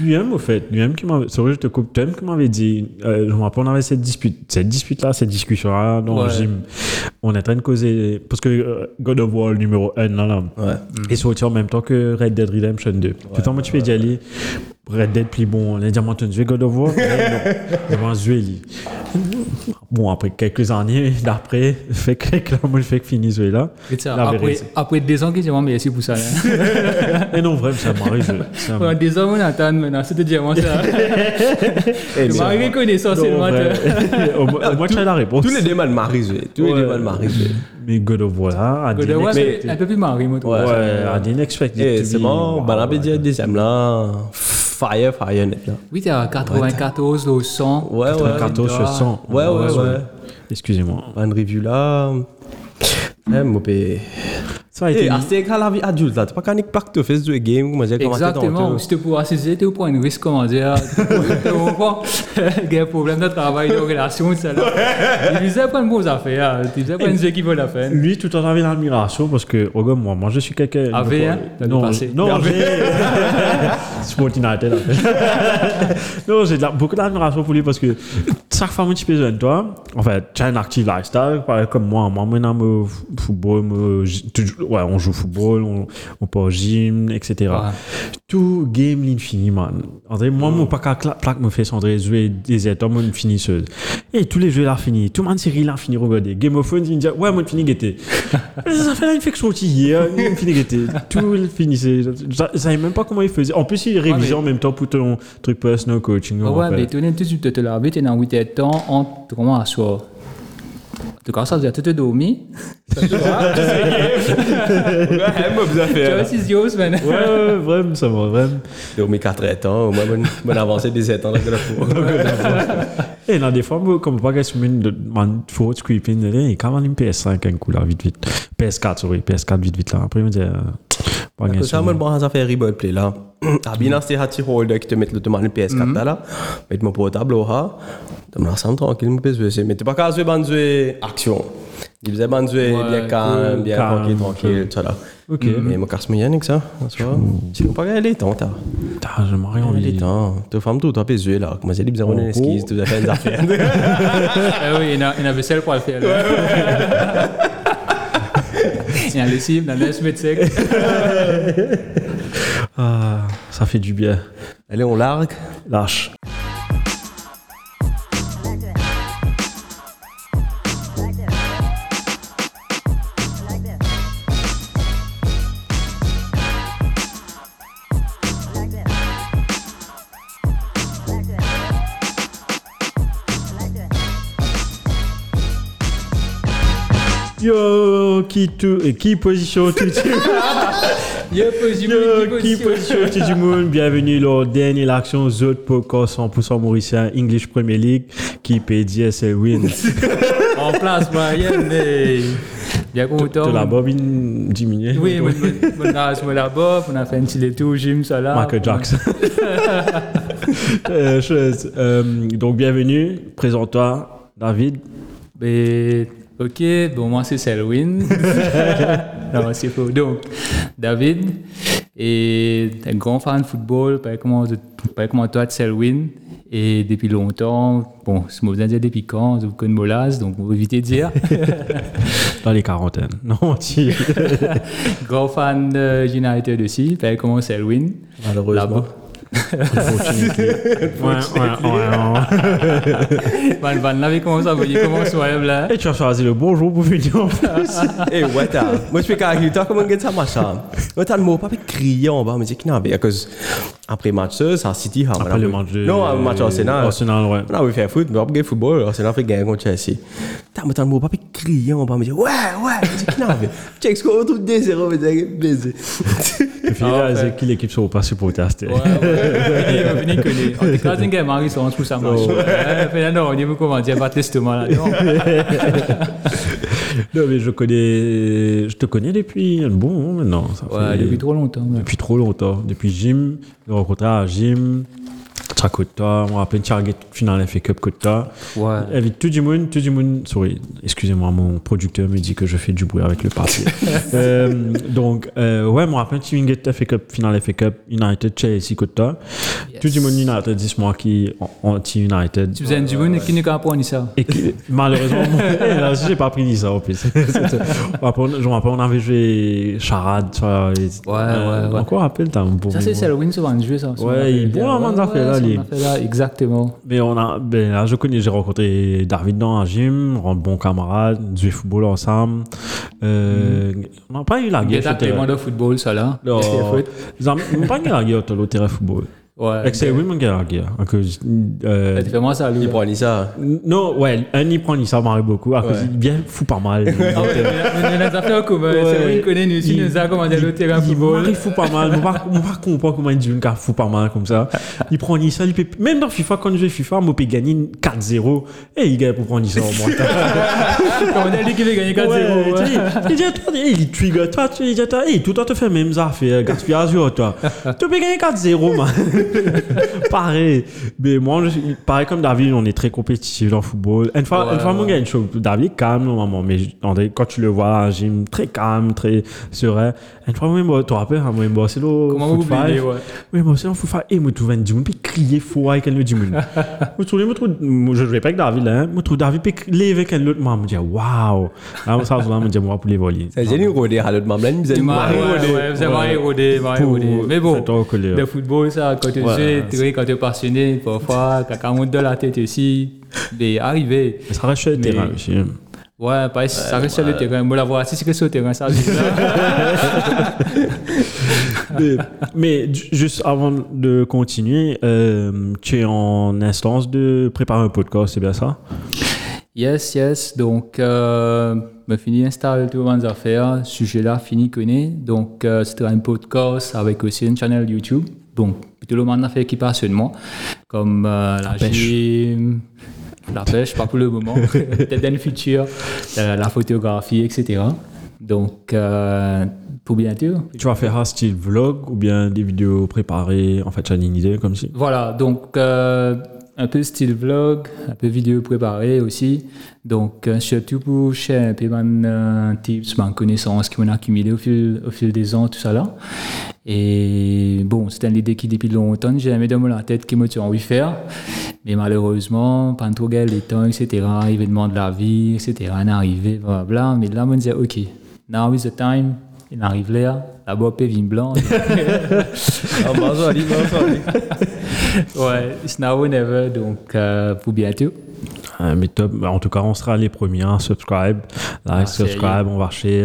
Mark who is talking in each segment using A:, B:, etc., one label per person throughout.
A: lui-même, au fait, lui-même qui m'avait, sorry, je te coupe, lui-même qui m'avait dit, euh, je me rappelle, on avait cette dispute, cette dispute-là, cette discussion-là, dans le
B: Ouais.
A: gym. On est en train de causer, parce que euh, God of War, le numéro 1, là, là,
B: Ouais.
A: est sorti en même temps que Red Dead Redemption 2. Tout en mode, tu peux y aller, Red Dead, plus bon, les diamants, tu veux God of War? Mais non, je vais en jouer, lui. Bon, après quelques années d'après, fait que, clairement, je fais que fini celui-là.
C: Et ça,
A: La
C: après,
A: vérité.
C: après deux ans, que j'ai vraiment merci pour ça. là.
A: Et non, vraiment, ça m'arrive. ça
C: Pendant deux ans, on attend maintenant, c'était vraiment ça.
B: Eh,
C: Je m'en reconnais
A: Non,
C: essentiellement.
A: vrai. au moins, au moins, tu as la réponse.
B: Tous les deux mal mariés, oui. tous les
A: Ouais.
B: deux mal mariés. oui.
A: Mais God of War, I
C: God of
A: didn't
C: War,
A: expect
C: c'est un
A: it.
C: peu plus marré, moi. toi.
B: Ouais.
A: Ouais, I didn't expect it
B: Et
A: to
B: c'est
A: be-
B: bon,
A: Wow,
B: ben on peut
A: ouais.
B: dire deuxième là, fire, fire net là.
C: Oui, t'es à 94, au 100.
B: Ouais, ouais.
A: 14 sur 100.
B: Ouais, ouais, ouais.
A: Excusez-moi.
B: Van review là. Eh, mopé.
A: Ça a été.
B: Eh, assez grave la vie adulte là. T'es pas qu'un pack te fais jouer game, comment dire, comment t'es
C: Exactement, si tu pourras saisir, tu prends un risque, comment dire, tu comprends, il y a un problème de travail, de relation, ça là. Il faisait pas de bonnes affaires, hein. il faisait pas une jeu qui vaut la peine.
A: Lui, tout en avait l'admiration parce que, regarde, moi, moi, je suis quelqu'un.
C: Ah, V, hein, t'as
A: Non,
C: dépassé.
A: non,
C: Mais
A: j'ai. Sport United, en fait. Non, j'ai de la- beaucoup d'admiration pour lui parce que chaque fois que tu peux jouer, toi, en fait, tu as un active lifestyle, pareil comme moi. Moi, maintenant, me f- football, me, j- tu- ouais, on joue au football, on, on part au gym, etc. Tout game l'infini, man. André, moi, mon pack à cla- plaque me fait s'andré jouer des états, moi, une finisseuse. Et tous les jeux, là, fini. Tout le monde, série, là, fini, regardez. Game of Thrones, il me dit, ouais, moi, fini, guetté. Ça fait là, il fait que je sortis hier, il fini, guetté. Tout, il finissait. Je je savais même pas comment il faisait. En plus, il révisait
C: mais-
A: en même temps pour ton truc personal coaching. je me
C: Ah ouais,
A: rappelle.
C: mais tu viens tout de suite de te laver, tu es dans 8 heures de temps, on te remet à soir. En tout cas, ça veut dire, tu te dormis.
B: Ouais, mopé
C: Tu
B: affaires.
C: as 6 yeux, man.
A: Ouais, ouais, vraiment, ça va, vraiment.
B: Donc mes 4 ans, au moins bonne bonne avancée des 7 ans là que la fois.
A: Et là, des fois, moi, comme pas qu'elle se met de man, faut scraping, il y a quand même une PS5, un coup là, vite, vite. PS4, sorry, PS4, vite, vite là. Après, il me dit, euh, pas
B: Parce
A: gain
B: que ça,
A: sur-
B: moi, bon, ça fait reboot play là. Ah, bien, c'est Hati Holder qui te met le tout mal le PS4 là, là. Mettre mon portable au ha. Tu me laisses tranquille, mon PS jouer. Mais t'es pas qu'à jouer, ben, jouer action. Il faisait ben, jouer
C: Ouais,
B: bien calme, bien
A: calme,
B: tranquille, tranquille, tout ça là.
A: Ok.
B: Mais mon casse moyen avec ça, tu vois. Tu peux pas gagner les temps, t'as.
A: Putain, j'ai marre
B: Gagner les
A: envie.
B: temps. Tu fais tout, toi, PS là. Comment c'est bizarre, on est une esquisse, tu as fait une affaire.
C: Ah oui, il y en a, il y en a vaisselle pour le faire. là. Il y en a les cibles, il y en a les semaines sec.
A: Ah, ça fait du bien.
B: Allez, on largue.
A: Lâche. Yo, qui te, et qui position tout
C: Yo, position,
A: Yo, qui
C: position.
A: position tout du monde. Bienvenue dans dernière action The Poker 100% mauricien English Premier League qui paye DSL Win.
C: En place, Marianne. hey. Bien content.
A: De la bobine diminuée.
C: Oui, mon- mon- mon âge, moi là-bas, on a fait un petit détour au gym, ça là.
B: Ah.
A: Michael Jackson. Euh, chose, euh, donc bienvenue, présente-toi, David.
C: Ben, ok, bon, moi c'est Selwyn. non, c'est faux. Donc, David est un grand fan de football, pas comment, pas comment toi de Selwyn. Et depuis longtemps, bon, je me faisais dire depuis quand, je vous connais Molas, donc vous évitez de dire.
A: Dans les quarantaines. Non, tu...
C: grand fan de United aussi, pas comment Selwyn.
B: Malheureusement.
A: Opportunité. Ouais, ouais, ouais, ouais.
C: Van Van, là, mais comment ça, vous voyez comment ce web là
A: Et tu as choisi le bon jour pour venir
B: Ah,
A: en plus.
B: Eh, ouais, t'as. Moi, je fais carré, t'as comment gagner ça, machin. Moi, t'as le mot, pas avec criant, on va me dire qu'il n'y a pas. Parce que après match, ça, c'est à City, hein,
A: Après
B: on a
A: le
B: vu-
A: match de...
B: Non, un match Arsenal. Ah,
A: Arsenal, ouais.
B: On a vu faire foot, mais on a pas gagné football, Arsenal fait gagner contre Chelsea. T'as, moi, t'as le mot, pas avec criant, on va me dire, ouais, ouais, me dire qu'il n'y a pas. Check score, tout 2-0, me dire, baiser.
A: Le fait là, c'est qui l'équipe sur pas supporter à cette-
C: Ouais, ouais. Venez, venez, venez. En tout cas, c'est une game, Marie, on se pousse à marche. Ouais, fait, non, on dit, vous comment dire, battre l'estomac là. Non,
A: Non, mais je connais... Je te connais depuis un bon moment maintenant. ça
C: Ouais,
A: fait-
C: depuis trop longtemps. ouais.
A: depuis trop longtemps. Depuis Jim, le rencontré à Jim. ça coûte toi, moi, à peine chargé finale FA Cup coûte toi.
C: Ouais.
A: Avec tout du monde, tout du monde, sorry, excusez-moi, mon producteur me dit que je fais du bruit avec le papier. Euh, donc, euh, ouais, moi, après, tu get FA Cup, finale FA Cup, United, Chelsea, coûte toi. Tout du monde, United, dis-moi qui, anti-United.
C: Tu faisais un Jibun et qui ne comprend ça
A: Et qui- malheureusement, moi, là, j'ai pas appris ni ça en plus. C'était- après, on- genre, après, on avait joué charade. ça, et-
C: ouais, ouais.
A: Encore rappelle, t'as un bon.
C: Ça, c'est
A: mémoire.
C: Selwyn souvent joué, ça.
A: Ouais, il est bon, là, Mandanda, fait, là, lui.
C: il là, exactement.
A: Mais on a, ben là, je connais, j'ai rencontré David dans un gym, un bon camarade, du football ensemble. Euh, On n'a pas eu la
C: Il
A: guerre
C: est
A: sur le terrain.
C: actuellement de football, ça, là.
A: Non,
C: Qu'est-ce qu'il a fait
A: ils ont- ils n'ont pas eu la guerre sur le terrain de football.
C: Ouais.
A: Avec Selwyn, on a eu la guerre. À cause, euh,
C: C'est vraiment ça, lui.
B: Il prend ça.
A: non, ouais, un y prend, il s'en marre beaucoup. À cause, il est bien fou pas mal.
C: Ah ouais, mais- mais les affaires comme euh,
A: Ouais.
C: Selwyn connaît, nous aussi,
A: Il-
C: nous a commencé le terrain de
A: il
C: football.
A: Il fout pas mal. On va, on va comprendre comment il dit une carte fout pas mal comme ça. Il prend Nissan. Il peut, même dans FIFA, quand je joue FIFA, moi, peut gagner une 4-0. Et Eh, il gagne pour prendre Nissan au moins.
C: Comment dire, lui qui veut gagner 4-0.
A: Ouais,
C: ouais.
A: tu sais, Il dit, toi, eh, il trigger. Toi, tu il dit, toi, eh, tout le temps, te fait même affaires. Gaspille Azure, toi. Tu peux gagner 4-0, man. pareil. Mais moi, je- pareil comme David, on est très compétitif dans le football. Une fois,
C: Ouais,
A: une fois, moi,
C: ouais.
A: il y a une chose. David est calme, normalement. Mais on est- quand tu le vois à un gym, très calme, très serein. Une fois, moi, tu te rappelles, hein, moi, moi, c'est le.
C: Comment
A: foot
C: vous oubliez,
A: five.
C: ouais.
A: Oui, moi aussi, on fout faire. Et moi, tu vas dire, puis crier fou avec un autre du monde. Moi, tu moi, trouve- moi, je jouais pas avec David, là. hein. Moi, tu David, puis lever avec un autre. Moi, je me dis, waouh. Là, moi, ça, je me dis, moi, pour les voler.
B: C'est génial, Eh, rodé, à l'autre mamelin, il faisait
C: Il m'a érodé. Ouais, vous avez
A: Ouais.
C: érodé, il m'a
A: Pour-
C: érodé. Mais bon,
A: Faites-en coller.
C: le football, ça, quand tu
A: Ouais.
C: es joué, quand tu es passionné, parfois, quand on monte dans la tête aussi, mais arrivé.
A: Mais Ça rachète le
C: Mais-
A: terrain aussi. hein.
C: Ouais, pareil, ça reste sur le terrain. Moi, la voir, si c'est que sur le terrain, ça reste là.
A: mais, mais ju- juste avant de continuer, euh, tu es en instance de préparer un podcast, c'est bien ça
C: Yes, yes. Donc, euh, me fini installe tout mes affaires. Sujet-là, fini connaît. Donc, euh, c'était un podcast avec aussi une chaîne YouTube. Donc, tout le monde a fait qui passe seulement. Comme euh, la,
A: pêche.
C: gym, la pêche, pas pour le moment. Peut-être dans le futur. euh, la photographie, etc. Donc, euh, pour bientôt.
A: Tu vas faire un style vlog ou bien des vidéos préparées En fait, tu as une idée comme si.
C: Voilà, donc euh, un peu style vlog, un peu vidéo préparée aussi. Donc euh, surtout pour share un peu mon euh, tips, ma connaissance qu'on a accumulée au fil, au fil des ans, tout ça là. Et bon, c'est une idée qui depuis longtemps, j'ai jamais dans la tête qui me tient envie de faire. Mais malheureusement, pas trop gagné les temps, etc. Événements de la vie, etc. On est arrivé, blablabla. Mais là, on me disait, OK, now is the time. Il arrive là, la boîte est vine blanche.
B: Ah, bonjour, Ali, bonjour, Ali.
C: Ouais, it's now or never, donc euh, pour bientôt.
A: Euh, mais top. Bah, En tout cas, on sera les premiers. hein. Subscribe, like,
C: c'est
A: subscribe, on va chez.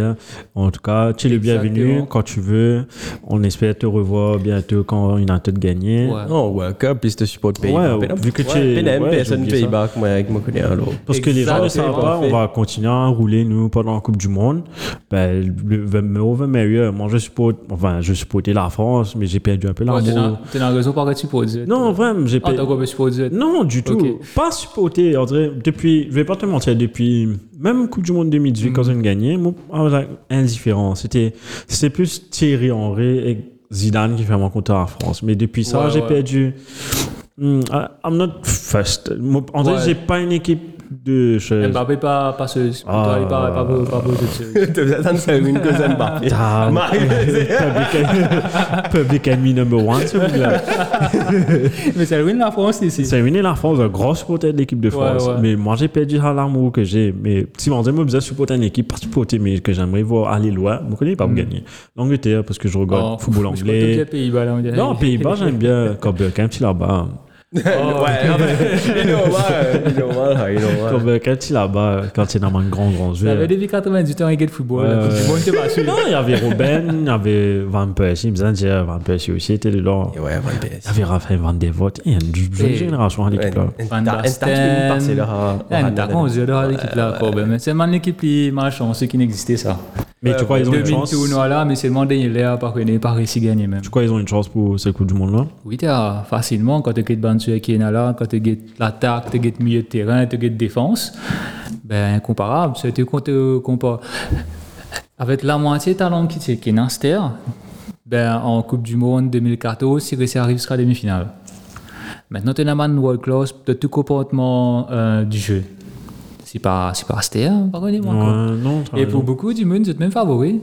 A: En tout cas, tu es le bienvenu
C: Exactement.
A: quand tu veux. On espère te revoir bientôt quand United gagne.
C: Ouais.
B: Non, ouais, que puis te supporte pays.
A: Ouais, vu que tu es-
B: PNM,
A: ouais, j'ai
B: personne
A: oublié ça.
B: payback, moi, avec mon connaît, alors.
A: Parce que les gens ne savent
B: Exactement.
A: pas, on va continuer à rouler, nous, pendant la Coupe du Monde. Ben, le le mauvais meilleur. euh, Moi, je supporte, enfin, je supportais la France, mais j'ai perdu un peu
C: Ouais, t'es
A: l'amour.
C: dans, t'es dans le réseau par que tu produis.
A: non, vraiment, j'ai
C: Ah,
A: perdu.
C: t'as quoi, tu produis
A: Non, du tout.
C: Ok.
A: Pas supporter. On dirait, depuis, je vais pas te mentir, depuis même Coupe du Monde 2018,
C: Mm.
A: quand on gagnait, moi, I was like, indifférent. C'était, c'était plus Thierry Henry et Zidane qui fait mon compte à la France. Mais depuis ça,
C: Ouais,
A: j'ai
C: ouais.
A: perdu. Hmm, I- I'm not first. En vrai,
C: Ouais.
A: j'ai pas une équipe de. je-
C: Mbappé, pas, pas ce.
A: Ah.
C: Toi, il pas, pas, pas, pas, pas ce-
B: Tu faisais attendre ça, une cause à Mbappé.
A: Ah, public, public enemy number one, ce là
C: Mais c'est le win la France ici.
A: C'est ruiné la France, un gros supporter de l'équipe de France.
C: ouais.
A: Mais moi, j'ai perdu à l'amour que j'ai. Mais si mon me besoin de supporter une équipe, pas supporter, mais que j'aimerais voir aller loin, je ne connais pas pour gagner. L'Angleterre, parce que je regarde
C: Mm. Oh,
A: football
C: je crois que t'es
A: anglais.
C: bien Pays-Bas, bah, là, on dirait.
A: Non, Pays-Bas, j'aime bien quand Burkham, petit là-bas.
B: Ouais, non, mais il est normal, il est normal, il est
A: Quand
B: normal.
A: Burkham, petit là-bas, quand c'est dans un grand, grand jeu.
C: Ça avait depuis 98 ans, il y a le football.
A: Ouais,
C: la Coupe du
A: ouais.
C: Monde, t'es pas sûr.
A: Non, il y avait Robin, il y avait Van Persie, il me semble que Van Persie aussi était dedans.
B: Et ouais, ouais,
A: Il y avait Raphaël Van Devoort. Il y a une jeune
C: Et-
A: génération à l'équipe là.
B: ben,
C: Van
B: un-
C: der
B: un- un tatouage passé, là, à-
C: Ouais,
B: à-
C: mais t'as raison, j'adore ah, l'équipe là, Corbin. Mais c'est mon équipe qui malchance, qui n'existait ça.
A: Mais tu crois ils ont une chance Tu
C: Demi-tournoi là, mais c'est le monde dernier là, par contre, par ici gagné même.
A: crois ils ont une chance pour cette Coupe du Monde là
C: Oui, t'as facilement quand tu as Bantu qui est là, quand tu as l'attaque, tu as milieu de terrain, tu as défense, ben incomparable. C'était quand tu compares euh, avec la moitié de talent qui est- qui est Nanster, ben en Coupe du Monde 2014, si Russie arrive jusqu'à la demi-finale. Maintenant, tu es un man world class de tout comportement euh, du jeu. C'est pas, c'est pas hein, austère, pardonnez-moi. quoi.
A: Ouais, non, t'as
C: Et
A: raison.
C: pour beaucoup du monde, c'est même favori.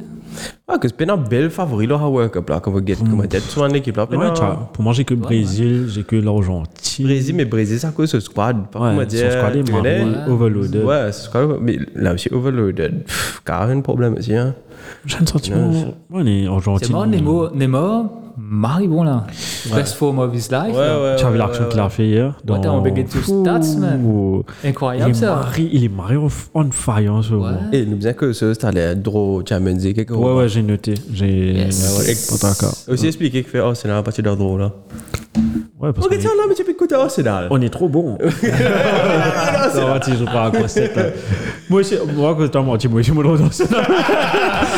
B: Ah, que c'est pas un bel favori, là, à World Cup, là, quand vous guettez, comme vous êtes souvent l'équipe, là.
A: Ouais, t'as- pour moi, j'ai que le Brésil, j'ai que l'Argentine.
B: Brésil, mais Brésil, c'est à cause de ce squad. Pas comment
A: Ouais,
B: dire.
A: son squad est
B: tu connais?
A: marron, overloaded.
B: Ouais, ce squad, mais là aussi, overloaded. Pff, Carrément problème aussi, hein.
A: J'ai le sentiment. Ouais, les Argentines.
C: C'est mort, Nemo, Nemo, Maribon là. Best form of his life. là.
A: Tu as vu l'action qu'il a fait hier
C: euh, Ouais, t'as un big two stats, man.
A: Ouh. Il
C: Incroyable
A: est,
C: ça.
A: marié, il est marié au- on fire en hein, ce moment.
B: Et nous bien que ce, c'était les draw Champions League, quelque
A: Ouais, ouais, j'ai noté. J'ai.
C: Yes.
A: Ouais, ouais, pas d'accord.
B: Aussi expliquer que fait Arsenal à partir d'un hein. draw, là.
A: Ouais, parce
B: Ok,
A: qu'on est-
B: tiens, là, mais tu peux écouter Arsenal. Ah,
A: on est trop bon. Ça va, tu joues pas à grosse tête, là. Moi, je moi, quand t'as menti, moi, je me le redonne.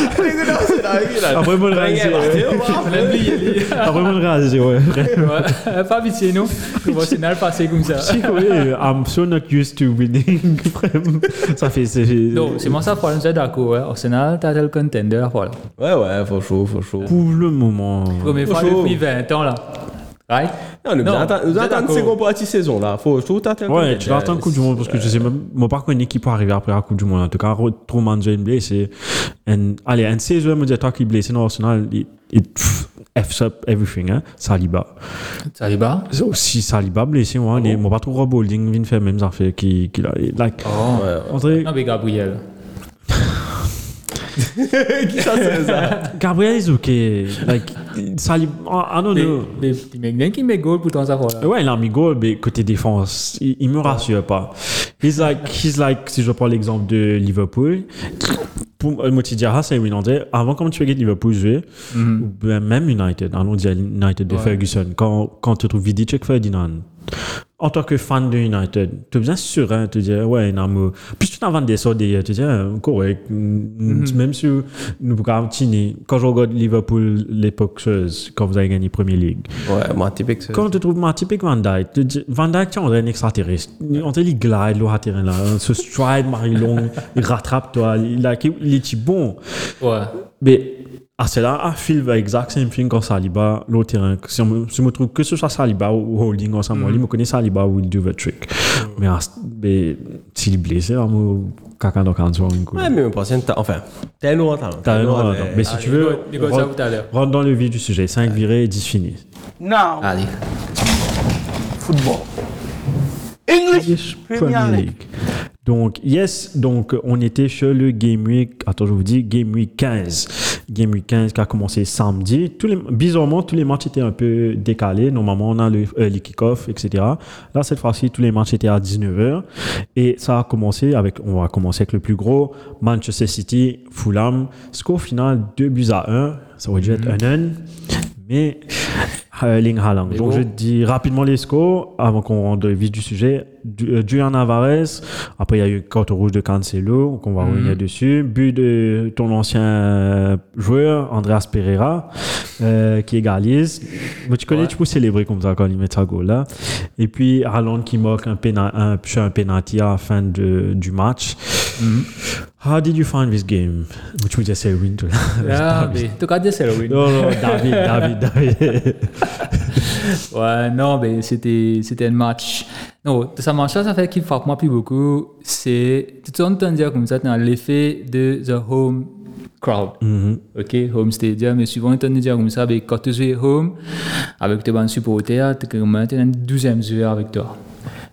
B: Écoute Arsenal, écoute, là.
A: Après, moi, le
B: Ouais,
A: réaliser. ouais.
B: ouais, ouais.
C: Même lui, il est-
A: Après, moi, le réaliser, ouais.
C: Ouais, Pas pitié, non. On va se passer comme ça.
A: Si, ouais, I'm so not used to winning. Vraiment. Ça fait. c'est-
C: Non, c'est moi ça, problème, c'est d'accord. ouais. Arsenal, t'as le contender, voilà.
B: Ouais, ouais, faut chaud, faut chaud.
A: Pour le moment.
C: Première fois
B: chaud.
C: depuis 20 ans là. Right?
B: Non, nous
C: Non,
B: attend- nous
C: c'est
B: attendons
C: d'accord.
B: ces partie saison, là. Faut chaud, t'attends.
A: Ouais, tu
C: bah,
A: l'attends Coupe du Monde parce que je sais
C: euh,
A: même, moi par contre, équipe arriver après la Coupe du Monde. En tout cas, retrouve Manzo blessé. And, allez, un E, 16 joueurs, me dit, toi qui est blessé dans Arsenal, it, it F's up everything, hein. Saliba.
C: Ça y va?
A: C'est aussi Saliba blessé, moi, il est- moi pas trop Rob Holding, vient faire même affaires qui, qui, là, like,
C: Oh.
A: on dirait-
C: Non, mais Gabriel.
B: Qui ça, c'est ça?
A: Gabriel est ok, like, Saliba, ah non,
C: Mais-
A: non.
C: Mais il met bien qu'il met goal pour ton savoir.
A: Ouais, il a mis goal, mais côté défense, il, il me rassure pas. He's like, he's like, si je prends l'exemple de Liverpool, pour euh, Moti Diarra, c'est un Irlandais. Avant, quand tu regardes Liverpool jouer, ou ben, même United, allons dire United de
C: Ouais.
A: Ferguson, quand, quand tu trouves Vidic et Ferdinand, en tant que fan de United, tu es bien serein, tu dis, ouais, non, mais. Puis tu t'inventes des sortes d'ailleurs, tu dis, ah, correct. Mm, Même si nous Tini, quand je regarde Liverpool, l'époque, chose, quand vous avez gagné Premier League,
B: Ouais, moi, typique, c'est.
A: Euh, quand tu trouves ma typique Van Dyke, tu dis- Van Dyke, tu es un extraterrestre. On te dit glide, le terrain là. Ce stride, Marie Long, il rattrape toi. Il, like, il- il est bon.
C: Ouais.
A: Mais ah, à cela, à Phil va exact same thing quand Saliba, le terrain. Si on, si on me trouve que ce soit Saliba ou Holding
C: Mm.
A: ensemble, il me connaît Saliba will do the trick. Mais, à- mais s'il est blessé, là, moi, caca dans le cancer, on coule.
B: Ouais, mais on pense, t'as- enfin, t'as un autre talent.
C: Ah,
A: T'as un nom, attends. Mais si
C: Allez,
A: tu veux,
C: go- go- go- ça, tout à l'heure.
A: rentre dans le vif du sujet. 5 virés, 10 finis.
D: Now,
B: Allez.
D: football. English,
A: Premier League. Donc, yes, donc euh, on était chez le Game Week, attends, je vous dis, Game Week 15. Game Week 15 qui a commencé samedi. Tous les, bizarrement, tous les matchs étaient un peu décalés. Normalement, on a le, euh, les kick-off, etc. Là, cette fois-ci, tous les matchs étaient à 19h. Et ça a commencé avec, on va commencer avec le plus gros, Manchester City, Fulham. Score final 2 buts à 1. Ça aurait dû être 1-1. Mais Erling Haaland. Donc,
C: bon.
A: je dis rapidement les scores avant qu'on rentre dans le vif du sujet. Du- euh, Julian Alvarez, après il y a eu carte rouge de Cancelo, qu'on va revenir dessus. But de ton ancien euh, joueur, Andreas Pereira, euh, qui égalise. Mais tu connais, tu peux célébrer comme ça quand il met sa goal là. Et puis Haaland qui moque un, péna- un, sur un penalty à la fin de- du match. How did you find this game? Tu peux dire c'est win, toi.
C: Ah, mais tout cas, c'est Halloween.
A: Non, non, David, David, David.
C: Ouais, non, mais c'était, c'était un match. Non, ça match ça fait qu'il frappe moi plus beaucoup. C'est, tu entends dire comme ça, dans l'effet de the home crowd.
A: Mm-hmm.
C: OK, home stadium. Et souvent, on dire comme ça, mais quand tu joues home, avec tes bons supporters, tu es un 12e joueur avec toi.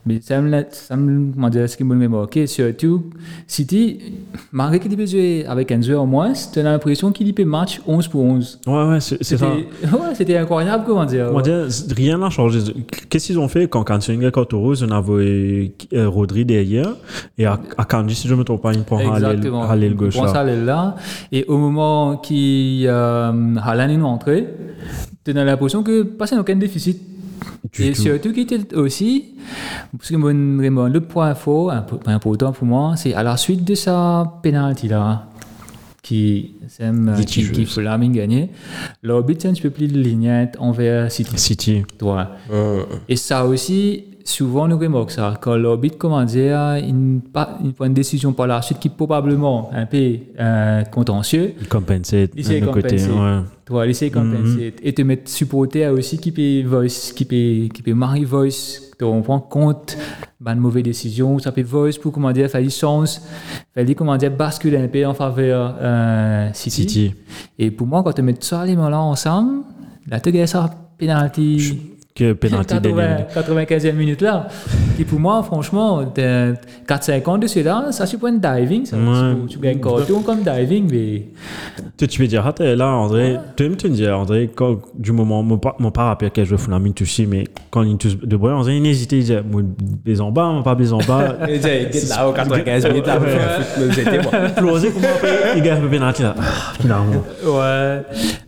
C: Mais ça me, l'a- ça me, comment dire, ce qui me marqué, surtout, City, malgré qu'il peut jouer avec un joueur au moins, tu as l'impression qu'il peut match 11 pour 11.
A: Ouais, ouais, c'est c'est ça.
C: C'était- Ouais, c'était incroyable, comment dire.
A: Comment dire, rien n'a changé. Qu'est-ce qu'ils ont fait quand Cancelo et Cortorose, on avait euh, Rodri derrière et à, à Kanji, si je ne me trompe pas, il prend Halil
C: Exactement.
A: Halil gauche.
C: On pense
A: là.
C: à l'aile là. Et au moment qui euh, Haaland est entré, tu as l'impression que personne n'a aucun déficit.
A: Du
C: et
A: tout.
C: surtout qu'il était aussi, parce que mon- vraiment, le point fort, un peu- pas important pour moi, c'est à la suite de sa penalty là, qui, c'est un-
A: Des
C: qui,
A: petits
C: qui
A: jeux.
C: Flaming gagné, l'orbite c'est un petit peu plus lignante envers City.
A: City.
C: Ouais. Et ça aussi, souvent nous remarquons ça. Quand l'arbitre, comment dire, il, pas- il prend ah, une décision par la suite qui probablement un peu euh, contentieuse,
A: Compensate.
C: Lycée
A: de côté,
C: compensé.
A: ouais.
C: tu vois, laisser compenser. Et te mettre supporter aussi qui peut voice, qui peut, qui peut marier voice. Tu prend compte, ben, de mauvaise décision, ça peut voice pour, comment dire, faire du sens, faire du, comment dire, basculer un peu en faveur euh, City.
A: City.
C: Et pour moi, quand tu mets ça, les là ensemble, là, tu gagnes ça, penalty.
A: Que penalty
C: 80
A: dernier.
C: 95e minute là. Qui pour moi, franchement, t'es- 4,50 de celui-là, ça c'est pas une diving. Ça.
A: Ouais.
C: Tu, tu gagnes carton comme diving, mais.
A: Tu, tu peux dire, ah, t'es là, André, tu aimes te dire, André, quand, du moment, mon, pa- mon père rappelle qu'elle joue Fulham, tu sais, mais quand il touche de bois, André, il hésitait, il disait, moi, baise en bas, moi, pas baise en bas.
B: Et j'ai été là aux 95 minutes là, mais j'étais moi.
A: Plosé, comment après, il gagne le penalty là. Ah, finalement.
C: Ouais.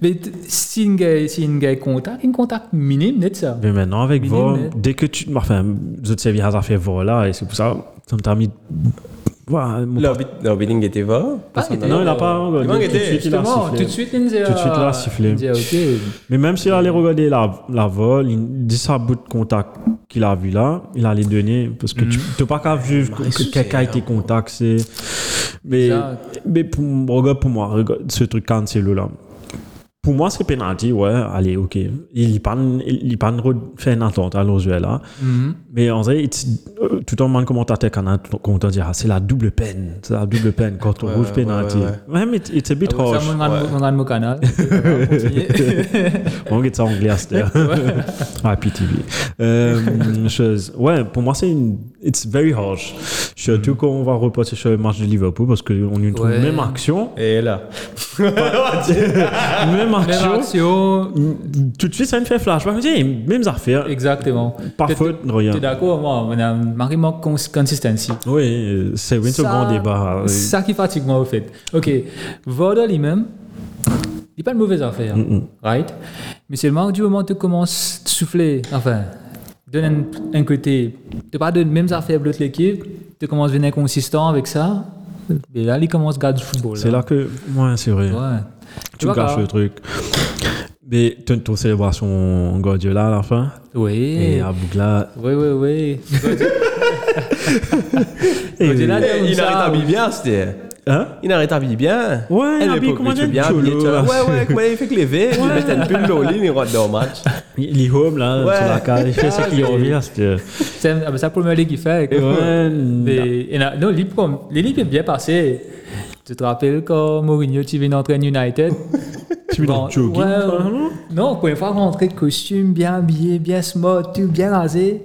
C: Mais t- si une gars si une gars contact, une contact minime, net ça.
A: Mais maintenant, avec
C: Minime,
A: Vor,
C: mais-
A: dès que tu. Enfin, Zot Sevi Hazard fait Vor là, et c'est pour ça, ça me t'a mis. Voilà, mon
B: L'arbitre l'arbitre, il était va. personne
C: était-
B: n'a-
A: Non, il n'a pas encore.
B: Il manque
A: Tout de
B: été.
A: suite, il a
C: Justement,
A: sifflé.
C: tout de suite, il nous a-
A: Tout de suite, il a sifflé.
C: il nous a, ok.
A: Mais même s'il allait regarder la, la vol, il dit ça bout de contact qu'il a vu là, il allait donner. Parce que
C: Mm.
A: tu n'as pas qu'à vivre que
B: Marie-Sous,
A: quelqu'un a été contacté. Mais,
C: Ça.
A: mais pour, regarde pour moi, regarde ce truc Cancelo là. Pour moi, c'est penalty, ouais, allez, ok. Il n'y pas, il y pas de re- fait une attente à l'Ozuel là.
C: Ah
A: Mais en vrai, it's- euh, tout le monde commentateur quand on te dira, c'est la double peine, c'est la double peine quand on
B: Ouais,
A: rouge
B: ouais,
A: penalty.
B: ouais,
A: Même, it's, it's a bit
C: Ah Ça,
A: harsh.
C: mon grand-
B: ouais.
C: mon grand mot canal.
A: On regarde ça en anglais, c'était. Ah, PTV. Euh, chose. Ouais, pour moi, c'est une. It's very harsh. Surtout quand on va repasser sur le match de Liverpool parce qu'on y trouve
C: Ouais.
A: même action.
B: Et là.
A: Même
C: Même
A: action.
C: action.
A: Tout de suite, ça me fait flashback. Je me dis, Même affaires.
C: Exactement.
A: Par
C: T'es-
A: faute, rien.
C: T'es d'accord, moi, madame Marie manque cons- consistency.
A: Oui, euh, c'est oui, c'est un
C: Ça-
A: grand débat. Oui.
C: Ça qui fatigue moi, au fait. Ok, Voda lui-même, il n'est pas une mauvaise affaire, right? Mais seulement du moment où tu commences à souffler, enfin, donner un, un côté, tu pas de mêmes affaires de l'autre équipe, tu commences à devenir inconsistant avec ça, et là, il commence à garder le football.
A: C'est là que. Ouais, c'est vrai.
C: Ouais.
A: Tu
C: vois,
A: gâches
C: quand-
A: le truc. Mais tu as une célébration Guardiola à la fin. Et ah.
C: Oui.
A: à Bougla.
C: Oui, oui, oui.
A: Et-
C: Guardiola-
B: Eh, Il
C: Ça,
B: arrête à
C: oui.
B: bien, c'était.
A: Hein?
B: Il arrête à bien.
A: Ouais,
B: Eh,
A: il
B: le
A: habille
B: pauvre,
A: comment
B: il est
A: dire,
B: bien
A: cholo,
B: habillé, tu vois.
A: là.
B: Ouais, ouais, comment il fait que les verres, il met une pull dans le lit, il rentre dans le match.
A: Il il home là,
B: Ouais.
A: sur la carte. Il fait ce qu'il revient. C'était.
C: C'est ah, ben, c'est la première ligue qu'il fait. quoi.
A: Ouais,
C: Mais, et là, non, Libre, comme, les Libres est bien passé. Tu te rappelles quand Mourinho, tu viens d'entraîner United
A: Tu veux
C: Bon,
A: dire jogging
C: ouais,
A: par
C: ouais.
A: exemple
C: Non, pour une fois rentrer de costume, bien habillé, bien smart, tout bien rasé.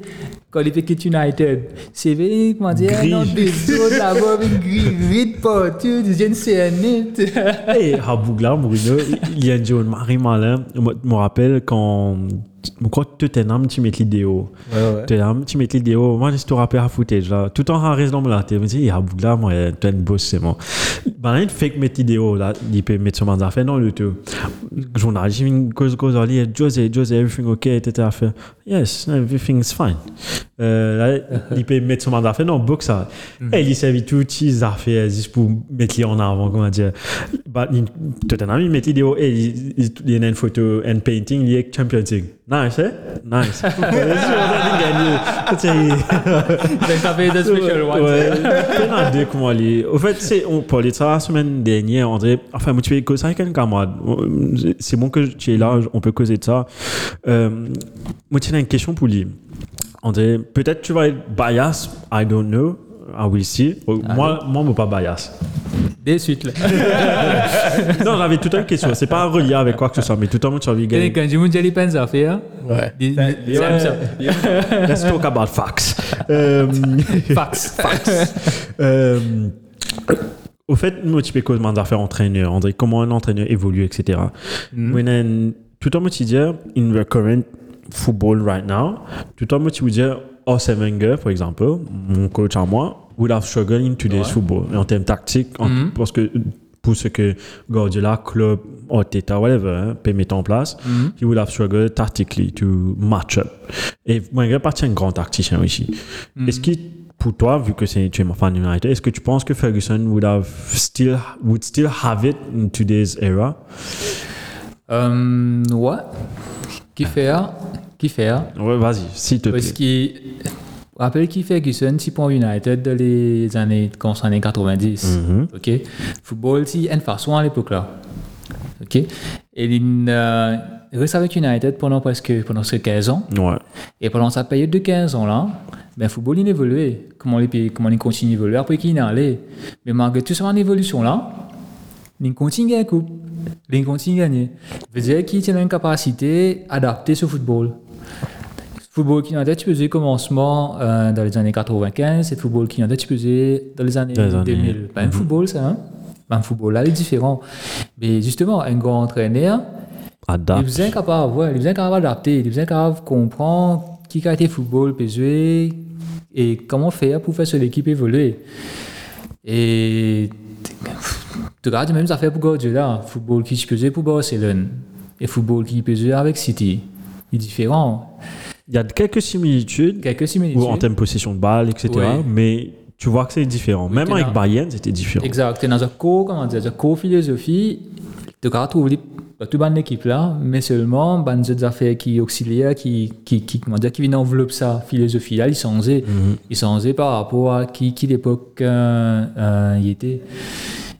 C: Quand il fait quitte United, c'est vrai, comment dire,
A: Gris.
C: non, des autres là-bas, avec gris, gris de partout, des jeunes CNET.
A: Et à Bougla, Mourinho, il y a un John Marie Malin. Moi, Je me rappelle quand. Je crois que Tottenham, tu mets l'idéo. Tottenham, tu mets l'idéo. Moi, je te rappelle à footage là. Tout en reste dans mon latte. Je me dis, à Bougla, moi, tu es un boss, c'est moi. Ben là, il fait que mettre l'idéo là. Il peut mettre son mandat fait non, le tout. Journaliste, j'ai une cause, cause, on dit, José, José, everything okay, etc. Fait, Yes, everything's fine. Euh, là, il peut mettre son mandat fait non, book ça. Et il servit tout, il a fait juste pour mettre les en avant, comment dire. Bah, il- Tottenham, il met l'idée au- et il il- il y a une photo, un painting lié avec Champions League. Nice, hein? Nice. Bien sûr, on a gagné.
C: Ben, ça fait des special ones.
A: Ouais, t'en as deux comment aller. Au fait, c'est, on parlait de ça la semaine dernière, on dirait, enfin, moi, tu peux causer avec un camarade. C'est bon que tu es là, on peut causer de ça. Euh, moi, tu as une question pour lui. On dirait, peut-être tu vas être bias, I don't know, I will see. Euh, Moi, moi, moi, pas bias.
C: Des suites, là.
A: Non, j'avais tout le temps une question, c'est pas relié avec quoi que ce soit, mais tout le temps, moi, tu as envie de
C: Et
A: gagner.
C: Quand je me dis les peines à faire, des- des-
B: ouais.
C: ça.
A: Let's talk about facts. Euh,
C: Fax.
A: Euh, au fait, moi, tu peux comment faire entraîneur, André, comment un entraîneur évolue, etc. When an- tout en me tu dire, in the current football right now, tout en me tu dire, Arsène Wenger, par exemple, mon coach à moi, would have struggled in today's football. En termes tactiques, en- parce que pour ce que Guardiola, Klopp, Arteta, whatever, hein, peut mettre en place, he would have struggled tactically to match up. Et Wenger partie un grand tacticien ici. Est-ce que pour toi, vu que c'est- tu es fan de United, est-ce que tu penses que Ferguson would have still would still have it in today's era?
C: Euh, ouais. Qui fait, qui fait.
A: Ouais, vas-y, s'il te plaît.
C: Parce que Rappelle qui Ferguson, si pour United dans les années, quand c'est années 90.
A: Mhm.
C: OK. Football, si, une façon à l'époque là. OK. Et il euh, reste avec United pendant presque, pendant ces 15 ans.
A: Ouais.
C: Et pendant sa période de 15 ans là, ben, football il évoluait. Comment les pays- comment il continue à évoluer après qu'il est allé. Mais malgré toute son évolution là, il continue à gagner la coupe. Il continue à gagner. Ça veut dire qu'il a une capacité adaptée ce football. Football qui United, tu faisais commencement euh, dans les années 95 et football qui United, tu faisais dans les années
A: Dans les années-
C: 2000. Pas un football, ça, hein? Pas un football, là, il est différent. Mais justement, un grand entraîneur, il
A: Adapte.
C: vous est capable, ouais, il vous est capable d'adapter, il vous est capable de comprendre qui a été football, PSV, et comment faire pour faire sur l'équipe évoluer. Et tu regardes les mêmes affaires pour Guardiola, football qui PSV pour Barcelone, et football qui PSV avec City. Il est différent.
A: Il y a quelques similitudes
C: Quelques similitudes.
A: ou en termes de possession de balle, etc.
C: Ouais.
A: Mais tu vois que c'est différent. Même
C: t'es
A: avec
C: là.
A: Bayern, c'était différent.
C: Exact. Et dans un cours, comment dire, un cours philosophie, tu vas trouver pas toute bonne équipe là, mais seulement ben, des affaires qui auxiliaires, qui, qui, qui, comment dire, qui viennent envelopper sa philosophie là, ils sont osés.
A: Mm-hmm.
C: Ils sont osés par rapport à qui, qui l'époque euh, euh, y était.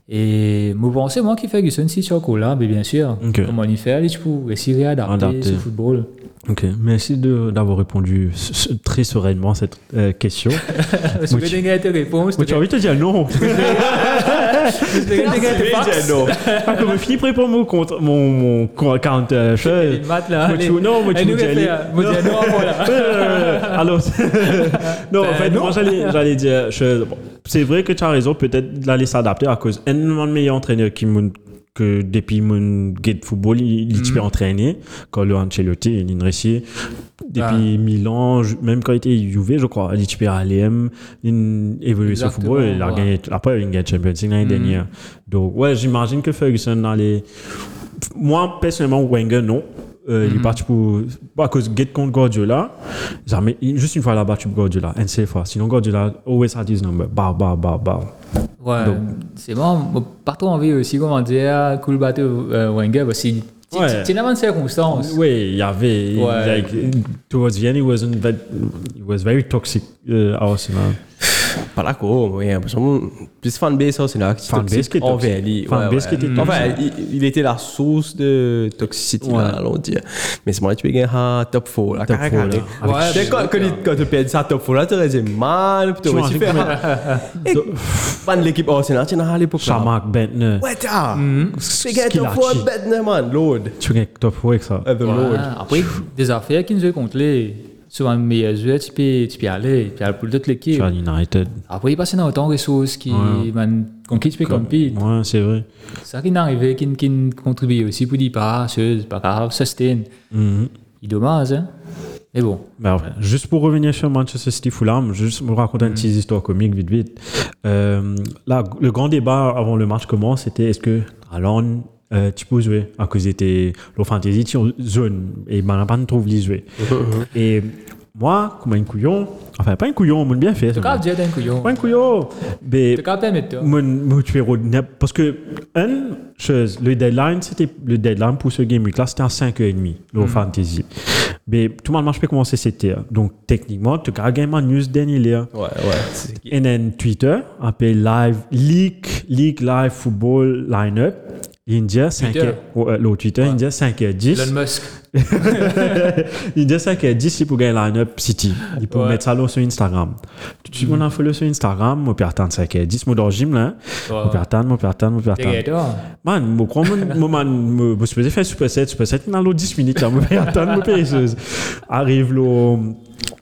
C: Et moi, bon, c'est moi qui fais Ferguson, si tu as là, mais bien sûr,
A: Ok.
C: comment il fait, tu peux essayer d'adapter
A: Adapter.
C: ce football.
A: Ok. Merci de- d'avoir répondu s- s- très sereinement à cette euh, question.
C: Je
A: Oui,
C: vais
A: tu-
C: donner tes réponses.
A: Moi, tu as envie de te dire non.
C: Je vais donner tes fax.
A: Pas que Ah, je finis pour mon compte, mon, mon co- account, euh,
C: Et
A: chose.
C: le mat, là,
A: Moi,
C: allez.
A: tu- non, moi,
C: Et
A: tu
C: nous,
A: me dis,
C: on
A: allez.
C: fait, euh, moi, tu dis, non, voilà.
A: Euh, alors, non, en
C: Ben,
A: fait,
C: non.
A: moi, j'allais, j'allais dire, je- bon, c'est vrai que tu as raison, peut-être d'aller s'adapter à cause un de meilleur entraîneur qui m'ont- que depuis mon guide de football, il,
C: Mm.
A: il peut entraîner, quand le Ancelotti, il est resté
C: Ah.
A: depuis Milan, ju- même quand il était Juve, je crois, il peut aller, hum, il évolue sur le
C: Exactement,
A: football, il a
C: ouais. Mm.
A: gagné, après, il a gagné Champions League l'année dernière. Donc, ouais, j'imagine que Ferguson, dans les, moi, personnellement, Wenger, non. Euh,
C: Mm-hmm.
A: Il est parti pour. pas à cause Gate contre Guardiola. Jamais, il- juste une fois là-bas, tu Guardiola. Une seule fois. Sinon, Guardiola always had his number. Bah, bah, bah, bah.
C: Ouais, c'est bon. Moi, Pas trop envie aussi, comment dire, cool bateau euh, Wenger, parce que c'est-
A: Ouais.
C: c'est c'est une bonne circonstance.
A: Oui, il y avait.
C: Ouais.
A: Like, towards the end, he wasn't that. He was very toxic euh, à Arsenal.
B: Pas d'accord, oui, parce que plus um fanbase, ça, c'est là que
A: Fanbase qui est toxique.
B: envers lui.
A: Fanbase qui était toxique.
B: Enfin, il, il était la source de um toxicité, là, allons dire. Mais c'est moi qui vais un top 4, là,
A: Top
B: carré,
A: four,
B: carré.
A: là.
B: Ouais, tu sais, quand, quand, il- quand tu perds ça top 4, là, tu aurais dit mal, puis tu aurais
A: Tu
B: dit
A: vois,
B: faire. Et Pas de l'équipe Arsenal, tu n'as pas l'époque. là.
A: Shamak, Bentner.
B: Ouais, t'as.
C: Mm-hmm.
B: C'est gars,
A: Skill
B: top 4,
A: archi.
B: Bedner, man, Lord.
A: Tu gagnes top four avec ça.
B: Uh, The
C: Ouais,
B: Lord.
C: Après, des affaires qui nous ont contre les. Souvent, les meilleurs joueurs, tu peux, tu peux aller, tu peux aller pour toute l'équipe.
A: Tu as United.
C: Après, il passe dans autant de ressources qui, man, contre qui tu peux compter.
A: Ouais, c'est vrai.
C: Ça qui est arrivé, qui, qui contribue aussi pour dire, pas, c'est pas grave, sustain.
A: Mhm.
C: Il est dommage, hein. Mais bon.
A: Ben, enfin, juste pour revenir sur Manchester City Fulham, juste vous raconter une petite histoire comique vite vite. Euh, là, le grand débat avant le match commence, c'était est-ce que Alon euh, tu peux jouer à cause était le fantasy tu en zone et ben pas trouve les jouer. et moi, comme un couillon, enfin pas un couillon, on bien fait.
C: Tu
A: ça,
C: as
A: moi.
C: dit, t'es un couillon.
A: Pas un couillon. Mais
C: Tu as permis toi.
A: mon, mon numéro de nap- parce que une chose le deadline c'était le deadline pour ce game week là c'était à 5h30 le fantasy mais tout le monde marche pas commencer c'était donc techniquement tu as gagné ma news dernier là
B: Ouais, ouais.
A: et then Twitter appelé live leak leak live football lineup India 5
C: Twitter.
A: le Twitter India 5h10
C: Elon Musk.
A: il dit ça qu'il dit c'est pour gagner line-up City. Il peut
C: Ouais.
A: mettre ça là sur Instagram. Tout de suite, on a follow sur Instagram. Moi, puis attendre ça qu'il dit. Moi, dans le gym, là. hein. Moi, puis attendre, moi, puis attendre, moi, puis
C: T'es
A: attendre.
C: gay, toi.
A: Man, je crois que je suis supposé faire Super 7, Super 7, dans l'autre 10 minutes, là, je vais attendre, je vais payer. Arrive le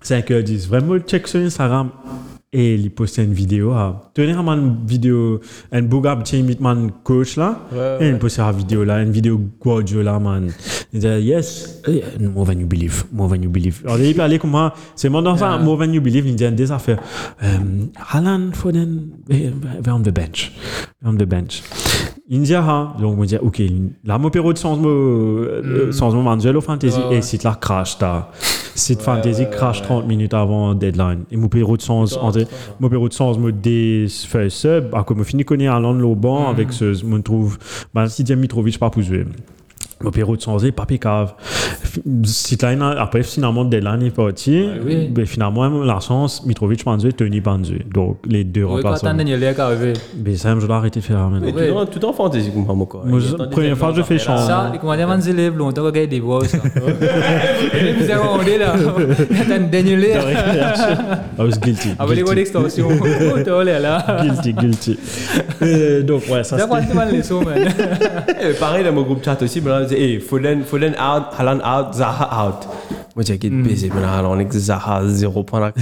A: 5h10, vraiment, check sur Instagram. Et il poste une vidéo. ah. Tenir une vidéo, un beau gars, petit man coach là. Et il poste une vidéo là, une vidéo Guardiola, man. Il dit, yes, eh, more than you believe, more than you believe. Alors, il parlait comme moi, c'est mon enfant, more than you believe, il dit des affaires. Um, Alan Foden, eh, we're on the bench. We're on the bench. India, hein. donc on dit, ok, la mopéro de sans mot,
C: Mm.
A: euh, sans mot Manzuelo Fantasy, et c'est là crash, t'as. Site Fantasy crash 30 minutes avant deadline. Et mopéro de sans, mopéro de sans mot des feuilles sub, à comme fini connaît Alan
C: Mm.
A: Loban avec ce, on trouve, ben, si Diam Mitrovic pas pour jouer. Mopéro de sans, et pas pécave. Citline, après, finalement, Delan est parti.
C: oui.
A: Ben, finalement, la chance, Mitrovic Pandu et Tony Pandu. Donc, les deux
C: Oui, quand
A: remplaçants.
C: t'as Daniel Lec arrivé,
A: Ben, Sam, je dois arrêter de faire ça maintenant.
B: Mais tout en- tout en fantaisie, comprends moi quoi.
A: Moi,
B: Il y a
A: je-
B: tant des
A: première fois que je fais
B: exemples à faire, là.
A: Ah.
C: ça, les commandants vont se lever, longtemps qu'on regarde des voix, ça. Et les misères ont là. T'as Daniel Ah, Lec,
A: I was guilty.
B: Ah,
C: avec les
A: guilty.
C: voix d'extension. Oh, t'as l'air là.
A: guilty, guilty. Euh, donc, ouais, ça
C: Ça prend
A: c'était.
C: tout mal les sons, man.
B: Eh, pareil dans mon groupe chat aussi, mais là, on disait, hey, Foden, Foden out, Haaland out, Zaha out. Moi, j'ai
A: Mm.
B: quitté baiser, mais là, Haaland, avec Zaha, zéro point là.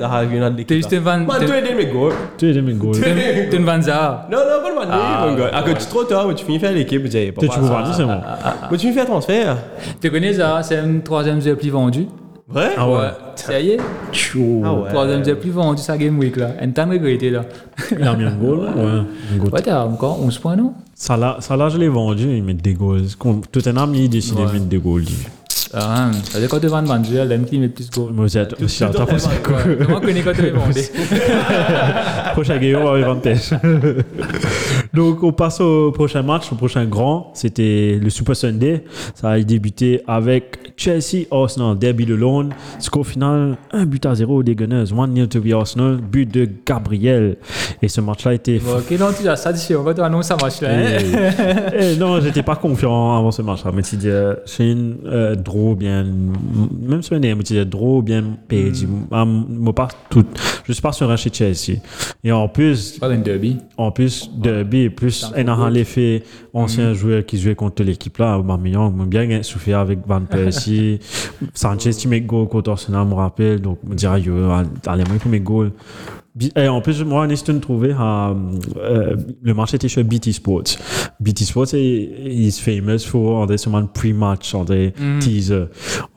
B: Zaha, il y en a des
C: T'es juste un van.
B: Man, toi,
C: t'es-
B: aidez mes goals.
A: Tu es demi goal. Tu
C: T'es une van Zaha.
B: Non, non, pas le man, mon gars. Ah, quand tu es trop tard, mais tu finis faire l'équipe, j'ai pas.
A: tu peux voir, ça, c'est bon.
B: ah, Mais tu finis faire transfert.
C: Tu connais Zaha, c'est un troisième jeu plus vendu.
B: Vrai?
A: Ah ouais.
C: Ça y est,
B: Ah ouais.
C: troisième jeu plus vendu, ça Game Week là. Un temps regretté là.
A: Il a mis un goal. Ouais, un goal.
C: Ouais, t'as encore 11 points, non
A: Salah, Salah, je l'ai vendu, il met des goals. Con- Tottenham, il décide de mettre des goals. lui.
C: Ah, hein. ça veut dire quand tu vas vendu, là, l'aime qui met plus de goals.
A: Moi, j'ai j'ai
B: tout
A: attrapé ça.
C: Ouais, Comment on connaît quand tu es vendu
A: Prochain Guillaume avec Vantage. Donc, on passe au prochain match, au prochain grand. C'était le Super Sunday. Ça a débuté avec Chelsea, Arsenal, Derby de Londres. Score final, 1 but à 0 des Gunners. 1-0 to the Arsenal, but de Gabriel. Et ce match-là était.
C: Bon, Ok, non, tu as satisfait. Quand tu annonces ça match là, hein.
A: Eh, non, j'étais pas confiant avant ce match-là. Mais tu dis, euh, Shane, euh, trop bien. Même si on est, mais tu dis, trop bien payé. Ah, moi, pas tout. Je suis pas sur un chez Chelsea. Et en plus,
C: Pas un derby.
A: en plus derby et plus en a l'effet
C: Mhm.
A: ancien joueur qui jouait contre l'équipe là Aubameyang m'a bien hein, souffert avec Van Persie Sanchez qui met goal contre Arsenal me rappelle donc me dire yo allez moi pour mes goals Bi- et en plus moi on est trouvé à, euh, le match était chez BT Sports BT Sports est is famous for on des seulement pre-match on des
C: Mhm.
A: teasers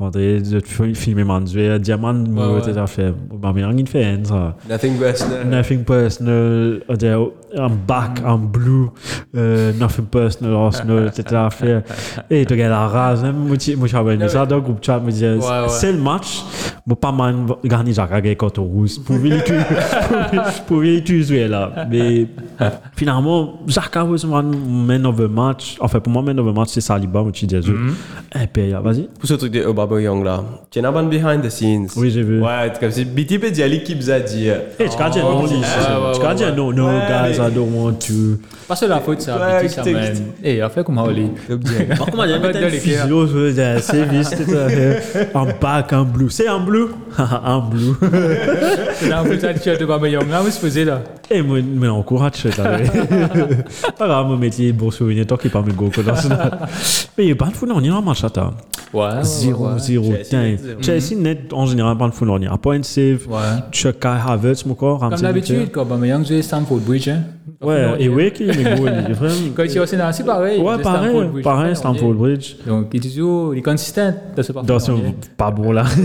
A: on des de filmer Manuel Diamant
C: ouais.
A: me fait affaire Aubameyang il fait hein, ça
B: Nothing worse.
A: Uh, Nothing euh. personal, Adele, I'm back,
C: Mm.
A: I'm blue, euh, nothing personal, Arsenal, etc. Fait, et tu regardes la race, même hein. moi, tu- moi, je suis abonné ça, dans le groupe chat, me disait,
C: ouais.
A: c'est le match, moi, pas mal, garni, j'ai regardé contre Rousse, pour lui, tu, pour lui, tu jouer là. Mais, finalement, Jacques Roseman, man of the match, enfin, pour moi, man of the match, c'est Saliba, moi, tu dis,
C: Mm-hmm.
A: impérial, vas-y.
B: Pour ce truc de Obama Young là, tu as un band behind the scenes.
A: Oui, j'ai vu.
B: Ouais, c'est comme si BTP peut dire l'équipe a dit. euh,
A: Hey, Eh, tu can't dire non, Lee.
C: Oh, ouais,
A: Tu can't
C: ouais,
A: dire non, no,
B: Ouais,
A: guys,
B: mais-
A: I don't want to.
C: Pas sur la faute, ça.
B: Ouais,
C: Petit, ça,
B: c'est-
C: man. Eh, on fait comme Holly.
A: Par contre, il y a
C: Pas
A: peut-être
C: de
A: une
C: l'éclair.
A: physio, je veux dire, c'est vite, c'est un- un bac, un bleu. C'est un bleu Un bleu.
C: C'est là, en fait, ça, tu as de Bamayong. Là, vous se faisiez là.
A: Et moi, mais on courage, c'est ça. Pas grave, mon métier, bon souvenir, tant qu'il parle de go quoi, dans ce- Mais il y a pas de fou, non, il y a un match à ta.
C: Ah, Ouais. Mm.
A: 0 0
B: Chelsea,
A: tiens.
B: net zéro.
A: Chelsea net, en général, pas de fou, non, il y a un point save.
C: Ouais.
A: Chuck Kai Havertz, mon corps,
C: Comme d'habitude, quand Bamayong jouait Stamford Bridge, hein.
A: Ouais, et ouais, qui est go, il est vraiment.
C: Quand tu es au Sénat, c'est pareil.
A: Ouais,
C: de
A: pareil,
C: Stamford Bridge.
A: pareil, Stamford Bridge.
C: Donc, il est toujours il est consistant dans ce parcours.
A: Dans ce- pas bon là.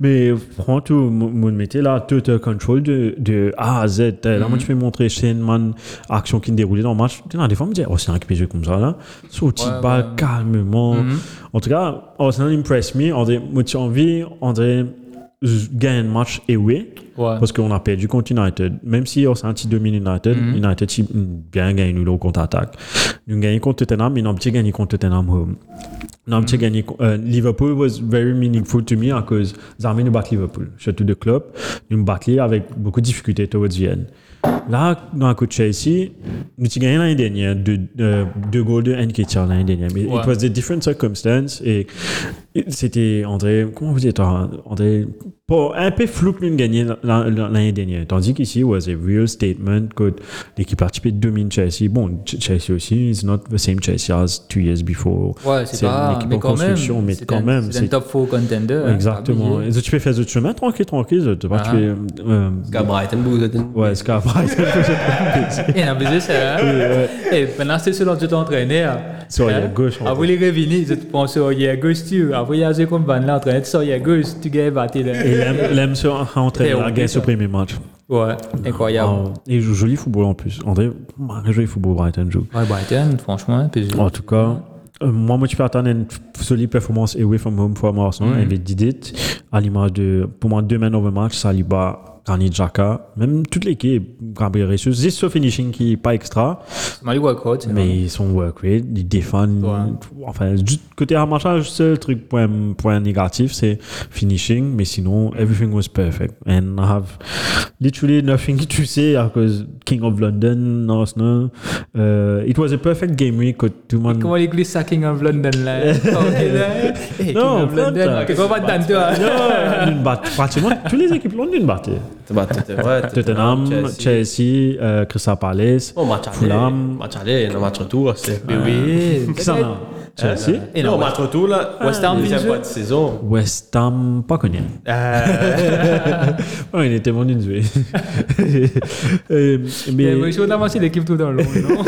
A: Mais prends tout mon mon métier là, total control de, de A à Z. Euh, Là,
C: Mm.
A: moi, tu peux montrer Shane Man, action qui déroulait dans le match. Tu sais, des fois, on me dit, oh, c'est un qui peut jouer comme ça là. Sauti
C: Ouais, Mm-hmm.
A: balle calmement. En tout cas, Arsenal impress me. On dirait, moi, tu as envie, on dirait, je gagne un match et oui.
C: Ouais.
A: Parce qu'on a perdu contre United. Même si Arsenal qui domine United, United qui bien gagné nul au contre-attaque. Nous gagnons contre Tottenham, mais nous avons petit gagné contre Tottenham home. Nous avons petit gagné co- euh, Liverpool was very meaningful to me à cause Zarmi nous bat Liverpool. Surtout de club, nous nous battions avec beaucoup de difficultés towards the end. Là, dans le coup de Chelsea, nous avons gagné l'année dernière, deux, euh, deux goals de Nketiah l'année dernière. Mais
C: Ouais.
A: it was the different circumstances et et c'était André, comment vous dites, hein, André, pas un peu flou nous gagner l'année dernière. Tandis qu'ici, it was a real statement que l'équipe participée domine Chelsea. Bon, Ch- Chelsea aussi, it's not the same Chelsea as two years before.
C: Ouais, c'est pas.
A: une équipe
C: Mais
A: en
C: quand même.
A: construction, mais
C: c'est
A: quand
C: un-
A: même,
C: C'est un
A: c'est
C: top 4 contender. hein,
A: Exactement.
C: pas
A: Et tu peux faire d'autres chemins, tranquille, tranquille. Tu vois, tu
C: Ah.
A: fais, euh,
B: Gars, Brighton, Brighton.
A: ouais, Scar Brighton.
C: oublié. Et on a besoin de ça. hein. Et maintenant, c'est selon tu hein. t'entraîner.
A: Sur la gauche, en
C: Avant les revenus, tu penses sur la gauche, tu. Avant les jouer comme Van là, entraîner sur la gauche, tu gagnes battu là.
A: Et il aime- il aime se
C: Et
A: entraîner
C: on
A: à gagner
C: dit
A: ce
C: ça.
A: premier match.
C: Ouais, incroyable.
A: Ah, Et il joue joli football en plus. André, un joli football, Brighton joue.
C: Ouais, Brighton, franchement. puis-
A: En tout cas, euh, moi, moi, tu peux attendre une f- solide performance away from home for Arsenal, mm. dit it, à l'image de, pour moi, deux men over match, Saliba Granit Xhaka, même toute l'équipe, Gabriel Jesus, c'est ce finishing qui n'est pas extra,
C: Mais il work hard, c'est
A: mais
C: vrai.
A: ils sont work rate, ils défendent.
C: Ouais.
A: Enfin, du côté armachage, seul truc, point, point négatif, c'est finishing, mais sinon, everything was perfect. And I have literally nothing to say à cause King of London, Arsenal. Euh, it was a perfect game week, que tout le monde.
C: Comment il glisse ça, King of London, là Ok, là. Eh, King
A: Non,
C: of London,
A: frère.
C: ok, comment t'as dit, toi
A: Non, d'une batte. Pratiquement toutes les équipes l'ont d'une batte.
B: Bah, t'étais- ouais, t'étais-
A: Tottenham, Chelsea, euh, Crystal Palace,
B: Oh, match aller.
A: Fulham.
B: Match aller, le match retour, c'est.
C: Mais oui.
B: Eh,
A: Qui s'en a Chelsea,
C: Eh,
B: Et non, match retour, là.
C: West Ham,
B: deuxième
C: Villa.
B: pas de saison.
A: West Ham, pas connu.
C: Euh.
A: Ouais, il était mon une jouée. Euh,
C: Eh, Mais
A: Mais
C: oui, je suis aussi l'équipe tout dans le long, non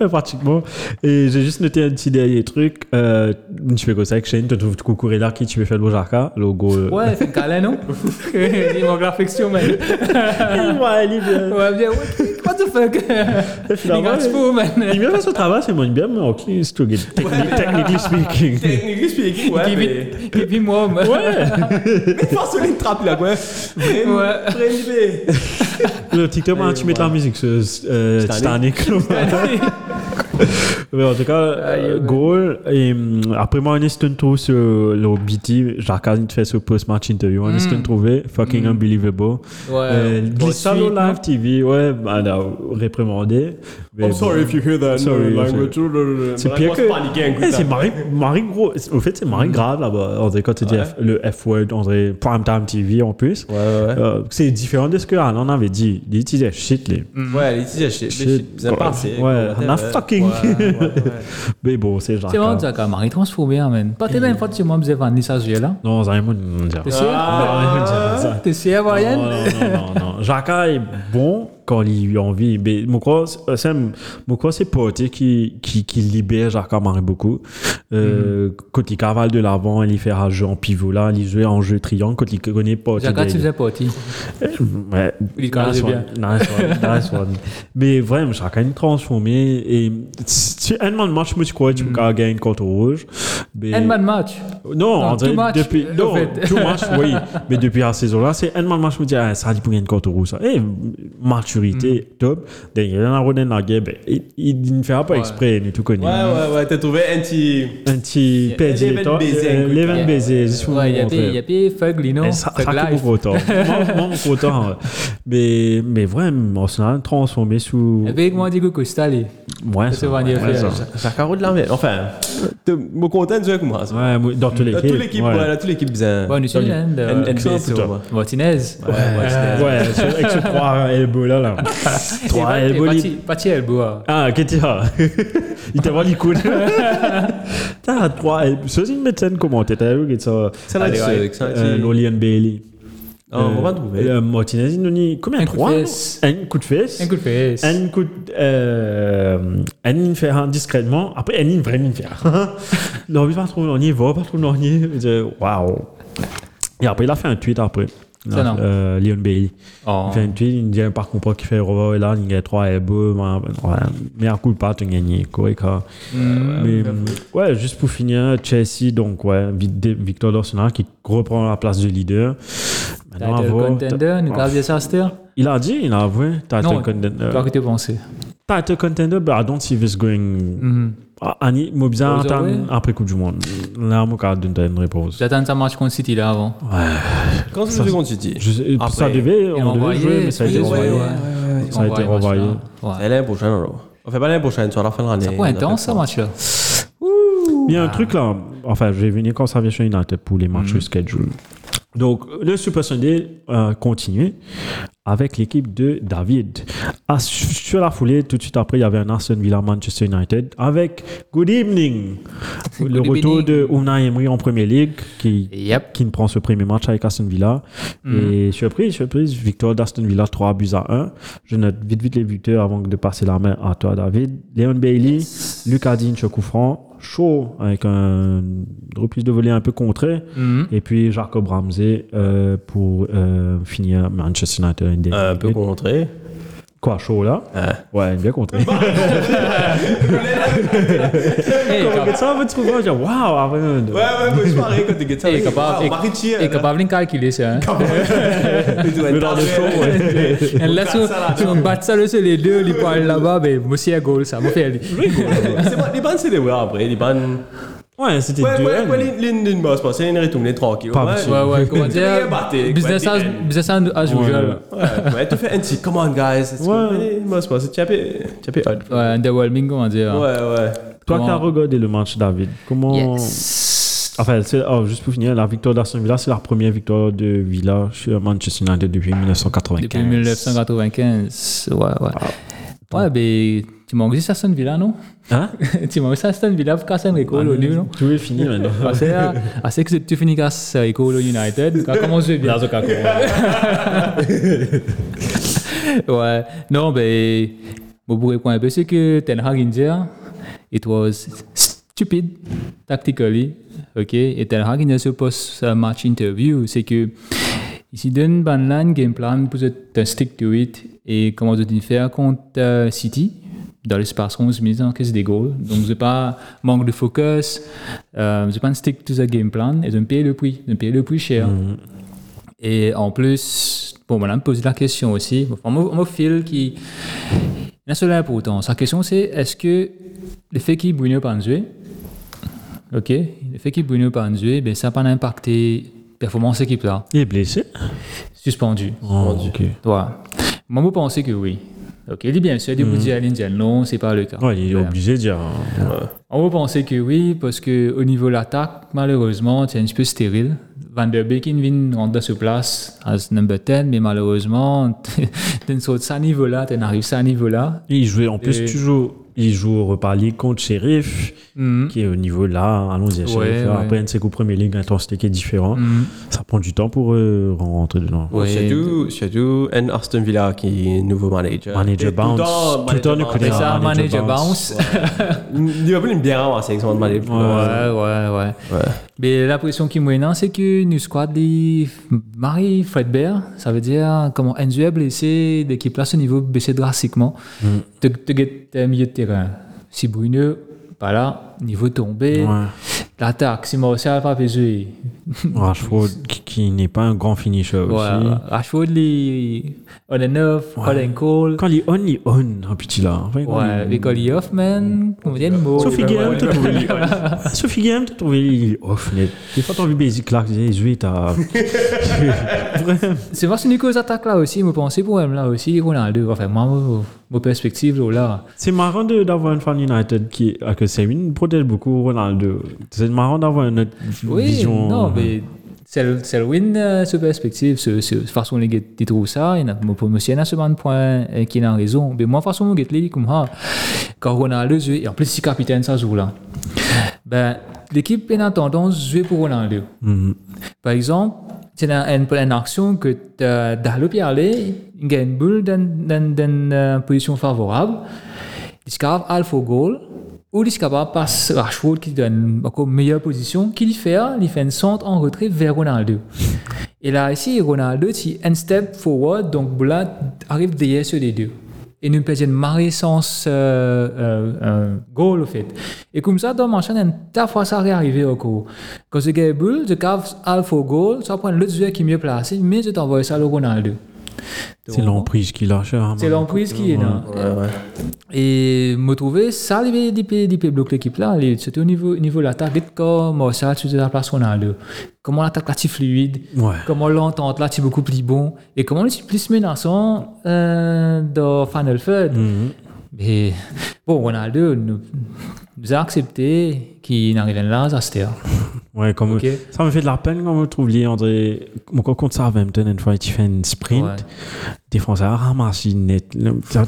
A: ouais, pratiquement. Et j'ai juste noté un petit dernier truc. Euh, tu fais quoi ça avec Shane Tu trouves courir là qui tu veux faire le Bojarka Logo. euh.
C: Ouais, fait câlin, non Il manque l'affection, man.
A: Ouais, il est bien.
C: Ouais, bien, what, what the fuck Il
A: Finalement,
C: gâche fou,
A: Il
C: man.
A: bien fait son travail, c'est moins bien, mais ok, c'est tout good. Techni- Technically speaking.
B: Techniquement speaking, ouais. mais-
C: Et puis moi, man.
A: Ouais.
B: Mais force une trappe, là, quoi.
C: Ouais.
B: Prélevé.
A: Le TikTok, hein, tu mets de la musique sur euh,
B: Titanic.
A: Titanic. Mais en tout cas,
B: Ah,
A: euh, goal. Et hum, après moi, on est un tour sur le BT. Jacques il fait ce post-match interview.
B: Hmm.
A: On est un trouvé. Fucking unbelievable. Euh,
C: Ouais.
A: glisse ça au
C: Ensuite,
A: live TV. Ouais, bah, là, réprimandé. Mais
B: I'm
A: bon.
B: sorry if you hear that
A: Sorry,
B: sorry,
A: sorry.
B: language. Oh, là, là, là.
A: C'est
B: But I
A: pire
B: was
A: que.
B: panicking with
A: Eh, c'est
B: that.
A: marré, marré gros. Au fait, c'est
B: Hmm.
A: marré grave là-bas. André, quand tu dis F- le F-word, André, prime time TV en plus.
B: Ouais, ouais.
A: Euh, c'est différent de ce que Alan avait dit. Il disait shit, les.
B: Ouais, les tiges, je sais
A: ouais.
B: pas.
A: Ouais,
B: c'est-
A: on a
B: Ouais,
A: fucking.
B: ouais, ouais.
A: Mais bon, c'est genre.
C: C'est vraiment, tu as quand même transformé, hein, man. Pas tellement une fois que tu m'as dit, Vanny, ça, je là.
A: Non, ça rien dire.
C: T'es sûr T'es sûr,
A: Ah, Non,
C: Brian
A: non, non, non, non. Jaka est bon quand il a envie. Mais mon crois, euh, c'est, mon crois, c'est Porté qui, qui, qui libère Jaka Marie beaucoup.
B: Mm-hmm.
A: Euh, Quand il cavale de l'avant, il fait un jeu en pivot là, il joue en jeu triangle. Quand il connaît Porté.
C: Jacques, tu faisais partie.
A: Ouais.
C: Il connaissait
A: Nice one, Nice one, nice one. Mais vraiment, chacun est transformé. Et si un man match, moi, je crois
C: Mm.
A: que tu peux gagner une contre rouge. Mais-
C: Endman match.
A: Non,
C: Non,
A: on dirait
C: too much,
A: depuis.
C: euh,
A: Non,
C: en fait.
A: too much, oui. Mais depuis la saison-là, c'est un man match, je me dis, ah, ça dit pour gagner une contre rouge. ça. Eh, maturité,
C: Mm.
A: top. Derrière, il y en a Roden Laguerre, ben, il- il ne fera pas exprès, il est tout connu.
B: Ouais, ouais, ouais, t'as trouvé un petit.
A: Un petit
B: Eleven
A: PD, toi.
B: baisers,
A: euh,
B: écoute,
A: Eleven
B: ouais.
A: baisers, juste pour vous
C: Ouais, il y a
A: montrer.
C: puis- il y a puis Fug, Lino,
A: Et ça, ça
C: Fug
A: qui
C: Live.
A: pour autant. Moi, moi, pour autant. ouais. Mais, mais vraiment, Arsenal transformé sous.
C: Et puis, moi, Diego Costa, lui.
A: Ouais,
C: c'est Van Dijk,
A: ouais, ça.
B: Chacun roule de la merde. Enfin, je me contente de comment ça.
A: Ouais, moi, dans toute
B: Là,
A: l'équipe.
B: Toute l'équipe,
A: ouais.
B: ouais, là, toute l'équipe bien.
C: Bonne utile, hein, de-
B: N-
C: Excellent,
B: NBC,
A: plutôt.
B: ouais.
C: Martinez.
A: Ouais, ouais, sur- avec ce 3 Ebola là. 3
C: Et
A: Ebola.
C: Pati- Pati Elbow, hein.
A: Ah, qu'est-ce qu'il y a Il t'a volé les coudes. T'as 3 Ebola. C'est une médecine comment T'as vu que ça.
B: Ça là,
C: Allez, ouais.
B: c'est- c'est-
A: euh, Lolian Bailey.
B: Ah, on va trouver.
A: euh, Martinez, il nous dit combien
C: Un coup de
A: 3
C: fesse.
A: Un coup de fesse.
C: Un coup de fesse.
A: Elle coûte. Euh, elle n'y fait rien discrètement. Après, elle n'y vraiment faire. Non, mais pas trop l'ornier, va pas trop l'ornier. Je dis, Waouh. Et après, il a fait un tweet après.
C: Ça, non.
A: Euh, Leon Bailey.
C: Oh.
A: Il fait un tweet, il dit par contre qui fait Rova et là, il gagne 3 et beau. ben, ben, ouais. Mais un coup de patte, il gagne. Correct. hein.
C: Hmm.
A: Mais euh, ouais, juste pour finir, Chelsea, donc ouais, vi- dé- Victor Dorsenal qui reprend la place de leader. Maintenant, à
C: Title
A: voir.
C: contender, Nicolas Disaster.
A: Il a dit, il a avoué. T'as
C: Non,
A: contender.
C: Toi, que tu pensais
A: Title contender, but I don't see this going. Ah, Annie, moi, bizarre,
C: Goes
A: attends,
C: away?
A: après Coupe du Monde. Là, mon cas donne une réponse.
C: J'attends ça match contre City là avant.
B: Quand c'est le second City
A: Je sais-
B: Après,
A: ça devait,
C: Et
A: on devait jouer, mais ça a été
C: ouais,
A: envoyé.
C: ouais, ouais,
A: Ça a été
C: envoyé,
A: renvoyé.
C: match-là.
B: C'est l'année prochaine, alors. Enfin, pas l'année prochaine, soit à la fin de l'année.
C: Ouais. Ouais, intense ce match-là.
A: Il y a un truc là, enfin, je vais venir quand ça vient chez United pour les matchs schedule. Donc, le Super Sunday euh, continue avec l'équipe de David. À, sur la foulée, tout de suite après, il y avait un Aston Villa Manchester United avec Good Evening, le
C: Good
A: retour
C: evening.
A: de Unai Emery en Premier League qui,
C: Yep.
A: qui ne prend ce premier match avec Aston Villa.
B: Mhm.
A: Et surprise, surprise, victoire d'Aston Villa 3 buts à 1. Je note vite, vite les buteurs avant de passer la main à toi, David. Leon Bailey, Lucas Digne, sur coup franc, Shaw avec un une reprise de volée un peu contrée.
C: Hmm.
A: Et puis Jacob Ramsey euh, pour euh, finir Manchester United.
B: Un peu contré.
A: Quoi, chaud là
B: Ah.
A: Ouais, bien content.
C: Eh,
A: Quand on regarde ça, on va te trouver, on va dire waouh, après, euh,
B: Ouais, ouais, mais je parlais quand tu gagnes ça.
C: Eh, capable, eh, eh, capable de calculer ça. hein.
B: hein.
A: le genre de show, ouais.
C: Et là, si on- si on bat ça, là, c'est les deux, ils parlent là-bas, ben, mais monsieur a goal, ça me fait.
B: Les bandes, c'est des ouais après. Les bandes.
A: Ouais, c'était
B: hein. Ouais,
A: deux.
B: ouais,
A: hein.
B: ouais, l'une bosse, parce qu'il est retourné tranquille.
A: Pas
B: ouais.
A: possible.
C: Ouais, ouais, comment
B: Tu
C: dire
B: peux battre,
C: Business
B: quoi,
C: as,
B: t'es-
C: business as, as usual.
B: Ouais, ouais, tu fais un petit, come on guys, let's go.
A: Ouais.
B: Allez, boss, boss, tu as fait- tu as fait hard.
C: Ouais, underwhelming, comment dire.
B: Ouais, ouais.
A: Toi qui as
C: Comment-
A: regardé le match, David, comment.
C: Yes.
A: Enfin, c'est- oh, juste pour finir, la victoire d'Aston Villa, c'est la première victoire de Villa sur Manchester United depuis 1995.
C: Depuis 1995. Ouais, ouais. ouais, mais tu m'as dit Aston Villa, non
A: Hein
C: Tu m'as dit Aston Villa pour casser un record, au début, Ah, non
A: Tout est fini maintenant.
C: Parce que là, c'est que tu finis casse un record au United, quand comment je vais bien. Ouais. Non, ben, mais bon, pour répondre un peu, c'est que Ten Hag India, it was stupid tactically, ok. Et Ten Hag India se post match interview, c'est que ici donne ban line game plan pour te stick to it et comment de te faire contre euh, City dans l'espace 11 minutes en caisse des goals. Donc, c'est pas manque de focus, euh, c'est pas un stick to the game plan et de payer le prix, de payer le prix cher. Et en plus, bon, voilà, me pose la question aussi. Enfin, mon, mon fil qui. La seule importance. Sa question, c'est est-ce que le fait qu'il Bruno Panzoué, ok, le fait qu'il Bruno Panzoué, ben, ça n'a pas impacté performance équipe là,
A: Il est blessé
C: suspendu.
A: Oh, ok.
C: Voilà. Moi, vous pensez que oui. Ok, il dit bien sûr, il vous dit à l'Indien, non, c'est pas le cas.
A: Hmm. Ouais, il est
C: Ben,
A: obligé de dire. euh,
C: on va penser que oui, parce que au niveau de l'attaque, malheureusement, c'est un petit peu stérile. Van der Beeken vient rentrer dans ce place as number 10, mais malheureusement, tu sautes ça niveau-là, tu n'arrives ça niveau-là.
A: Il jouait, en plus,
C: Et-
A: toujours. Il joue au repas League contre Sheriff,
C: Mhm.
A: qui est au niveau là. Allons-y, Sheriff.
C: Ouais,
A: là.
C: ouais.
A: Après, Nseko Premier League, l'intensité qui est différent.
C: Mhm.
A: Ça prend du temps pour euh, rentrer dedans.
C: Ouais.
B: Surtout, surtout, un Aston Villa qui est nouveau manager.
A: Manager
B: Et
A: bounce.
B: Tout le temps,
A: Tout le temps, nous
B: manager bounce.
A: connaissons.
C: Et ça,
A: Ah, manager
C: manager bounce.
B: Liverpool aime bien ramasser avec son manager.
C: Ouais, ouais, ouais.
B: Ouais.
C: Mais la pression qui m'a c'est que nous squad les Marie Fredbear, ça veut dire comment Enzo est blessé, l'équipe là, ce niveau baissé drastiquement. Tu as un milieu de terrain. Si Bruno, pas là, niveau tombé.
A: Ouais.
C: L'attaque, si Martial n'a pas pu jouer.
A: Rashford, qui, qui n'est pas un grand finisher
C: Ouais,
A: aussi.
C: Rashford, les on and off, hot and cold.
A: Quand il est on, il est on, un petit là. Enfin, quand
C: Ouais,
A: il-
C: les Collie Hoffman, on vient de mot.
A: Sophie Guillaume, t'as trouvé lui. Sophie Guillaume, t'as trouvé lui off net. Des fois, t'as vu Basic Clark, disait 18 à.
C: C'est parce que Nico attaque là aussi, me pensez pour elle là aussi, Ronaldo. Enfin, moi, vos- vos perspectives là, là.
A: C'est marrant de- d'avoir un fan United qui ah, que c'est une protège beaucoup Ronaldo. C'est marrant d'avoir une autre
C: Oui,
A: vision. euh,
C: non, mais c'est le- c'est le win, euh, ce perspective, ce, ce façon les gars qui trouvent ça, il y en a mon promotion à ce bon point euh, qui a raison. Mais moi, façon les gars les comme ah, ça, quand Ronaldo joue, et en plus, si capitaine ça joue là, ben, l'équipe elle a tendance à jouer pour Ronaldo. Par exemple, c'est un- une, une action que euh, Dallo Pierlet il gagne une boule dans, dans, dans une euh, position favorable. Il se cave alpha goal. Ou il se cave passe Rashford qui donne encore une meilleure position. Qu'il fait, il fait un centre en retrait vers Ronaldo. Et là, ici, Ronaldo, c'est un step forward, donc Boula arrive derrière sur les deux. Et nous perdons marée sans euh, euh, euh, goal, au fait. Et comme ça, dans le match, on a une taf fois ça réarriver au cours. Quand je gagne boule, je cave alpha goal, ça prend l'autre joueur qui est mieux placé, mais je t'envoie ça à Ronaldo.
A: C'est l'emprise qu'il lâche. hein,
C: C'est
A: man.
C: l'emprise qui est là. Et me trouver ça, les DP bloquent l'équipe là. les- C'était au niveau, niveau de l'attaque. Vite comme oh, ça, tu te la place Ronaldo. Comment l'attaque là, tu fluide.
A: Ouais.
C: Comment l'entente là, tu beaucoup plus bon. Et comment le plus menaçant euh, dans Final Fud.
A: Mhm.
C: Mais bon, Ronaldo nous, nous a accepté qu'il n'arrivait là, ça c'était.
A: Mhm. Ouais, comme
C: Ok.
A: ça me fait de la peine quand on trouve lié André. Mon co contre Southampton, une fois, il fait un sprint.
C: Ouais.
A: Défenseur ramasse une net. Le- ça-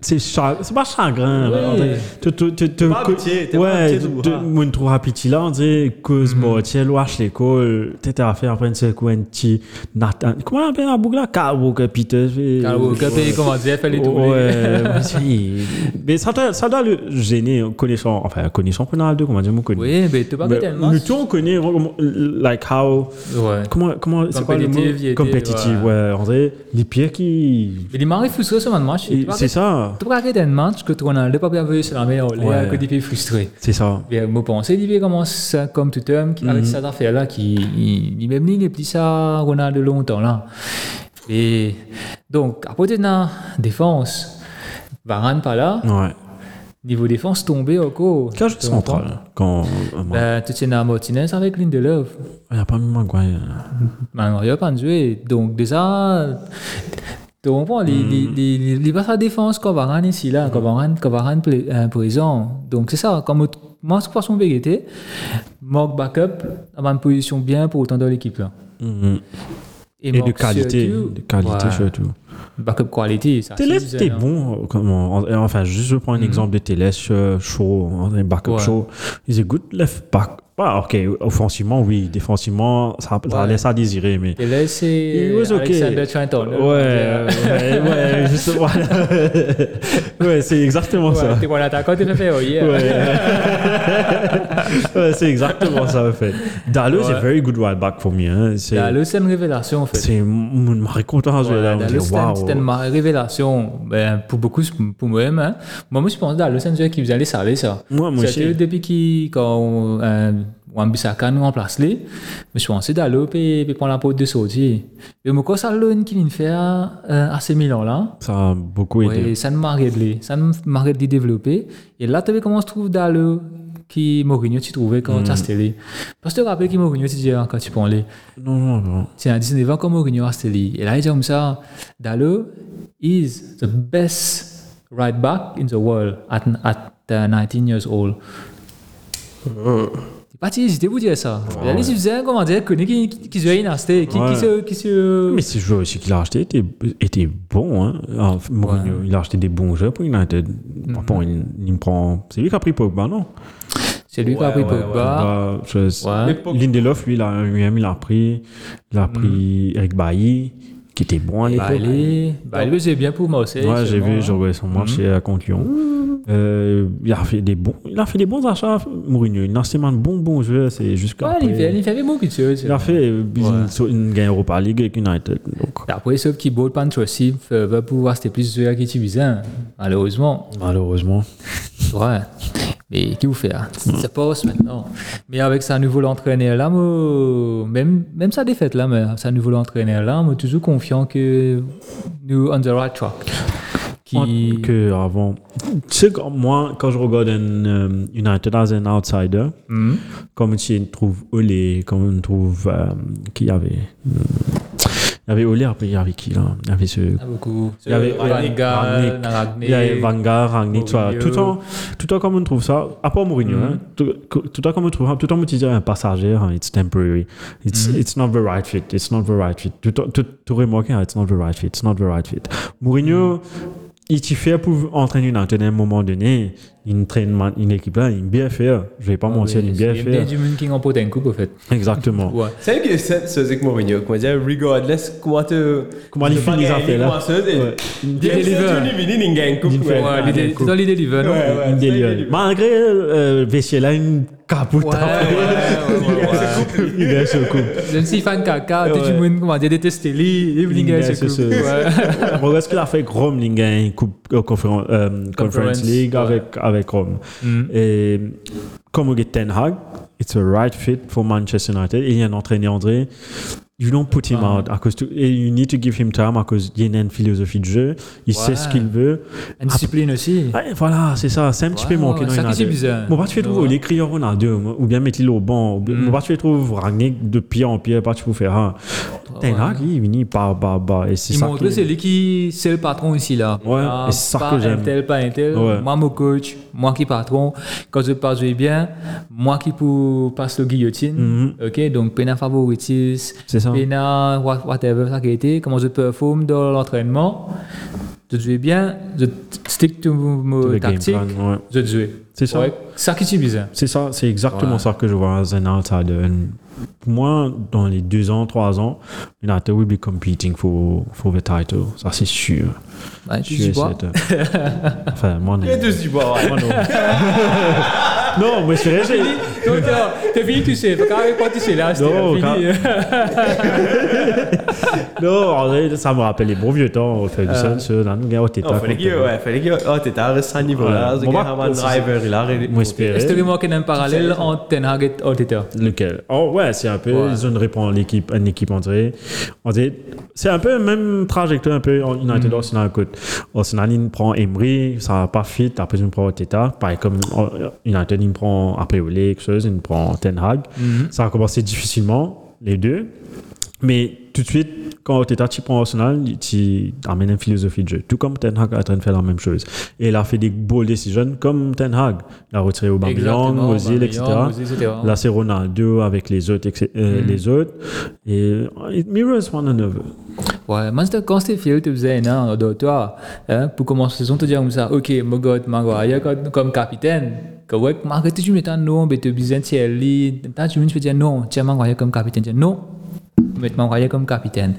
A: C'est cha- c'est pas chagrin.
C: Ouais.
A: André. Tu- tu- tu- tu-
B: pas pitié, t'as pas
A: Ouais,
B: pitié de
A: tu-
B: moi.
A: mon trou à pitié là, on dirait cause
C: Mhm.
A: mort. Tu lâches les calls. Tu t'es fait après une seconde, un petit Nathan. Comment on appelle la boucle là Carl Walker, Peter. fait-
C: Carl Walker, puis comment dire, faire les
A: Ouais,
C: doublés.
A: mais si. mais ça doit, ça doit le gêner, en connaissant enfin, connaissons Ronaldo, comment dire, on connaît.
C: Oui, mais tu pas
A: Mais
C: tellement.
A: nous tous on connaît vraiment, like how
C: Ouais.
A: comment comment c'est quoi le mot
C: Compétitive, il était,
A: compétitive ouais on dirait des pieds qui
C: Mais il m'arrive frustré sur un match.
A: Et c'est ça
C: Tu pas un match que Ronaldo pas bien vu sur la meilleure
A: Ouais.
C: ligne, que des pays frustrés.
A: c'est ça
C: Mais moi, penser, il comment ça, comme tout homme, qui- avec cette affaire-là, qui, il, il même ligne, et puis ça, Ronaldo longtemps, là. Et donc, à côté de la défense, Varane pas là,
A: ouais
C: niveau défense tombé au cours.
A: Mhm. cage central quand il
C: Ben, tu tiens à Martinez avec Lindelof.
A: n'y a pas mis Maguire
C: Mario pas joué. Donc, déjà, tu comprends, les- les- les- les- les pas sa défense quand Varane ici, là, quand Varane, quand Varane play- euh, présent. Donc, c'est ça. Comme autre- moi, c'est pour son vérité, Mark Backup a une position bien pour autant de l'équipe. là.
A: Mhm. et de
C: Mark
A: qualité
C: surtout-
A: de qualité
C: Ouais.
A: surtout
C: Backup quality, ça.
A: Télès
C: c'est- Mm.
A: était bon euh, comment en- enfin juste je prends un exemple de Télès euh, show hein, un backup
C: Ouais.
A: show il est good left back ah, ok offensivement oui défensivement ça, ça
C: Ouais.
A: laisse à désirer mais
C: Télès, c'est
A: He was okay.
C: Alexander Trenton.
A: Ouais, ouais, ouais, juste voilà. ouais, c'est exactement ça.
C: T'es bon attaquant, t'es fait, oh yeah.
A: Ouais, Ouais, c'est exactement ça, en fait. Dallo, c'est very good right back for me. Hein. C'est,
C: Là, le, c'est une révélation, en fait.
A: c'est mon mari content à jouer là.
C: Voilà,
A: On
C: dans
A: dit,
C: le stand,
A: waouh.
C: c'était une ma- révélation ben, pour beaucoup, pour moi-même. hein. Moi, moi, je pense dans le stand, c'est qu'ils allaient saler ça.
A: Moi, moi
C: C'était
A: aussi.
C: depuis qui, quand euh, Wambisaka nous remplace, lui, mais je pensais d'aller au pays puis prendre la peau de sortie. Et moi, quand ça l'un qui vient de faire euh, à ces Milan là,
A: Ça a beaucoup aidé.
C: ouais, ça ne m'arrête de ça ne m'arrête de développer. Et là, tu vois comment se trouve d'aller qui Mourinho tu trouvais
A: Hmm.
C: quand tu as stéllé. Parce que tu te rappelles qui Mourinho tu disais hein, quand tu parlais
A: Non, non, non.
C: c'est à 19 ans comme Mourinho a dit. Et là, il dit comme ça, Dalo is the best right back in the world at, at uh, 19 years old.
A: Hmm.
C: Il pas hésité vous dire ça. Il a dit, il faisait, comment dire, connaît qui, qui, qui se veille dans ce- qui,
A: Ouais.
C: qui se, qui se...
A: Mais ces joueurs aussi qu'il a acheté étaient, étaient bons. Hein. Ah, Mourinho, il a acheté des bons joueurs pour United. Bon, il, il me prend... C'est lui qui a pris Pogba, non
C: C'est lui qui a pris
B: Ouais, ouais,
C: Pogba.
A: Bah, je-
C: Ouais. Hmm.
B: Mais Pogba-
A: Lindelof, lui, il a un UM, il a pris. Il a pris Eric Bailly, qui était bon à
C: Bah,
A: l'époque.
C: Bailey. Bailey, c'est bien pour Marseille.
A: Ouais, j'ai
C: seulement,
A: vu,
C: hein.
A: j'ai regardé son match à contre Lyon. Euh, il, a fait des bons, il a fait des bons achats, Mourinho. Il a acheté un bon, bon jeu. C'est juste
C: Ouais,
A: qu'après,
C: il fait, il fait beaucoup de choses.
A: il a fait euh, une, sur- une gagne Europa League avec United. Donc,
C: Après, sauf qu'il boit pas de choisi, va pouvoir c'était plus de joueurs qui utilisent, hein, malheureusement.
A: malheureusement.
C: Ouais. hein. Mais qui vous fait hein? Ça passe maintenant. Mais avec sa nouveau entraîneur là, moi, même, même sa défaite là, mais sa nouveau entraîneur là, moi, toujours confiant que nous on the right track. Qui...
A: En- Que avant. Tu sais, quand- moi, quand je regarde un, euh, United as an outsider,
C: Mhm.
A: comme si on trouve Olé, comme on trouve euh, qui y avait. euh, il y avait Olé, après il y avait qui là Il y avait ce.
C: Ah, beaucoup.
A: Il y avait
C: Rangnick,
A: Rangnick,
C: Rangnick.
A: Il y avait Vanguard, Rangnick, tout ça.
C: Mourinho. Mm-hmm.
A: Tout le temps, tout le temps comme on trouve ça, à part Mourinho, hein, tout tout le temps comme on trouve ça, tout le temps on dit un passager, hein, it's temporary, it's,
C: Mm-hmm.
A: it's not the right fit, it's not the right fit. Tout le temps- tout- tout remarque, hein, it's not the right fit, it's not the right fit. Mourinho, il t'y fait pour entraîner United à un moment donné, une, traîne- une équipe là, il bien faire, je vais pas
C: Ah,
A: mentir,
C: oui,
A: il bien
C: c'est bien
A: faire.
C: du monde qui en pote un coup, en fait.
A: Exactement.
C: Ouais.
B: C'est vrai que c'est c'est avec Mourinho, comment dire, regardless, comment te.
A: Comment il
B: te
A: finit les
B: bagaille,
A: affaires, là.
B: comment ça, c'est-
A: Ouais.
B: Il délivre. Il vient, il gagne une coupe,
A: Il fait,
B: ouais.
A: ouais.
C: Ouais, l'idée-
A: Rangnick.
C: c'est dans l'idée d'Ivan.
B: Ouais, ouais,
A: Une
B: c'est
A: délire.
B: vrai, il-
A: Malgré euh, Vessiela, une capote.
C: Ouais, ouais, ouais, ouais, ouais.
A: Il gagne ce coup.
C: Même si fan caca, t'es du
A: Ouais.
C: monde, comment dire, détester lui, il veut
A: Il
C: gagner
A: gagne
C: ce
A: ce-
C: coup.
A: ce-
C: Ouais.
A: Bon, est-ce qu'il a fait que Rome il gagne une coupe, euh, conféren- euh, Conference
C: Conference,
A: League
C: ouais.
A: avec, avec Rome
C: Mm.
A: Et comme on dit Ten Hag, it's a right fit for Manchester United. Et il y a un entraîneur, André. You don't put him
C: Ah.
A: out. À cause de- et you need to give him time à cause qu'il y a une philosophie de jeu. Il sait
C: Ouais.
A: ce qu'il veut.
C: Une discipline aussi.
A: Ah, Ouais, voilà, c'est ça. C'est un petit
C: Ouais,
A: peu manqué
C: ouais,
A: dans
C: ça qui
A: United.
C: c'est bizarre.
A: Bon, pas tu fais trouver
C: Ouais. Mm.
A: les crieurs Ronaldo, moi, ou bien mettre au banc. ou bien- Bon, pas tu fais trouver Ragnick de pire en pire, pas tu peux faire un. Ten Hag, il finit par, par, par. Et c'est
C: Il
A: ça.
C: montre
A: qui-
C: c'est lui qui c'est le patron ici là.
A: Ouais,
C: Ah,
A: et c'est ça
C: pas
A: que
C: un
A: j'aime.
C: tel, pas un tel.
A: Ouais.
C: Moi mon coach, moi qui patron. Quand je passe bien, moi qui pour passe le guillotine. Ok, donc pena favoritis,
A: Mm-hmm. C'est ça.
C: pena what- whatever ça qui était. Comment je performe dans l'entraînement. Je joue bien, je stick to
A: le
C: mon
A: game
C: tactique,
A: plan, ouais.
C: je joue.
A: C'est ça.
C: Ouais, ça qui est bizarre.
A: C'est ça, c'est exactement ça que je vois as an outsider. And pour moi, dans les deux ans, trois ans, United will be competing for, for the title. Ça, c'est sûr.
C: Ouais, tu
A: Sûr
C: dis
A: et
C: quoi
A: certain. Enfin, moi, non.
B: Et tu dis, bah, ouais.
A: Moi, non. non, mais c'est vrai, j'ai dit.
C: Donc, là, t'es fini, tu sais. Fait qu'avec quoi, tu sais, là, c'était
A: Non,
C: fini.
A: Non, en vrai, ça me rappelle les bons vieux temps.
C: Euh.
A: Ferguson, ce, dans le gars, t'es
B: Non, fallait que, ouais, fallait que, oh, t'es à ce niveau-là,
A: Ouais.
B: ce
A: Bon,
B: gars,
A: bah,
B: Haman
A: c'est-
B: Driver, il a arrêté.
A: Moi,
C: Est-ce que
A: espérer.
C: tu vois qu'il y a un parallèle entre Ten Hag et Arteta
A: Lequel Oh ouais, c'est un peu,
C: Ouais.
A: ils ont une réponse, l'équipe, une équipe entrée. On dit, c'est un peu la même trajectoire, un peu en
C: Mm.
A: United Arsenal. Écoute, Arsenal, il prend Emery, ça va pas fit, après il prend Teta. Pareil comme oh, United, il prend après Ole, quelque chose, il prend Ten Hag.
C: Mm-hmm.
A: Ça a commencé difficilement, les deux. Mais tout de suite, quand Teta, tu prends Arsenal, tu amènes une philosophie de jeu. Tout comme Ten Hag est en train de faire la même chose. Et il a fait des beaux décisions comme Ten Hag. Il a retiré Aubameyang,
C: Exactement,
A: Ozil, etc.
C: Aubameyang, Ozil, etc.
A: Là, c'est Ronaldo avec les autres, etc., euh, les autres. Et euh, it mirrors one another.
C: Ouais, moi, c'était quand c'était Fiel, tu faisais un de toi. Hein, pour commencer la saison, tu disais comme ça, ok, Mogot, Maguire comme, comme capitaine. Que ouais, Maguire, tu mets un nom, mais tu disais, tu es lead. T'as, Tu me dis, non, tiens, Maguire comme capitaine. Tu dis, non, mettre Maguire comme capitaine.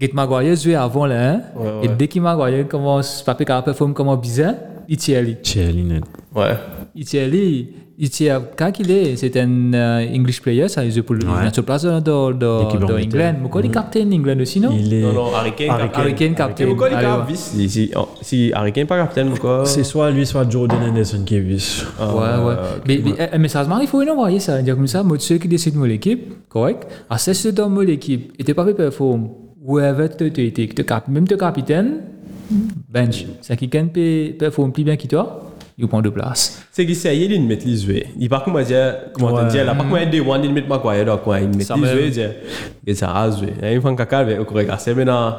C: Et Maguire jouait avant là, hein. Et dès que Maguire commence, papier qui performe comme un bizarre, il tient lead.
A: Cheerleading.
B: Ouais.
C: Italy, Italy, quand il est, c'est un euh, English player, ça, il joue pour le place de, de, de,
A: L'équipe
C: de
A: anglaise.
C: England. Mais quand il est capitaine d'England aussi, non?
A: Il est.
B: Non, non, Harry Kane,
A: Harry
B: Kane.
C: Harry Kane capitaine.
B: Et pourquoi les
C: Allez,
B: gars
C: ouais.
B: vice si, si, oh, si Harry Kane pas capitaine, pourquoi
A: C'est soit lui, soit Jordan Henderson qui est vice.
C: Ouais, ouais. Mais, mais, euh, mais ça se marre, il faut envoyer ça. Dire comme ça, moi, ceux qui décident mon équipe, correct. À ce ceux dans mon équipe, et t'es pas fait perform, whoever tu tu étais, que te cap- même ton capitaine, bench. Ça qui gagne pe- perform plus bien que toi, il prend deux places.
B: C'est qu'il s'est allé, il met les yeux. Il part comment dire, comment te dire, là, par contre, il dit, one, il met Maguire dans le coin, il met
C: Ça
B: les
C: même.
B: yeux, il dit, et ça a joué. Et il fait un caca avec au correct. Ah, C'est maintenant,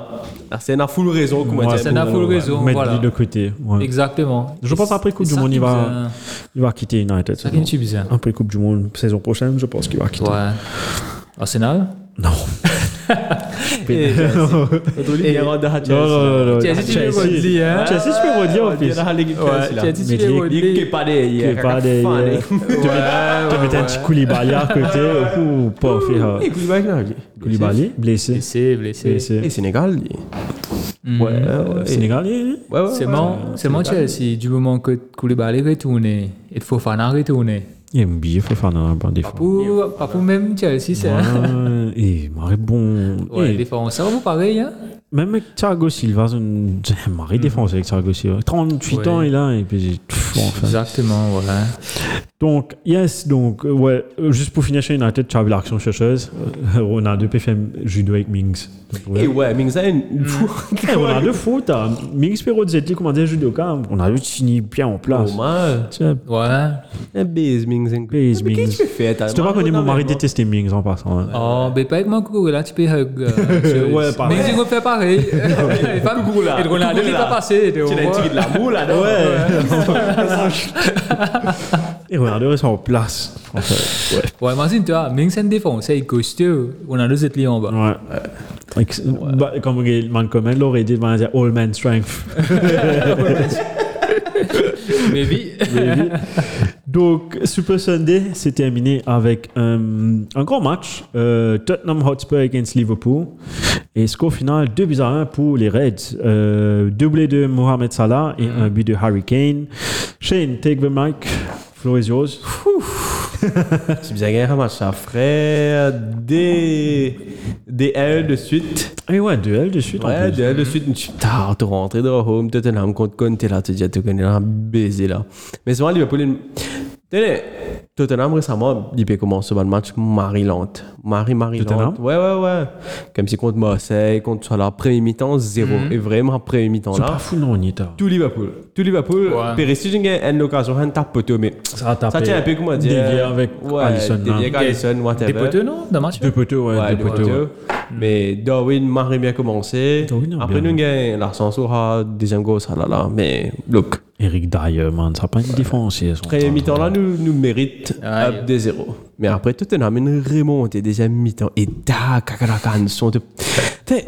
B: ah, c'est une full raison, comment dire.
C: c'est une
B: pour-
C: full
B: ouais.
C: raison,
A: Mettre
C: voilà.
A: lui de côté. ouais.
C: Exactement.
A: Je pense après Coupe
C: C'est
A: du
C: ça
A: Monde,
C: qui
A: il
C: me- hein.
A: va, Ah, il va quitter United.
C: Ça qui me tue bizarre.
A: Après Coupe du Monde, saison prochaine, je pense qu'il va quitter.
C: Ouais. Arsenal?
A: Non.
C: Et-
B: Notre ligne, il rentre à Chelsea.
A: Non, non, non, non.
C: Chelsea, tu peux
A: Chelsea.
C: redire, hein.
A: Chelsea, tu peux redire en
B: Il est
A: plus.
B: dans l'équipe
C: Ouais,
B: Chelsea, là.
C: Chelsea, tu
A: Mais
C: peux
A: il-
B: Il
C: redire.
B: est pas des- il
A: Tu
B: est
A: es pas
B: caca
A: des.
B: fan,
A: euh,
B: hein.
A: Tu mets un petit Koulibardi à côté. Ou pas faire.
B: Et Koulibaly, là, lui.
A: Koulibardi, blessé.
C: Blessé, blessé.
A: Blessé.
B: Et Sénégal,
C: Ouais.
B: lui. Ouais, ouais.
A: Sénégal, il-
B: Ouais, ouais,
C: C'est
B: ouais.
C: mon, c'est mon Chelsea, du moment que Koulibaly est retourné et Fofana est retourné.
A: il est oublié, il faut faire un bon défense.
C: Pour, pas pour même Chelsea, c'est.
A: Ah, et Marie bon.
C: Ouais,
A: eh,
C: défense, ça va vous pareil, hein?
A: même avec Thiago Silva, c'est une- c'est un Marie défense avec Thiago Silva. 38
C: Mm. Ouais.
A: ans, il a. Et puis, pff, enfin.
C: Exactement, voilà.
A: Donc, yes, donc, euh, ouais, euh, juste pour finir chez United, tu as vu l'action chercheuse. Euh, Ronaldo peut faire judo avec Mings.
B: Et Eh ouais, Mings a une- une fou-
A: Eh, Ronaldo foot, hein. Mings peut Zetti, comment dire, judo quand On a vu Chini bien en place.
B: Normal.
A: Tiens,
C: Ouais.
B: Un baiser, Mings. un-
A: Baiser,
B: Mais
A: Mings.
B: qu'est-ce que tu fais, t'as-
A: je te raconte, mon mari
B: Normalement.
A: détestait Mings en passant. hein.
C: Oh, mais pas avec mon Koukou, là, tu peux. euh, euh,
A: Ouais, pareil.
C: Mais ils vont faire pareil. Et pas
B: Koukou, là.
C: Et Ronaldo,
B: Koukou,
C: il
B: là.
C: va passer.
B: Tu l'as tiré de la moule, là, non
A: Et Ronaldo reste en place. en fait.
C: Ouais, imagine, toi, Ming, c'est une défense, c'est costaud. Ronaldo, c'est lié en
B: Mm.
C: bas.
A: Ouais. Ex- Bah, comme Mancomen l'aurait dit, bah, il va dire All Man Strength.
C: Mais oui.
A: Donc, Super Sunday, c'est terminé avec euh, un grand match. euh, Tottenham Hotspur against Liverpool. Et score final 2 buts à 1 pour les Reds. Euh, doublé de Mohamed Salah et un but de Harry Kane. Shane, take the mic. Floor is yours.
B: C'est bien gagné un match, ça ferait des, des L de suite.
A: Et ouais, duel de suite. en
B: Ouais,
A: plus.
B: des L de suite. Tu tard, tu rentres dans le home, Tottenham contre Conte, là, tu dis, ah, tu connais un baiser là. Mais souvent, Liverpool, il- Tenez, Tottenham récemment, il peut commencer le match Marie Lente. Marie, Marie
A: Tottenham
B: Lente. Ouais, ouais, ouais. Comme si contre Marseille, contre soit la première mi-temps, zéro. Et vraiment, première mi-temps
A: C'est
B: là.
A: pas fou, non, on y est. hein.
B: Tout Liverpool. Tout Liverpool.
C: Ouais.
B: Puis si tu as une occasion, un tape poteau, mais
A: Ça a tapé.
B: ça tient un peu comment dire.
A: Dévié avec
B: ouais,
A: Alisson,
B: dévié
A: hein.
B: avec Alisson, whatever.
C: Des poteaux, non? Dans le match?
A: Deux poteaux, ouais.
B: Ouais,
A: deux
B: deux
A: poteaux. ouais.
B: poteaux. Mais Darwin, Marie bien commencé.
A: Darwin a
B: Après,
A: bien-
B: nous gagnons la censure à deuxième goal, ça là là. Mais, look,
A: Eric Dyer, man, ça n'a pas une défense.
B: après mi-temps là, nous, nous mérite
C: Ah,
B: up des zéros. Mais après, Tottenham, une remontée, déjà mi-temps. Et da, kakarakan, sont.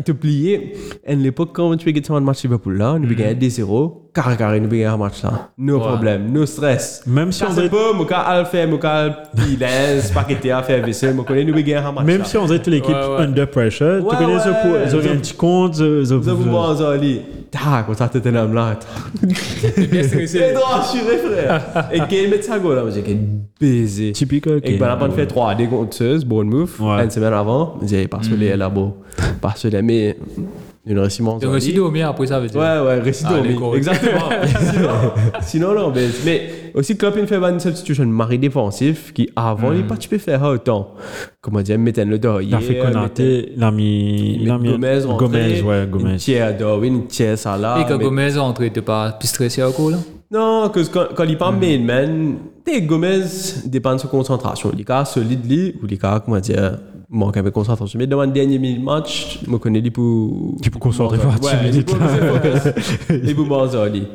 B: T'oublies, à l'époque, quand tu gagnes un match Liverpool là,
A: Mm.
B: nous gagnons 2-0, caracaré, nous gagnons un match là. No
C: Ouais.
B: problème, no stress.
A: Même si
B: Ça,
A: on
B: c'est
A: est-
B: pas, moi, quand elle fait, moi, quand elle pilance, paqueter, elle fait vaisselle, moi, connais, nous gagnons un match
A: Même
B: là.
A: si on dirait toute l'équipe
C: Ouais, ouais.
A: under pressure,
B: Ouais,
A: tu connais
B: ouais.
A: ce ils auraient un petit compte, ils
B: Vous avez
A: auraient-
B: mangé un lit. Tac, on s'est Tottenham là.
C: bien
B: C'est
C: stressé.
B: drôle, je suis vrai, frère. Et Gail met sa goal là, moi, j'ai gagné baiser.
A: typique. ok.
B: Et ben, après, on fait 3 des compteuses, bonne move.
A: Ouais. Hmm.
B: Une semaine avant, j'ai pas sur les labos. Pas sur les, mais une récimence.
C: Donc, aussi au mien après ça, veut
B: Ouais,
C: dire.
B: ouais, récido,
C: Ah, les
B: mais-
C: cours.
B: exactement. sinon, sinon, non, mais, mais aussi Klopp, il fait une substitution mari défensif qui, avant, il pas tu peux faire autant. Comment dire, mettre le dos.
A: Il a Hmm. fait Konaté, il a mis.
B: Il met Gomez rentré.
A: Gomez, ouais, Gomez.
B: Une tiers Darwin, une tiers Salah.
C: Et quand
B: Ah, mais-
C: Gomez est entré, t'es pas plus stressé encore là
B: Non, parce que quand, quand il parle main, man, t'es Gomez dépend de sa concentration. Les gars solides, lui, ou les gars, comment dire, manque un peu de concentration. Mais dans mon dernier minute match, je me connais lui pour.
A: Tu peux concentrer
B: pour-
A: pas, tu
B: Ouais,
A: me
B: lui
A: dis
B: pour Il pour Banza, lui.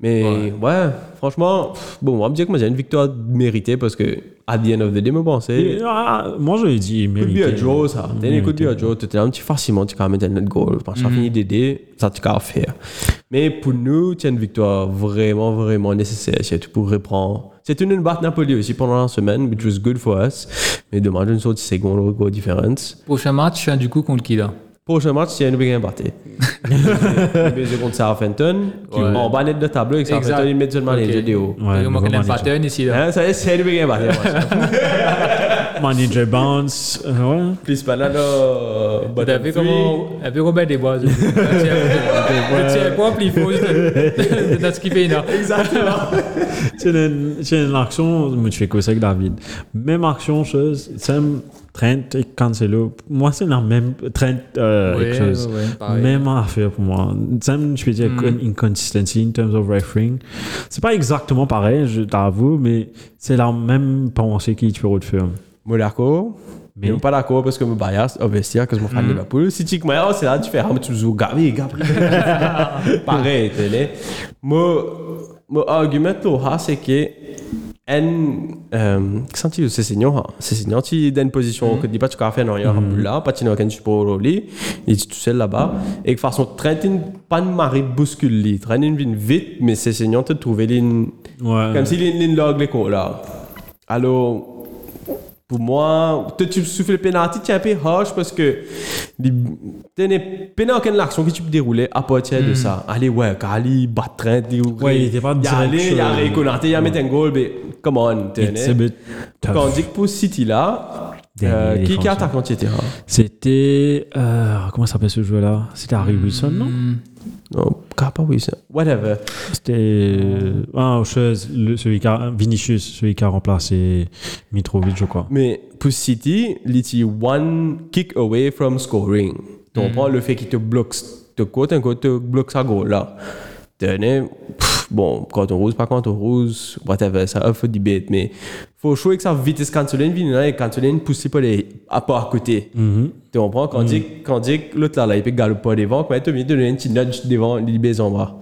B: Mais ouais, franchement, pff, bon, on va me dire que moi, j'ai une victoire méritée parce que, at the end of the day, me pensais.
A: Et, ah, Moi, je lui dis, il Mm.
B: Coup de
A: mérite.
B: bien à Joe, ça. Dernier coup de bien à Joe, tu un petit facilement, tu as mettre notre goal. Parce que ça finit d'aider, ça tu as faire. Mais pour nous, tu as une victoire vraiment, vraiment nécessaire. C'est tout pour reprendre. C'est une batte Napoli aussi pendant la semaine, which was good for us. Mais dommage, une sorte de seconde record différence.
C: Prochain match, hein, du coup, contre qui là
B: Prochain match, c'est une bien battre. Baiser contre Southampton, qui
C: Ouais.
B: en bas net de tableau, et que
C: Exact.
B: Southampton, ils mettent seulement les
C: Ok.
B: deux hauts.
A: Ouais,
C: Il manque
A: vraiment,
C: un pattern ici là.
B: Hein, ça, C'est une bien battre.
A: Manager Bounce, euh, ouais.
B: Plus banana,
C: T'as vu comment. T'as vu Robert Desbois Le tien propre, il faut. T'as ce qu'il fait là.
B: Exactement.
A: C'est une, c'est une action, je me suis fait causer avec David. Même action, chose, Sam, Trent et Cancelo. Moi, c'est la même. Trent, euh,
C: Ouais,
A: quelque chose.
C: ouais, ouais, pareil.
A: même affaire pour moi. Sam, je peux
B: Hmm.
A: dire, une inconsistency in terms of refereeing. C'est pas exactement pareil, je t'avoue, mais c'est la même pensée qui tu peux refaire.
B: Moi, d'accord. Mais
A: Mais-
B: je suis pas d'accord parce que mon bias, au vestiaire, que je me fan de Liverpool. Si tu dis que moi, oh, c'est là, tu fais, ah, mais tu joues Gavi, Gabriel. Pareil, tu sais. Moi, mon argument, là, c'est que, en, euh, qu'est-ce que c'est senior, hein? c'est senior, tu es dans une position que tu dis pas, tu as fait, non, il y a un là, pas, tu n'as aucun support au lit, et tu es tout seul là-bas, et de façon, train, tu pas de marée bouscule, lit, train, une vient vite, mais c'est senior, tu trouves une,
A: Ouais.
B: comme si l'in log les cours là. Alors, pour moi, toi, tu souffles le penalty, tu es un peu harsh parce que tu n'as pas aucune action qui tu peux dérouler à partir de ça. Allez, ouais, quand Ali bat train, il
A: Hmm. Ouais, il était pas
B: Il y a
A: direct
B: allé,
A: sur-
B: il y a réconnaté, il y a mis un goal, mais come on, tu
A: It's a
B: sais.
A: bit tough.
B: Quand on dit que pour City là, euh,
A: Dernier
B: qui qui
A: défenseur.
B: attaque quand tu étais hein?
A: C'était. euh, comment s'appelle ce joueur-là C'était Harry
B: Hmm.
A: Wilson, non
B: Non, pas oui, ça. Whatever.
A: C'était. Ah, chose, le- celui qui a. Vinicius, celui qui a remplacé Mitrovic, je crois.
B: Mais pour City, l'ITI one kick away from scoring. Donc, on prend le fait qu'il te bloque, te côte un côté, te bloque sa goal là. Tenez, pff, bon, quand on rose, pas quand on rose, whatever, ça offre du bête, mais faut jouer avec sa vitesse quand vient là et quand tu poussé par les, à part à côté. Tu comprends? Quand dit, quand dit, que l'autre là, là, il peut galoper pas devant, quand il te vient de donner un petit nudge devant, il baise en bas.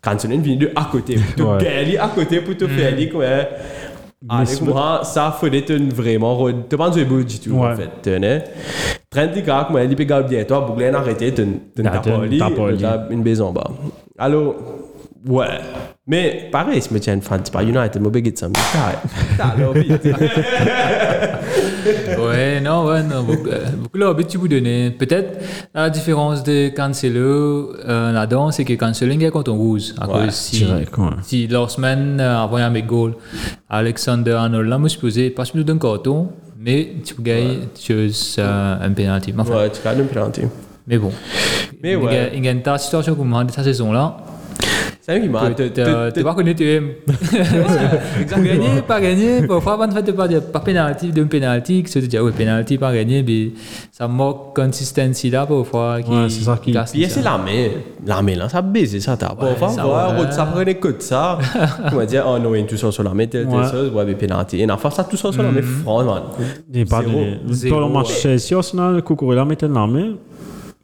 B: Quand tu vient de à côté, te
A: Ouais.
B: gagner à côté pour te faire aller, quoi, hein. Ah,
A: Mais
B: avec moi, ça faisait une vraiment. Tu penses que beau du tout,
A: Ouais.
B: en fait. Tu connais? 30 gars, moi, il peut bien toi, pour l'arrêter, arrêter, tu tu
A: Ah,
B: n'as
A: tu-
B: pas li,
A: t'as pas
B: tu
A: li.
B: as une baisse en bas. Alors, ouais. Mais pareil, si je me tiens une fan, c'est pas United, moi, je ça.
C: Ouais, non, ouais, non. Beaucoup, euh, beaucoup là, tu vous donner. Peut-être la différence de Cancelo euh, là-dedans, c'est que Cancelo il est contre rouge. À
B: Ouais,
C: cause si,
A: direct, ouais.
C: si la semaine euh, avant il y a mes goals, Alexander Arnold là, moi, je posais pas sur d'un carton, mais tu peux gagner tu as, euh, un penalty. Mais, enfin,
B: Ouais, tu gagnes une penalty.
C: mais bon.
B: Mais
C: Il y a-
B: ouais.
C: Il y a une ta situation qu'on m'a dit cette saison-là.
B: C'est vrai qu'il m'a.
C: Tu n'es euh, pas connu, tu aimes. Pour gagner, pas gagner. Parfois, avant de faire de pas dire pas pénalty, de pénalty, que tu te dis, ah ouais, pénalty, pas gagner, mais ça manque consistency là, parfois. Qui,
A: Ouais, c'est ça qui-
B: Puis c'est l'armée. L'armée, là, ça baise, ça t'a. Bon, enfin,
C: ça,
B: voilà,
C: ouais.
B: route, ça prenait que de ça. On va dire, oh non, il y a une touche sur l'armée, telle, telle
A: Ouais.
B: chose, ouais, mais pénalty. Et en face, ça, tout ça sur l'armée, franchement.
A: Il n'est pas
B: Zéro.
A: donné.
C: Zéro,
A: Pour le match,
C: ouais.
A: c'est si Arsenal, Cucurella mettait une armée,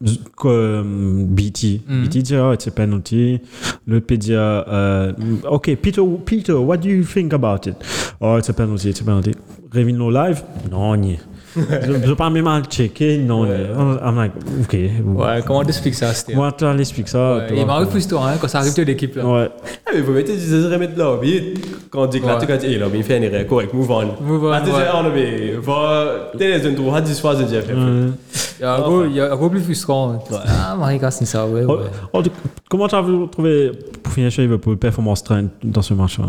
A: z- euh, comme BT.
C: Mhm.
A: BT dit, oh, it's a penalty. Le P dit, euh, OK, Peter, Peter, what do you think about it? Oh, it's a penalty, it's a penalty. Révine nos live? Non, ni. je je pas même à le checker, non. ni. I'm like, OK.
C: Ouais, comment t'expliques ça, Steve
A: Moi, tu expliques ça.
C: Ouais,
A: tu
C: Il
A: vois.
C: m'arrive plus toi, hein, quand ça arrive de l'équipe. là.
A: Ouais.
B: Ah, mais vous mettez, tu sais, remettre là, puis quand on dit que là,
C: Ouais.
B: tu quand tu dis, là, mais il fait une erreur, correct, move on.
C: Move on,
B: Là, tu dis,
C: ouais.
B: ah, non, mais va, t'es les une trois, dix fois, je dis, après.
C: Il y a un gros- il y a un gros plus frustrant. Ah, Marika, c'est ça, ouais.
A: Oh,
C: ouais.
A: oh, tu- comment tu as trouvé, pour finir chez Liverpool, performance train dans ce match-là?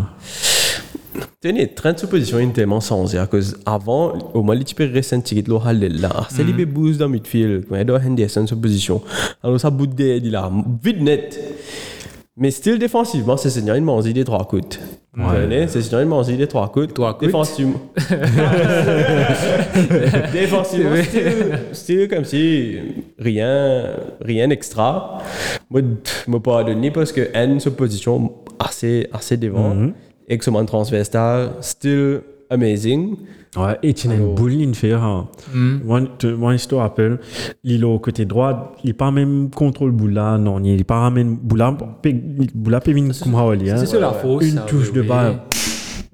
B: Tenez, 30 suppositions une tellement sans à cause avant au moins les types restent ticket lo hal là
C: Mm.
B: c'est les boost dans midfield quand il doit Henderson supposition alors ça bout de il a vite net mais still défensivement c'est seigneur une manzi des trois côtes Tenez, c'est seigneur une manzi des trois côtes
C: Trois côtes.
B: défensivement défensivement still, still comme si rien rien extra moi pff, moi pas donné parce que une supposition assez assez devant Excellent transversal, still amazing.
A: Ouais, et tu as une boule une faire. Moi, te- moi, je te rappelle, il est au côté droit, il n'est pas même contrôle boula, non, il n'est pas ramène boula, pe- boula pémine comme Raoli, hein.
C: C'est sur la fausse.
A: Une
C: ça,
A: touche
C: oui,
A: de
C: oui.
A: balle.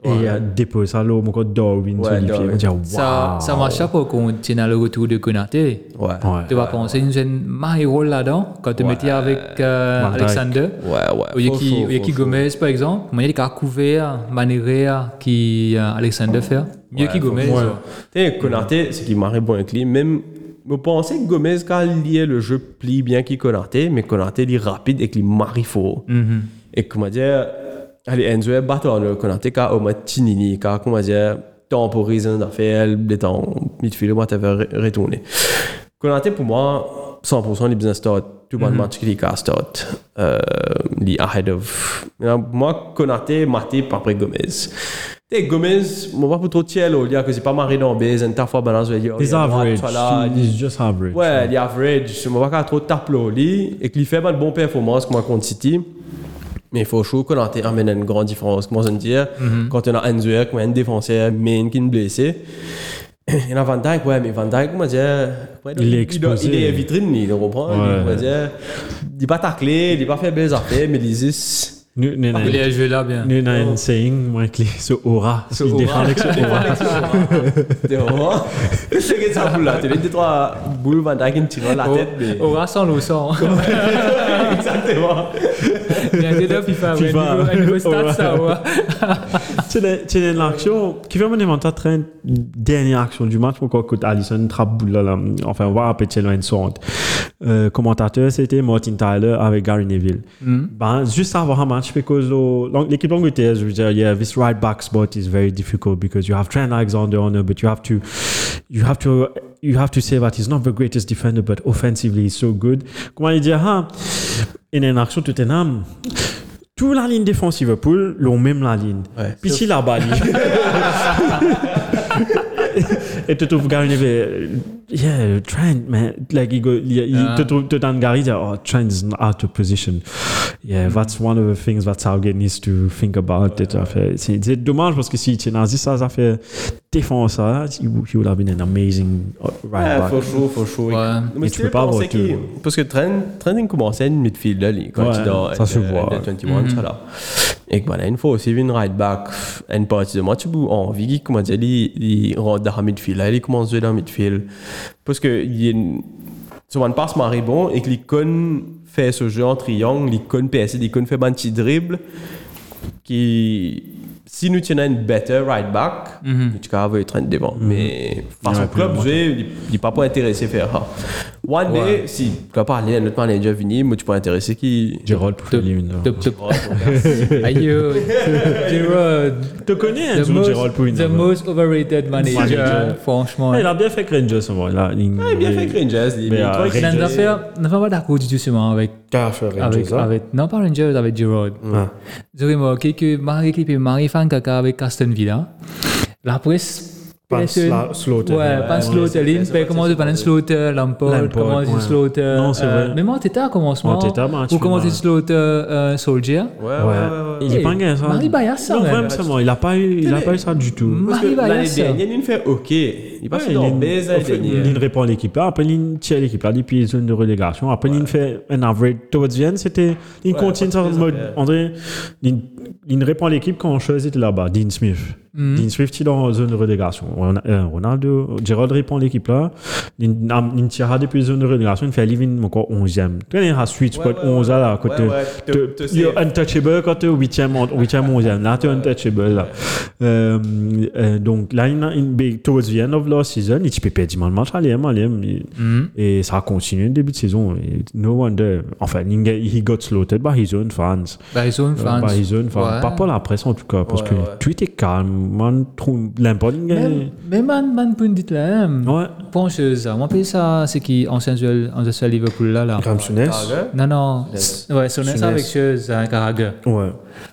A: Et euh, dépose ça, là, mon code Darwin, sur
B: Ouais,
A: les pieds.
B: Darwin.
A: On dit,
C: Ça,
A: waouh.
C: ça marche pas quand tu es dans le retour de Konaté.
B: Ouais.
A: Ouais.
C: Tu vas penser une jeune Mario là-dedans, quand tu mettais avec euh,
A: Van Dijk.
C: Alexander.
B: Ouais, ouais.
C: Ou Yaki, ou Yaki Gomez, par exemple. Mais il y a couvert Manérea qui euh, Alexander fait. Yaki Gomez. ouais.
B: T'es Konaté, ce qui m'arrive bon avec lui, même. Je pensais que Gomez, quand il liait le jeu, plie bien qu'il Konaté, mais Konaté, il est rapide et qu'il marie fort. Et comment dire. Allez, Enzo est battant le Konaté, quand au moins Tinini, quand comment dire. Temporise un affaire, des temps, midfield, whatever, retourner. Konaté, pour moi, 100% les business start. Tout le match qu'il a start. Euh, il est ahead of. Moi, Konaté, Maté, après Gomez. T'es Gomez, moi, pas pour trop tiel, il y a que c'est pas marré dans base, une taffe balance, oh, il y a.
A: Des average. It's just average.
B: Ouais, les average. Je me vois qu'il y a trop de tape là, lui, et qu'il fait pas de bonnes performances comme contre City. Mais il faut chaud qu'on a amène une grande différence. Comment ça me dire
A: Mhm.
B: Quand on a Enzo, qu'on a un défenseur main qui est blessé. Il y a Van Dijk, ouais, mais Van Dijk, comment dire ouais,
A: Il est
B: doit-
A: exposé.
B: Il est vitrine, il comprend.
A: Ouais.
B: Il, comment dire, il n'est pas taclé, il n'est pas fait belles affaires, mais il existe.
A: Nous, nous, nous,
C: Il a joué là bien.
A: nous, nous, un saying, moi, avec les- ce aura. Il défend avec ce aura.
B: T'es vraiment. C'est que ça boule là. T'es les trois boules Van Dijk qui me tirent
A: Oh.
B: la tête. mais-
C: Aura sans le sang.
B: Exactement.
C: hein. Il y a des deux FIFA. ouais,
A: FIFA.
C: Un nouveau- un nouveau stade, ça. ouais.
A: C'est la- C'est une action qui fait mon inventaire train dernière action du match pourquoi que Allison trappe boule là, là, enfin on va répéter là une sorte. Euh, commentateur c'était Martin Tyler avec Gary Neville. Ben juste avant un match because au- l'ang- l'équipe d'Angleterre je veux dire yeah this right back spot is very difficult because you have Trent Alexander on it but you have to you have to you have to say that he's not the greatest defender but offensively he's so good. Comment il dit ah in une action Tottenham toute la ligne défensive Liverpool l'ont même la ligne.
B: Ouais.
A: Puis si la balle. Et tu trouves Gary Neville, yeah, Trent, man. Like, he go, yeah, he- tu trouves- tu donnes Gary, dire, oh, Trent is out of position. Yeah, that's one of the things that Southgate needs to think about. Et tout à fait. C'est c'est dommage parce que si Tienazi, ça, ça fait défense, ça, he would he would have been an amazing uh, right
B: Ouais,
A: back.
B: faut chaud, faut chaud.
C: Ouais.
B: Mais
A: Et
B: tu
A: tu
B: peux
A: peux pas avoir tout.
B: Parce que Trent, Trent il commençait une midfield là, lui, quand
A: Ouais,
B: il dort.
A: ça se voit. Mm.
B: 21, ça, là. Et que, voilà, une fois aussi, une right back, une partie de moi, tu peux envie qu'il comment dire, il, il rentre dans le midfield là, il commence à jouer dans le midfield. Parce que il y a une, sur une passe marée bon et que l'icône fait ce jeu en triangle, l'icône PSC, l'icône fait un petit dribble qui si nous tenons une better right back,
A: Mm-hmm.
B: nous tu avons 30 devant. Mais façon
A: Ouais, plus
B: club
A: ou moins.
B: jouer, il- il n'est pas pas intéressé à faire ça. One day, si tu as parlé à notre manager Vini, moi tu pas intéressé qui.
A: Gerrard pour
C: Top,
A: faire une.
C: top, top. Aïe, Gerard.
A: Tu connais hein,
C: The
A: Andrew
C: most,
A: Gerrard pour une.
C: the most overrated manager,
A: Manager.
C: franchement.
A: Il a bien fait Rangers, ce moment-là. Il
B: Ah, Il a bien fait avec Rangers, il-
A: Mais,
B: mais
A: euh,
B: toi,
A: Rangers-
C: Dans les affaires, on ne va pas d'accord du tout seulement hein, avec, avec, avec, non pas Rangers, avec Gerard. J'ai remarqué que Marie Clip et Marie Fan Kaka avec Aston Villa, la presse Pearson.
A: Sla- Slaughter.
C: Ouais, pas Slaughter. Lynn, ben, comment on dit, pas Slaughter, Lamport,
A: Lamport,
C: comment on dit
A: ouais.
C: Slaughter.
A: Non, c'est
C: euh,
A: vrai.
C: Mais moi, t'étais à commencement.
A: Monteta, ben, tu
C: Ou comment on
A: m'as-
C: dit Slaughter, euh, Soldier.
B: Ouais, ouais,
A: Ouais. Il est pas gagné ça.
C: Marie Bayassa,
A: Non,
C: ouais.
A: vraiment, ça, moi, il a pas eu, il a pas eu ça du tout.
B: Parce que
C: Marie
B: l'année
C: Bayassa.
B: dernière, il fait OK. Il passe
A: Ouais,
B: dans
A: il-
B: baise
A: en fait,
B: l'année
A: il répond à l'équipe là, après il tire l'équipe là, depuis zone de relégation, après il fait un average towards the end, c'était, il
B: Ouais,
A: continue ça en
B: ouais,
A: mode,
B: ouais.
A: André, il, il répond à l'équipe quand Chose était là-bas, Dean Smith.
C: Mhm.
A: Dean Smith, il est en zone de relégation. Ron- euh, Ronaldo, Gerald répond à l'équipe là, il, il tire depuis zone de relégation, il fait living encore 11e. Tu vois, il a sweet spot 11 à là, à côté.
B: Ouais, ouais, te-
A: Te-
B: te
A: You're
B: save.
A: untouchable quand tu es 8e, 11e. Là, tu es untouchable. Là. Euh, euh, donc, là, il a une big towards the end of la season. Il peut perdre le match. Allez, allez, allez.
B: Mm-hmm.
A: Et ça a continué le début de saison. Et No wonder. Enfin, il a- he got slaughtered by his own fans.
C: Bah, ils ont une
A: Euh,
C: fans.
A: By his own fans.
C: Ouais.
A: Pas pour la presse, en tout cas. Parce
B: Ouais,
A: que
B: ouais.
A: tu étais calme. Man, trou- l'impact, il a-
C: Même- Même Man, Man Pundit là, hein.
A: Ouais.
C: Pencheuse, là. Moi, puis ça, c'est qui, ancien duel, ancien duel Liverpool là, là.
A: Ramsunes.
B: Target.
C: Non, non. Ouais, son
A: Souness.
C: avec Cheuse, hein, Carragher.
A: Ouais.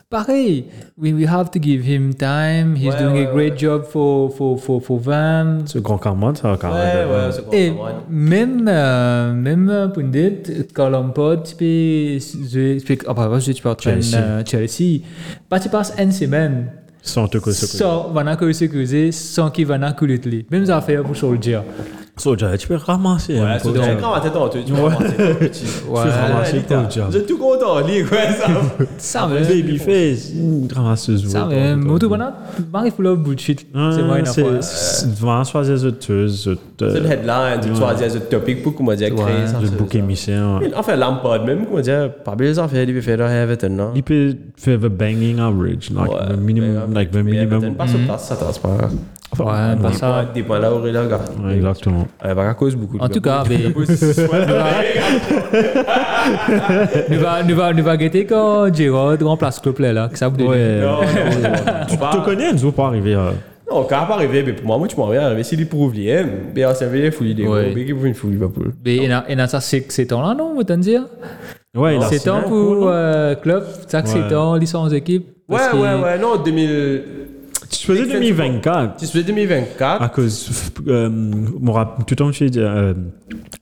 C: Pareil, we, we have to give him time. He's
B: Ouais,
C: doing
B: ouais,
C: a great
B: ouais.
C: job for, for, for, for Vam.
A: Ce grand Carman, ça a
B: Ouais,
A: carrément.
B: ouais, c'est bon.
C: Et
B: c'est bon.
C: même, euh, même euh, Pundit, quand l'on tu peux, je explique, ah, bah, je, tu peux entraîner
A: Chelsea.
C: euh, Chelsea. Pas tu passes une semaine
A: Sans te causer.
C: sans Vana Kurusekuze, sans qui Vana Kurutli. Même affaire pour Soldier.
A: Soldier, tu peux ramasser. un
B: Ouais,
A: peu.
B: c'est un grand attendant, tu tu vois.
C: Ouais.
A: Tu peux ramasser
B: J'ai
A: quoi, tu vois.
B: tout content, Ligue, ouais, ça.
C: Ça, même.
A: Babyface, une ramasseuse.
C: Euh, Ça,
A: ouais,
C: même.
A: quoi,
C: Moto
A: quoi.
C: Vana, Marie Fuller Bullshit.
A: Ah,
C: C'est moi, une affaire.
A: C'est euh, vraiment choisir ce tueuse,
B: C'est le headline, tu choisis le topic pour comment dire créer ça.
A: le
B: c'est
A: bouc
B: ça.
C: hein.
A: émissaire.
B: Mais Enfin, Lampard, même, comment dire, pas bien les affaires, il veut faire leur Everton, non?
A: Il peut faire le banging average, like
B: Ouais,
A: le
C: euh,
A: minimum,
B: mais,
A: like le
B: mais Everton
A: minimum. Mm-hmm.
B: passe au passe, ça hein. passe pas.
C: Ouais, pas ça.
B: Des points là, Aurélie, regarde.
A: Ouais, exactement.
B: Elle va à cause beaucoup. de
C: En tout
B: gars.
C: cas, mais-
B: Beaucoup de soins.
C: Nous va, nous va, nous va guetter quand Gérard remplace Klopp là, là, que ça vous donne.
A: Ouais.
B: Non, non, non.
A: Tu te connais, Enzo, pas arrivé. euh,
B: Non, car pas arrivé, mais pour moi, moi, tu m'en viens arrivé. S'il est pour hein, Vlien, bien, c'est un vélé fou, il est gros,
C: Ouais.
B: mais qui pour une fou, Liverpool.
C: Mais il y en a- il y en a ça, c'est c'est temps là, non, vous t'en dire
A: Ouais, il a
C: C'est
A: signé
C: temps
A: un coup,
C: pour
A: non
C: euh, Klopp, ça que c'est
A: Ouais.
C: temps, licence équipe.
B: Ouais,
C: parce
B: ouais,
C: qu'il-
B: ouais, non, 2000.
A: Tu faisais 2024.
B: Tu fais 2024.
A: À cause, euh, mon rap- tout le temps, chez euh,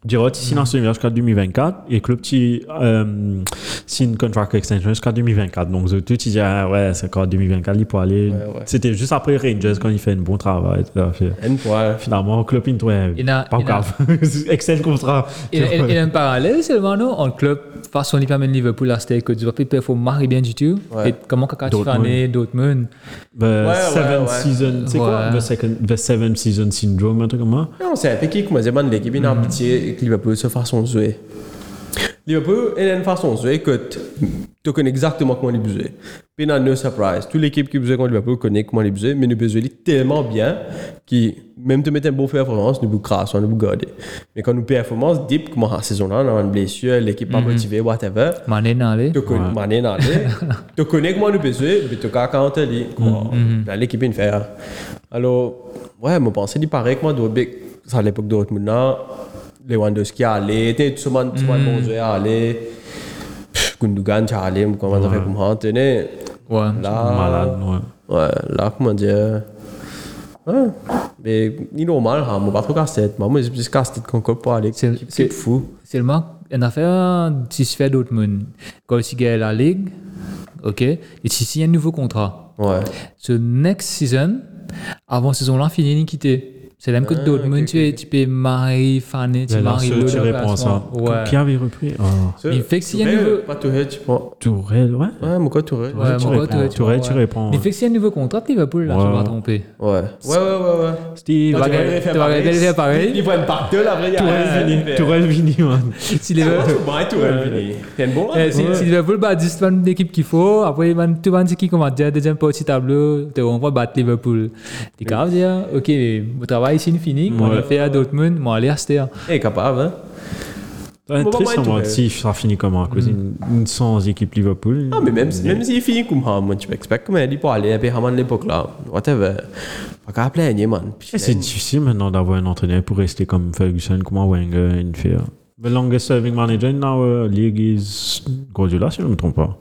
A: Giroud, il signe un signature jusqu'à 2024 et Club, il euh, signe contract extension jusqu'à 2024. Donc, The Two, il dit, ah, ouais, c'est encore 2024, il peut aller.
B: ouais.
A: C'était juste après Rangers quand il fait un bon travail. tout à fait.
B: N poil.
A: Finalement, Club, il ouais,
C: Il a-
A: pas
C: il a-
A: grave. Excel contrat.
C: Il y a- il y a- il y a un parallèle seulement, non, entre Klopp, façon il permet Liverpool à c'était que tu vas plus performer Marie bien du tout.
B: Ouais.
C: Et comment Kaka tu fais
A: Dortmund.
C: année, Dortmund.
A: The seventh
B: ouais.
A: season, c'est quoi?
C: Ouais.
A: The, second, the seventh season syndrome, un truc comme ça.
B: Non, c'est un peu qui, comment dire, man, l'équipe, il a pitié et que Liverpool se fasse son jouer. Liverpool, il a une façon de jouer que t- tu connais exactement comment il jouer. Puis, non, no surprise. Toute l'équipe qui joue contre Liverpool connaît comment il jouer, mais nous besoin tellement bien qui même te mettre une bonne performance, nous vous crasse, on nous garder. Mais quand nous performance, deep, comment la saison-là, on a une blessure, l'équipe pas motivée, whatever.
C: Mané dans les.
B: Tu connais Mané dans les- tu connais comment nous besoin, mais tu as 40 lits.
C: Mm-hmm.
B: Là, l'équipe une faire. Alors, ouais, je pensais qu'il paraît que moi, Dobik, à l'époque de Dortmund, là, Lewandowski allait, tu sais, tout le monde, tout le
C: Mm-hmm.
B: monde, bon joueur allait. Pff, Gundogan, tu allais, comment ça fait comme ça, tu sais.
C: Ouais.
B: Là,
A: Malade, ouais.
B: ouais, là, comment dire. Ouais, mais il est normal, hein, moi, pas trop casse-tête. Moi, moi, je suis casse-tête qu'on coupe pas aller.
C: C'est-
B: C'est
C: c'est-
B: fou.
C: Seulement, une affaire, si tu fais Dortmund, quand tu gagnes la Ligue, ok, et si tu y a un nouveau contrat.
B: Ouais.
C: Ce next season, avant saison là, fini ni quitter. C'est la même que Dortmund, tu es, tu peux marier, faner, tu
A: Là,
C: maries
A: ceux
C: l'autre
A: qui répondent à ça.
C: placement. Ouais.
A: Qui avait repris? Ah.
C: Il fait que s'il y a un
B: Tourelle,
C: nouveau-
B: Pas Tourelle, tu prends.
A: Tourelle, ouais.
B: Ouais, mon gars, Touré. Ouais.
C: Ouais,
A: tu
C: mon
A: réponds.
C: gars, tu réponds,
A: Tourelle, tu
C: ouais.
A: réponds.
C: Mais fait que s'il y a un nouveau contrat de Liverpool, là, tu
A: Ouais.
C: vas tromper.
B: Ouais, ouais, ouais, ouais. Ah,
A: Steve,
C: Tourelle,
B: Tourelle fait
C: tu vas regarder faire pareil.
B: Il voit une partie là, après, il y a
A: Tourelle vini, Tourelle vini, man.
C: Si Liverpool,
B: Ouais, Tourelle vini. C'est une bonne
C: eh, si, si Liverpool bat 10 van l'équipe qu'il faut, après van, tout van c'est qui qu'on va dire deuxième partie tableau, te- on va battre Liverpool. T'es capable de dire, ok, mon travail ici est fini, on va faire à Dortmund, on va aller à Ster.
B: Eh, capable, hein.
A: Ça va être
B: Bon,
A: triste
B: bah, ouais,
A: moi,
B: tout,
A: si ça finit comme un cause une, une sans équipe Liverpool.
B: Non, Ah, mais même, même s'il finit comme ça, moi, tu m'expliques comment il peut aller, puis à l'époque là, whatever. Pas qu'à plaindre, man.
A: Eh, C'est difficile maintenant d'avoir un entraîneur pour rester comme Ferguson, comme Wenger, une euh, The longest serving manager in our league is Guardiola, si je ne me trompe pas.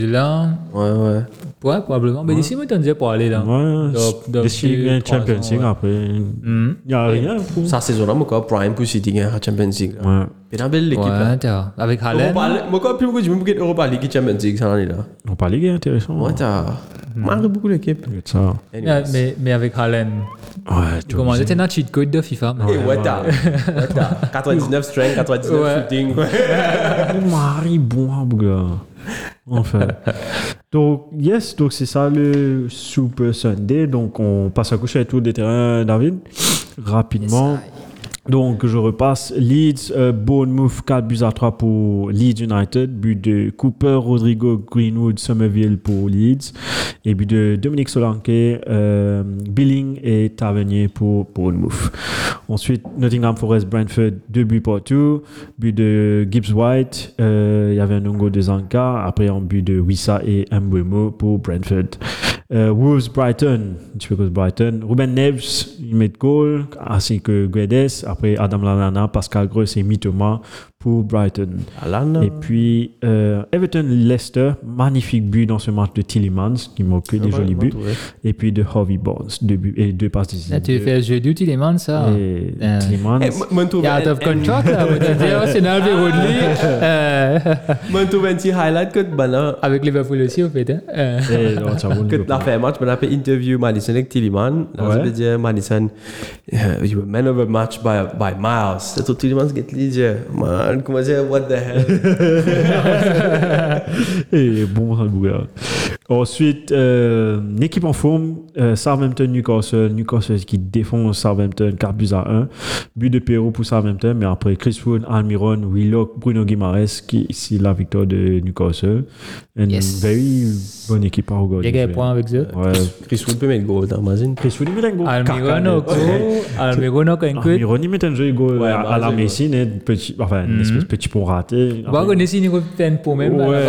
C: Cordula.
B: Ouais, ouais.
C: Ouais, probablement. Mais d'ici, moi, t'en disais pour aller là.
A: Ouais,
C: Dans- dans
A: d'ici il y a un
C: deux, trois
A: Champions
C: ans,
A: League
C: ouais.
A: après. Il
C: Hmm.
A: n'y a rien pour.
B: Sa saison-là, moi, quoi, Prime pour City gagner la Champions League. là.
A: Ouais.
B: Puis la belle équipe. là.
C: Ouais, t'as. Avec Haaland.
B: Europa League- Moi, quoi, plus beaucoup, je me bouquet Europa League et Champions League cette année-là.
A: On parlait, il est intéressant. hein.
B: Ouais, t'as. Marre beaucoup l'équipe.
A: Regarde ça.
C: Mais,
B: Anyways.
C: mais, mais avec Haaland.
A: Ouais, tu
C: Comment c'était dans le cheat code de FIFA. mais-
B: Et ouais, t'as. ouais, t'as 99 strength, 99
C: Ouais.
B: shooting.
A: Marie Boab, gars. Enfin. donc, yes, donc c'est ça le Super Sunday. Donc, on passe à coucher avec tout des terrains, David. Rapidement. donc, je repasse. Leeds, euh, Bournemouth, 4 buts à 3 pour Leeds United. But de Cooper, Rodrigo, Greenwood, Somerville pour Leeds. Et but de Dominique Solanke, euh, Billing et Tavernier pour Bournemouth. Ensuite, Nottingham Forest, Brentford, 2 buts partout. But de Gibbs White, euh, il y avait un Ongo de Zanka. Après, un but de Wissa et Mbwemo pour Brentford. Euh, Wolves, Brighton, tu veux que Brighton. Ruben Neves, il met de goal, ainsi que Guedes. Après, Adam Lallana, Pascal Gross et Mitoma pour Brighton.
C: Ah.
B: Alan.
A: Et puis euh, Everton Leicester, magnifique but dans ce match de Tillemans, qui manque
C: Ah,
A: que des jolis buts. Et puis de Harvey Barnes, deux buts et deux passes décisives.
C: Là, Ah, tu fais le jeu d'où tu demandes ça.
A: Et
C: Euh,
A: Tillemans.
B: Eh,
C: Il y a out of contract là, vous dites, oh, c'est Nalvi Woodley. Euh,
B: Mon tout petit highlight que ben là,
C: Avec Liverpool aussi, au fait. hein. Euh,
A: Et non, ça vaut le
B: que
A: coup.
B: la fait match, ben après interview Madison avec Tilliman, là
A: Ouais.
B: je peux dire Madison, euh, you were man of the match by by miles. C'est tout Tilliman qui te dit, man, comment dire, what the hell.
A: Et bon, ça le bouge, là. Ensuite, euh, une équipe en forme, euh, Southampton, Newcastle. Newcastle qui défonce Southampton 4 buts à 1. But de Perrault pour Southampton, mais après Chris Wood, Almiron, Willock, Bruno Guimares, qui ici la victoire de Newcastle. Une
C: Yes.
A: very bonne équipe à regarder.
C: Il y a des points avec eux.
A: Ouais.
B: Chris Wood peut mettre goal, t'imagines?
A: Chris Wood, il met un goal.
C: Almiron au coup. Almiron au coup.
A: Almiron, il met un jeu goal
B: Ouais,
A: à,
B: bah,
A: à la
B: c'est
A: Messi, né, petit, enfin, une espèce de petit pont raté.
C: Bah, Mhm. on est une européenne pour même à la
A: Ouais.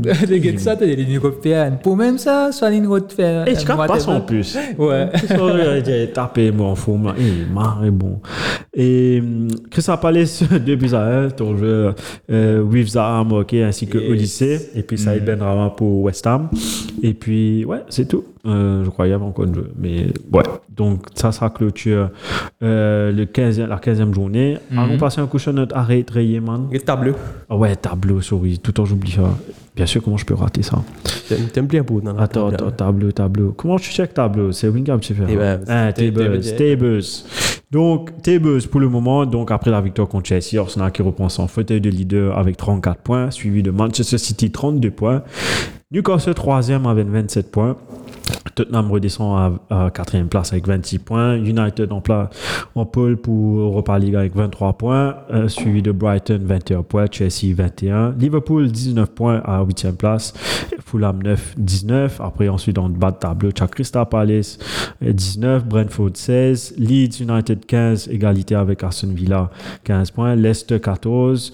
C: base. Des gars de ça, t'as des lignes européennes. Pour même ça, soit une européenne.
A: Et tu capes pas en plus.
C: Ouais.
A: J'ai tapé moi en forme là. Il est marre et bon. Et hum, Crystal Palace, 2 buts à 1, ton jeu euh, with Zaha marqué ainsi que
B: Yes.
A: Odyssey. Et puis Saïd Ben Rama pour West Ham. Et puis, ouais, c'est tout. Euh, je crois qu'il y avait encore un jeu. Mais ouais. Donc, ça, ça clôture euh, le 15e, la 15e journée. Allons passer un coup sur notre arrêt de Rayman.
B: Et tableau.
A: Ah ouais, tableau, souris. Tout le temps, j'oublie ça. Bien sûr, comment je peux rater ça
B: T'aimes t'aimes bien pour dans la
A: Attends,
B: table, Eh
A: attends, tableau, tableau. Comment tu check tableau C'est Wingap tu fais.
B: Tables.
A: Ah, tables,
B: Tables.
A: tables. Donc, tables pour le moment. Donc, après la victoire contre Chelsea, Arsenal qui reprend son fauteuil de leader avec 34 points, suivi de Manchester City 32 points. Newcastle 3e avec 27 points. Tottenham redescend à, à 4e place avec 26 points. United en, pla- en pôle pour Europa League avec 23 points. euh, suivi de Brighton 21 points. Chelsea 21. Liverpool 19 points à 8e place. Fulham 9, 19. Après, ensuite, en bas de tableau, tu as Crystal Palace euh, 19. Brentford 16. Leeds United 15. Égalité avec Aston Villa 15 points. Leicester 14.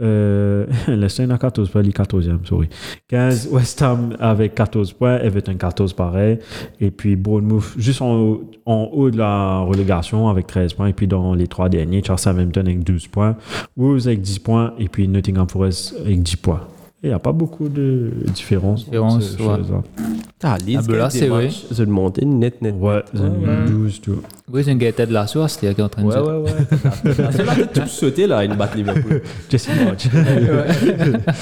A: Euh, Leicester il en a 14, pas lui 14e, sorry. 15, West Ham avec 14 points, Everton 14 pareil, et puis Bournemouth juste en haut, en haut de la relégation avec 13 points, et puis dans les trois derniers, Charles Southampton avec 12 points, Wolves avec 10 points, et puis Nottingham Forest avec 10 points. Et Il n'y a pas beaucoup de différence.
C: Différence,
A: entre ces
C: ouais.
A: choses-là.
B: T'as
C: Ah,
B: Leeds
C: ben là,
B: qui a
C: c'est
B: des
C: vrai.
B: matchs sur le montée, net, net.
A: Ouais, ils en ont eu 12, tout.
C: Oui, c'est une gaieté de la soirée, c'était qui est en train de
B: Ouais,
C: se-
B: ouais, ouais. C'est là que tu peux sauter, là, une batte Liverpool.
A: Jesse March.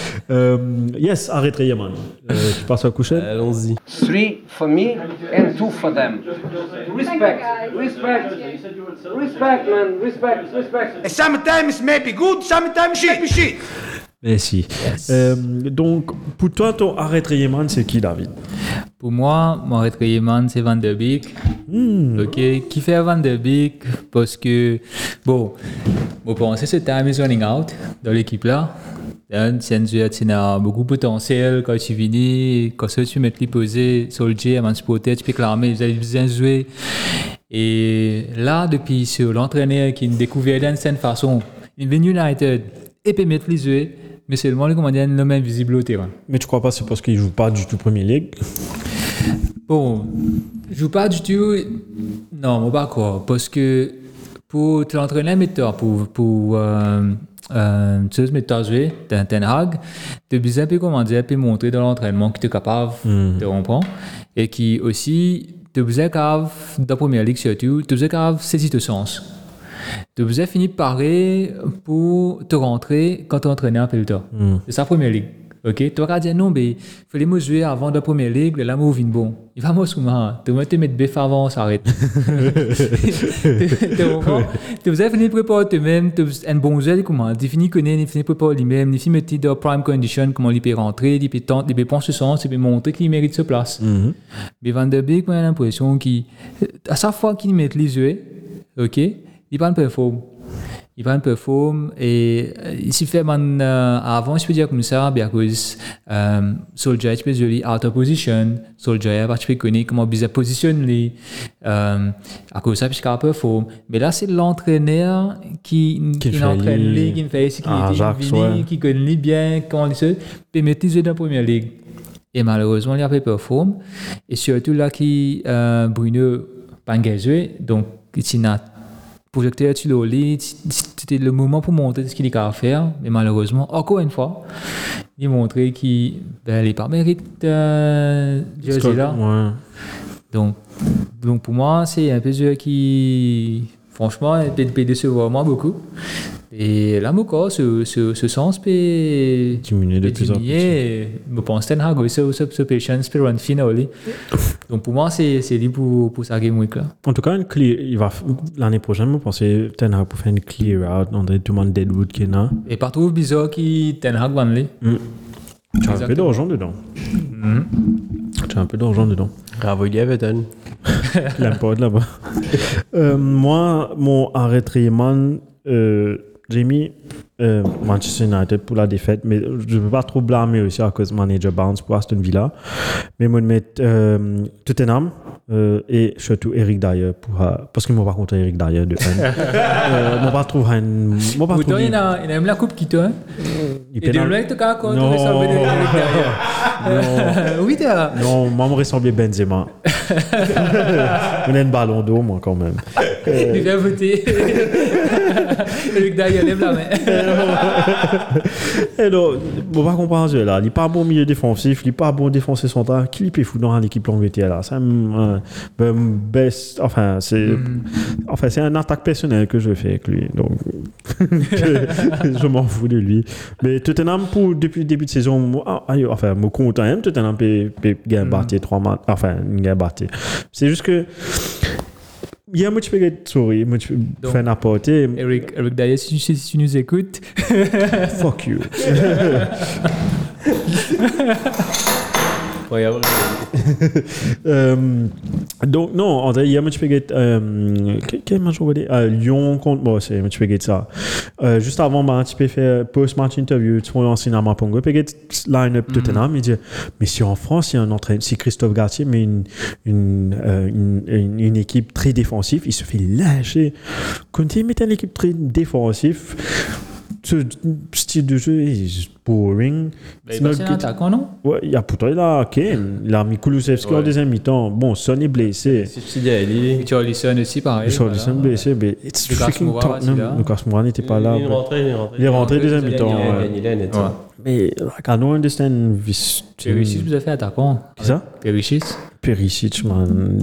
A: Euh, yes, arrête Yaman. Euh, tu passes à coucher
B: Allons-y.
E: Three for me and two for them. Respect, respect, respect, man, respect, respect.
D: Sometimes maybe good, sometimes maybe shit.
A: Merci. Euh, donc, pour toi, ton arrête Yaman, c'est qui, David
C: Pour moi, mon retrieveman, c'est Van de Beek. OK. Qui fait Van de Beek parce que, bon, vous pensez que c'était un mis running out dans l'équipe-là. Hein, C'est un joueur qui a beaucoup de potentiel quand tu finis, quand ça, tu mets les poser sur le jeu, avant de se protéger, tu peux clamer, vous avez bien joué. Et là, depuis sur l'entraîneur qui nous découvrait d'une certaine façon, il est venu United et peut mettre les jouer, mais seulement le commandant le même visible au terrain.
A: Mais tu crois pas c'est parce qu'il joue pas du tout Premier League
C: Bon, je joue pas du tout. Non, moi pas quoi. Parce que pour te l'entraîner, mais toi, pour, pour euh, euh, tu sais, mais t'as joué, t'es un Ten Hag, t'es bizarre, puis comment dire, puis montrer dans l'entraînement que t'es capable de comprendre. Et qui aussi, t'es bizarre capable, dans la première ligue surtout, t'es bizarre capable saisir ton sens. T'es bizarre fini de parler pour te rentrer quand t'es entraîné un peu le temps. C'est ça, première ligue. Ok, toi, quand tu dis non, mais il fallait me jouer avant de la première ligue, le l'amour vient bon. Il va me soumettre, tu vas te mettre béf avant, on s'arrête. T'es comprends? Tu vous avez fini de préparer toi-même, tu un bon jeu, comment? Tu finis connaître, tu finis de préparer lui-même, tu finis mettre dans prime condition, comment il peut rentrer, il peut tenter, il peut prendre ce sens, il peut montrer qu'il mérite sa place. Mais Van der Beek, moi, j'ai l'impression qu'il, euh, à chaque fois qu'il met les yeux, ok, il pas performe. Il pas performe et euh, il s'y fait man, euh, avant, je peux dire comme ça, bien que euh, Soldier, tu peux jouer out of position, Soldier, parce que tu peux connaître comment il positionne les, euh, à cause de ça, puis il performe. Mais là, c'est l'entraîneur qui, qui,
A: fait
C: entraîne
A: les-
C: les, qui fait ce qu'il
A: Ah,
C: était,
A: Jacques,
C: il vient,
A: ouais.
C: qui connaît bien, comment il se, puis mettre les yeux dans la première ligue. Et malheureusement, il a fait performe. Et surtout là, qui, euh, Bruno, pas engagé, donc, il n'a projecté là-dessus le lit, c'était le moment pour montrer ce qu'il est capable de faire, mais malheureusement, encore une fois, il montrait qu'il n'est pas mérite euh, de
A: Parce que-
C: rester là.
A: Ouais.
C: Donc, donc pour moi, c'est un peu ce qui, franchement, peut peut décevoir moi beaucoup. Et là, encore, ce, ce, ce sens peut
A: Diminuer de
C: peut
A: plus en plus.
C: diminuer. Je pense que Ten Hag aussi, ce, ce patience peut rendre final. Donc pour moi, c'est c'est dit pour, pour sa game week là.
A: En tout cas, une clear, il va f- l'année prochaine, je pense peut-être pour faire une clear out on tout le monde Deadwood qui est là.
C: Et partout, bizarre qui Ten Hag va aller.
A: Tu as un peu
C: Exactement.
A: d'argent dedans. Tu as un peu d'argent dedans.
B: Bravo, il y avait un.
A: L'impôt là-bas. Euh, moi, mon arrêt Riemann, euh, j'ai mis euh, Manchester United pour la défaite, mais je ne peux pas trop blâmer aussi à cause de manager bounce pour Aston Villa. Mais moi, je mets euh, Tottenham euh, et surtout Eric Dyer pour, euh, parce qu'ils m'ont pas contre Eric Dyer de un. euh, m'ont pas trouvé un. m'ont pas
C: Pourtant,
A: trouvé-
C: il y en a il y en a même la coupe qui tourne.
A: il
C: Et de
A: pénal-
C: l'autre cas, quand
A: Non.
C: on est sauvé de derrière. Oui, t'as.
A: Non, moi, me ressemblait Benzema. On a un ballon d'eau, moi, quand même.
C: Il vient voter. Luc Daguerre lève la main.
A: Et donc, bon, pas comprendre ce là. Il n'est pas bon milieu défensif, il n'est pas bon défenseur central. Qui lui peut foutre dans l'équipe l'Angleterre là C'est un, un- ben, best. Enfin, c'est. Enfin, c'est un attaque personnelle que je fais avec lui. Donc, je m'en fous de lui. Mais Tottenham, pour, depuis le début de saison, moi, ah, aïe, enfin, me compte quand même. Tottenham peut peut gagner battre trois matchs. Enfin, gagner battre. C'est juste que. Il y a un petit peu de souris, un petit peu
C: Donc,
A: faire apporter.
C: Eric, Eric Daguerre, si, si- si tu nous écoutes,
A: Fuck you. Euh, donc, non, en vrai, il y a un petit peu de- euh, que- Quel match on va dire Euh, Lyon contre. Bon, c'est un petit peu de ça. Euh, juste avant, bah, tu peux faire post-match interview. Tu vois, en cinéma Pongo. Puis, line-up Tottenham. Il dit Mais si en France, il y a un entraîneur, si Christophe Gartier met une, une, euh, une, une- une équipe très défensive, il se fait lâcher. Quand il met une équipe très défensive, ce style de jeu est boring. It's not
C: c'est un
A: good.
C: attaquant, non
A: Ouais, il y a pourtant, il a Kane, il a mis Kulusevski en
B: Ouais.
A: deuxième mi-temps. Bon, Son est blessé.
B: Si tu dis à Eli,
C: Et Charlison aussi, pareil.
A: Richarlison
C: voilà.
A: blessé, mais it's
C: Lucas
A: freaking
C: Moura, c'est là.
A: Tottenham. Lucas Moura n'était pas là.
B: Il est rentré, il est rentré.
A: Il est rentré
C: Il est
A: deuxième
C: rentré,
B: Il
A: mi-temps.
B: a
A: ouais.
B: gagné l'année, tu
C: Ouais.
B: vois.
A: Mais, like, I don't understand this.
C: Tu réussis,
A: Hmm.
C: vous avez fait attaquant.
A: Qui ça
C: Périchis.
A: Perisic, man.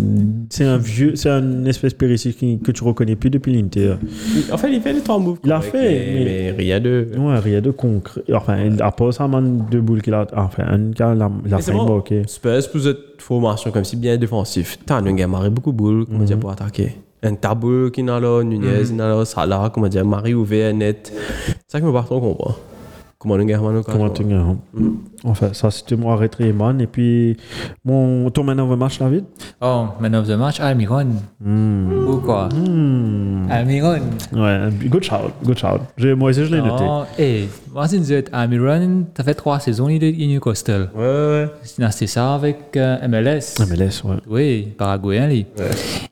A: C'est un vieux, c'est un espèce Perisic qui- que tu reconnais plus depuis l'Inter.
B: Il- En fait, il fait les trois moves.
A: Il a
B: corrects,
A: fait,
B: mais, mais rien de.
A: Ouais, rien de concret. Enfin, à part ça, man, deux boules qu'il a. Enfin, un gars, il a- il a
B: Mais c'est
A: fait un
B: bon.
A: bloc. et-
B: Spurs, pour cette formation comme si bien défensif. T'as un gars marré beaucoup de boules, comment
A: Mhm.
B: dire, pour attaquer. Un tabou qui n'a là, Nunez, qui n'a là, Salah, comment dire, Marie ouvert, net. C'est ça que me partons comprend. Comment un gars marré encore
A: Comment tu gagnes, hein. Enfin, ça, c'était mon arrêt man. Et puis, mon ton man of the match, David
C: Oh, man of the match, Almiron. Pourquoi Almiron.
A: Ouais, good shout, good shout. J'ai- Moi aussi, je l'ai noté.
C: Oh, eh, moi, c'est une Almiron, t'as fait trois saisons, il est il est Newcastle.
B: Ouais, ouais.
C: C'est ça avec euh, MLS.
A: Ah, mais laisse, ouais.
C: Oui, paraguayen. lui.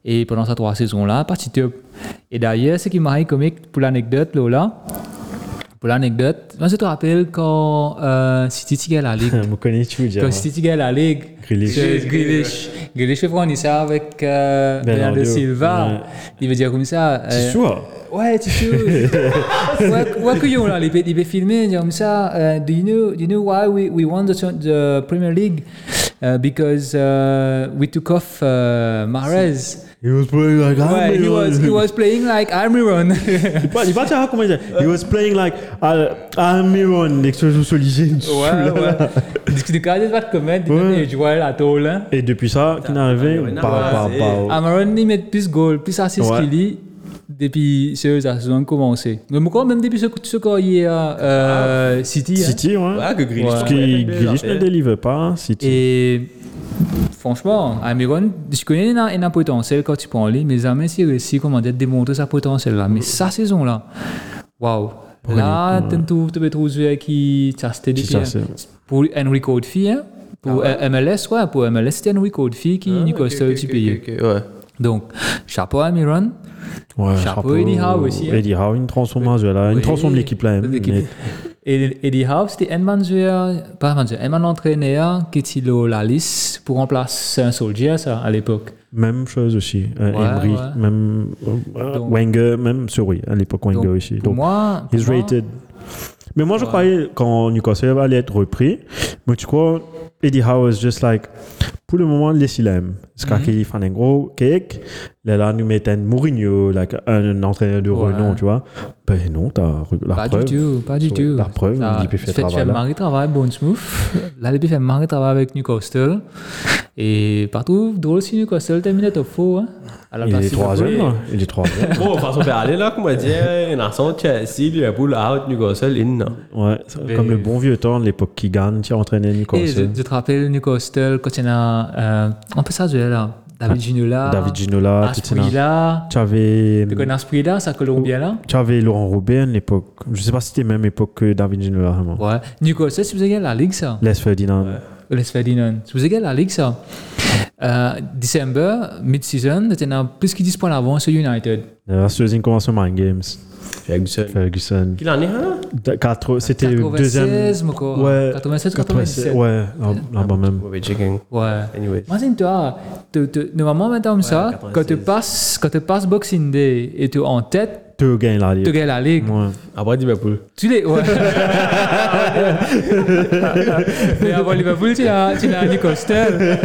C: Et pendant ces trois saisons-là, parti top. Et d'ailleurs, ce qui m'a comique pour l'anecdote, Lola, Pour l'anecdote, moi, je te rappelle quand euh, City tirait la Ligue.
A: Je Ah, connais tout déjà.
C: quand City tirait la Ligue,
A: Grealish.
C: je- Grealish. Grealish, on dit ça avec euh,
A: Bernardo.
C: Bernardo Silva.
A: Ouais.
C: Il veut dire comme ça.
A: C'est
C: euh,
A: sûr.
C: Ouais, tu sais. ouais, ouais, que yo, là, il peut, il peut filmer, il dit comme ça. euh, do, you know, do you know why we, we won the, cha- the Premier League? Uh, because uh, we took off uh, Mahrez.
A: He was playing like
C: Ouais, he was, he was playing like Almiron.
A: Il parle, il parle, tu vois comment il dit. He was playing like Al- Almiron, l'explosion solidée.
C: ouais, ouais. Parce que du coup, il va te commettre,
A: Ouais.
C: il joue à tôle. hein.
A: Et depuis ça, qui n'est arrivé
B: Almiron,
A: Bah, bah,
B: c'est-
A: bah,
C: Almiron, il met plus goal, plus assist
A: Ouais.
C: qu'il y depuis ce la saison commencé. Mais moi, quand même depuis ce, ce quand il est à euh, City. hein.
A: City, ouais.
B: Ouais, que Grealish.
A: Parce que Grealish ne délivre pas, hein, City.
C: Et franchement, Amiron, je connais un, un potentiel quand tu parles, mais jamais si réussi comment dire, démontrer sa potentiel là. Mais sa saison là, waouh. Là, tu trouves tu peux trouver qui t'a acheté des
A: Qui t'a
C: pieds.
A: acheté, ouais.
C: Pour Enrico Odfi, hein. Pour euh, MLS, ouais, pour MLS, c'était Enrico Odfi qui nous costait au petit pays.
B: Ouais.
C: Donc, chapeau à Amiron.
A: Ouais,
C: Chapeau Eddie Howe aussi, hein.
A: Eddie Howe, une transformation là. Une
C: Oui.
A: transformation de l'équipe là. hein.
C: L'équipe.
A: Mais-
C: Et Eddie Howe, c'était un manager, pas un manager, un entraîneur qui était au- la liste pour remplacer un soldier, ça, à l'époque.
A: Même chose aussi. Euh,
C: Ouais,
A: Emery,
C: ouais.
A: même euh,
C: Donc-
A: Wenger, même sur oui, à l'époque Wenger
C: Donc,
A: aussi.
C: Pour
A: Donc,
C: moi, pour
A: he's
C: moi,
A: rated. Mais moi, je croyais quand Newcastle allait être repris, mais tu crois, Eddie Howe is just like, pour le moment, laissez l'aime. Parce
C: Mhm.
A: qu'il fait un gros cake, là, là, nous mettons Mourinho, like, un entraîneur de
C: Ouais.
A: renom, tu vois. Ben non, t'as re- la
C: Pas
A: preuve.
C: du tout, pas du
A: Sur
C: tout.
A: la preuve,
C: Ça,
A: il peut faire
C: tu fais- tu
A: travail,
C: fais
A: là.
C: marrer travail, bon smooth. Là, il fait marrer travail avec Newcastle. Et partout, drôle si Newcastle termine top 4. Hein. À la
A: Il
C: place
A: est
C: de
A: troisième,
C: Liverpool.
A: là. Il est troisième.
B: Bon, façon de aller là, comme on dit, il a son Chelsea, Liverpool, out, Newcastle, in. non.
A: Ouais, ça, comme le bon vieux temps de l'époque qui gagne, tu as entraîné
C: Et je,
A: Newcastle.
C: je te rappelle Newcastle, quand il y en a. Euh, on peut ça, je vais là. David Ginola.
A: David Ginola, tout ça.
C: Asprilla.
A: Tu avais.
C: Ah, Tu connais Asprilla, ça Colombien là
A: Tu avais Laurent Robert à l'époque. Je sais pas si c'était même époque que David Ginola. Vraiment.
C: Ouais. Newcastle, si vous avez la Ligue, ça.
A: Les Ferdinand.
C: Les Ferdinand. Si vous avez la Ligue, ça. Euh, December, mid-season, il y en a plus que 10 points d'avance sur United.
A: La saison commence au Mind Games.
B: Ferguson.
A: Ferguson.
B: Qu'il en est, hein?
A: Da- quatre- C'était le deuxième.
C: 96, mon corps.
A: Ouais.
C: 96,
A: 96,
C: 97.
A: Ouais, là- là-bas même.
B: Ouais, checking.
C: Ouais.
B: Anyways.
C: Imagine-toi, te- te- normalement, maintenant, comme ça, quand tu
B: 96.
C: passes, quand tu passes Boxing Day et tu es en tête,
A: Deux gains là.
C: tu gagnes la ligue.
A: Ouais.
B: Après Liverpool.
C: Tu l'es, ouais. Mais avant Liverpool, tu l'as, tu l'as Nick Hostel.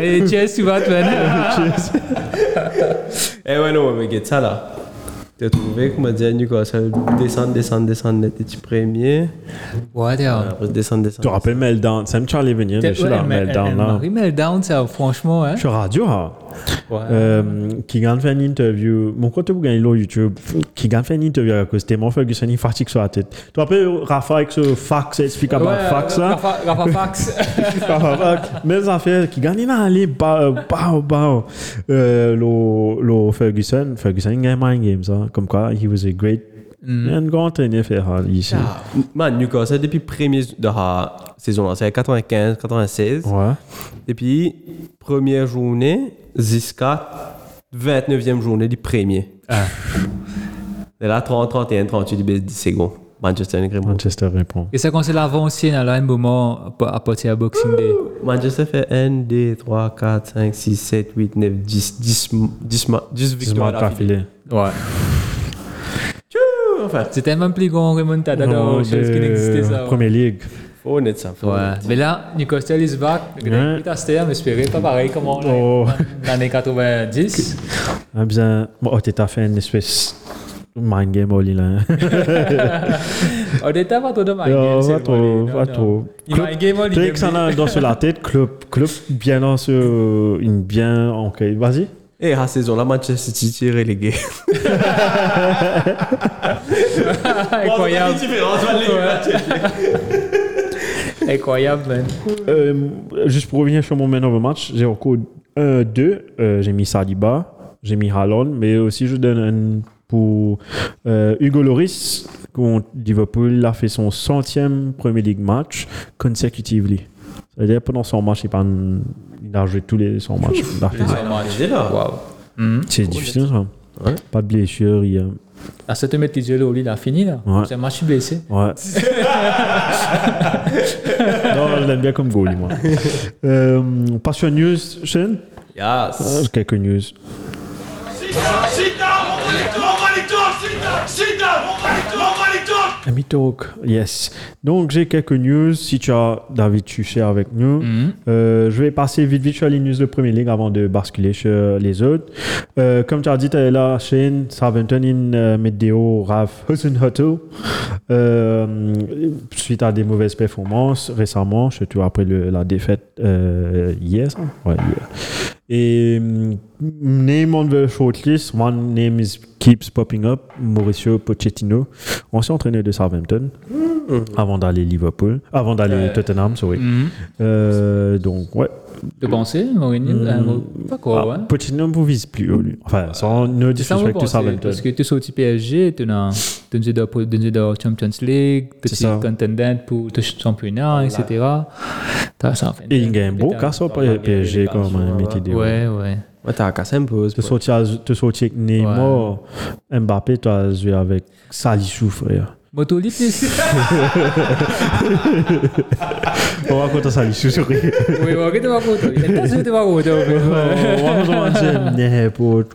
C: et Chess, tu vas, tu vas.
B: Eh ouais, non, mais get ça là. T'as trouvé, comme on dit, Newcastle, descendre, descendre, descendre, les petits premiers.
C: Ouais, t'es un.
B: Après, descendre,
A: Tu te
B: descendre.
A: rappelles Meltdown Sam Charlie venir de chez là. Meltdown là.
C: euh, Marie Meltdown, ça, franchement, hein.
A: Je suis radio, hein.
B: Ouais.
A: Euh, qui gagne fait une interview. Mon compte pour gagner l'eau YouTube, qui gagne fait une interview à cause de mon Ferguson, il fatigue sur la tête. Tu te rappelles Rafa avec ce fax, explique à ma
C: Ouais, euh,
A: fax hein. là.
C: Rafa, Rafa Fax.
A: Mes affaires qui gagnent là, allez, bah, bah, bah. Euh, le, le Ferguson, Ferguson, il gagne mind games, hein. Comme quoi, he was a great.
C: Mm.
A: Un grand entraîneur, Ferrari, ici.
B: Ah, Man, Newcastle, depuis premier de la saison, là, c'est 95, 96.
A: Ouais.
B: Depuis première journée jusqu'à 29e journée du premier. Et là, 30, 31, 38, il baisse 10 secondes. Manchester United.
A: Manchester répond.
C: Et ça, quand c'est l'avancée, là, un moment, à partir à Boxing Day.
B: Manchester fait 1, 2, 3, 4, 5, 6, 7, 8, 9, 10, 10, 10, ma- 10
A: Je m'en
B: victoires d'affilée.
A: affilé.
C: Ouais.
B: Enfin,
C: C'était même plus grand remontada
A: Oh
C: dans les choses qui n'existaient ça. ouais.
A: Première ligue.
B: faut honnête ça. faut
C: Ouais.
B: honnête.
C: Mais là, Newcastle is back.
A: Ouais.
C: Peter Steyer m'espérait pas pareil comme en
A: Oh.
C: l'année 90.
A: Ah, bien. Bon, oh, t'as fait une espèce. Mind game, Oli, là.
C: On était Oh, pas trop de my
A: Non,
C: game.
A: Oh, pas trop, pas trop.
C: Il m'a game all
A: Dès que ça a dans sur la tête, club, club bien dans sur une bien ok. Vas-y.
B: Et Eh, à saison là, Manchester City est relégué.
C: Incroyable.
B: différence, man, les gars.
C: Incroyable, man.
A: Euh, juste pour revenir sur mon man of the match, j'ai encore 1, 2. j'ai mis Saliba, j'ai mis Haaland, mais aussi je donne un pour euh, Hugo Loris contre Liverpool. a fait son centième Premier League match consecutively. C'est-à-dire pendant 100 matchs, il, pas un- il a joué tous les 100 matchs. Il a fait ça.
B: Ah, il a fait ça, là.
C: Wow.
A: C'est difficile ça. Pas de blessure. il, euh,
C: À cette mettre les yeux là, au lit, il a fini là.
A: Ouais.
C: C'est un match blessé.
A: Ouais. non, je l'aime bien comme goalie, moi. Euh, on passe sur une news, Shane
B: Yes.
A: Ah, Quelques news. Ami Talk, yes. Donc, j'ai quelques news. Si tu as David Tuchet avec nous, Euh, je vais passer vite vite sur les news de Premier League avant de basculer sur les autres. Euh, comme tu as dit, tu es là, Shane, Southampton in euh, Meddeo, Raf Husenhutto. Euh, suite à des mauvaises performances récemment, surtout après le- la défaite euh, hier. ça Ouais, hier. Et mm, name on the shortlist, one name is keeps popping up, Mauricio Pochettino, ancien entraîneur de Southampton,
C: Hmm.
A: avant d'aller Liverpool, avant d'aller Tottenham, sorry. Euh, donc ouais,
C: De penser, Mourinho euh, Mou- Pas quoi,
A: Mm. Ah,
C: ouais. Ah.
A: Pochettino ne vous vise plus, oh, lui. Enfin, sans ne
C: C'est ça, vous
A: disrespect to
C: pensez.
A: Southampton.
C: Parce que tu es sorti PSG, tu es dans tu es dans tu es dans Champions League, tu
A: ça.
C: es contendant pour le championnat, etc. T'as ça, enfin,
A: Et il gagne beau casse au PSG
B: bien,
A: comme un
B: bien,
A: métier de
C: Ouais, ouais.
B: Ouais, t'as cassé un peu.
A: Te sortir, à- te sortir avec Neymar, Mbappé, tu as joué avec Salissou, frère.
C: Motolip, oui,
A: On va raconter Salissou, sorry.
C: ouais, tu vas contre. Il a joué, tu vas contre.
A: Oh,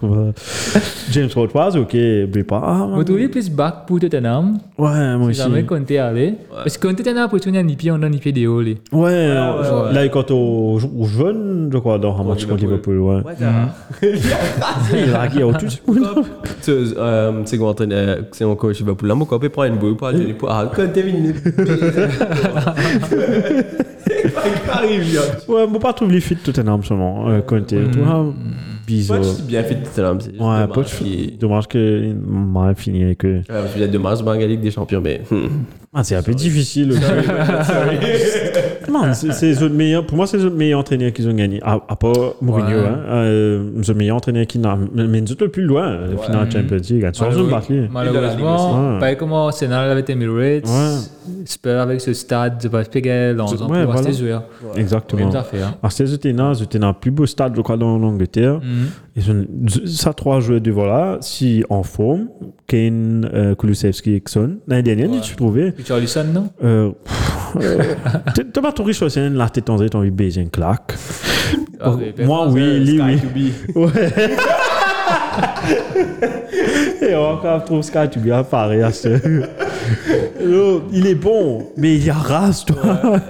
A: James Rodriguez, ok, oublie pas. Ah, man.
C: Motolip, plus back pour Tottenham.
A: Ouais, moi
C: Si
A: aussi.
C: jamais compté aller. Parce que compté, tu as l'opportunité de niper, on a niper des hauts, les.
A: Ouais, euh, là, quand au, au jeune, je crois, dans un match contre Liverpool, ouais. Il a il a tout de suite.
B: Tu euh, tu sais, quand on euh, c'est mon coach, il va pour l'amour, quand il prend une bouille, pas aller pour. Ah, quand t'es venu. C'est pas arrive, là.
A: Ouais, moi, pas trouver les fits Tottenham seulement. Euh, Conte, tout ça,
B: Moi,
A: bizarre.
B: je suis bien fait tout à l'heure. c'est juste
A: Ouais,
B: dommage
A: Poch,
B: qu'il-
A: dommage que mal fini et que.
B: Ouais, parce qu'il y a deux matchs, ben, la Ligue des Champions, mais. hmm.
A: Ah, c'est un peu difficile. aussi. Man, c'est- c'est les autres meilleurs- Pour moi, c'est les autres meilleurs entraîneurs qu'ils ont gagné. À, à part Mourinho,
C: Ouais.
A: hein, euh, les autres meilleurs entraîneurs qui n'a. Mais mais nous autres le plus loin, hein, le final Champions League. hein, Sans une batterie.
C: Malheureusement,
A: Ouais.
C: pareil comme Arsenal avec Emirates,
A: Ouais.
C: Spurs avec ce stade, je pense que dans
A: Ouais,
C: un peu
A: voilà.
C: rester joueur.
A: Exactement.
C: Même affaire.
A: Alors, c'est les Tottenham, les Tottenham, plus beau stade, je crois, dans l'Angleterre.
C: Mm.
A: Ils ont deux- ça, trois joueurs devant là, si en forme, Kane, euh, Kulusevski, Exxon. L'année dernière, tu trouvais.
C: Puis Charlison, non
A: Euh, pff, euh, t'as- T'as pas trouvé sur scène, là, t'es tendu, t'as envie de baiser une claque.
C: Ah,
A: Oh,
C: mais personne,
A: moi, oui, lui, oui. Ouais. Et encore, je trouve Sky to be à Paris, à ce- Yo, il est bon, mais il y a race, toi.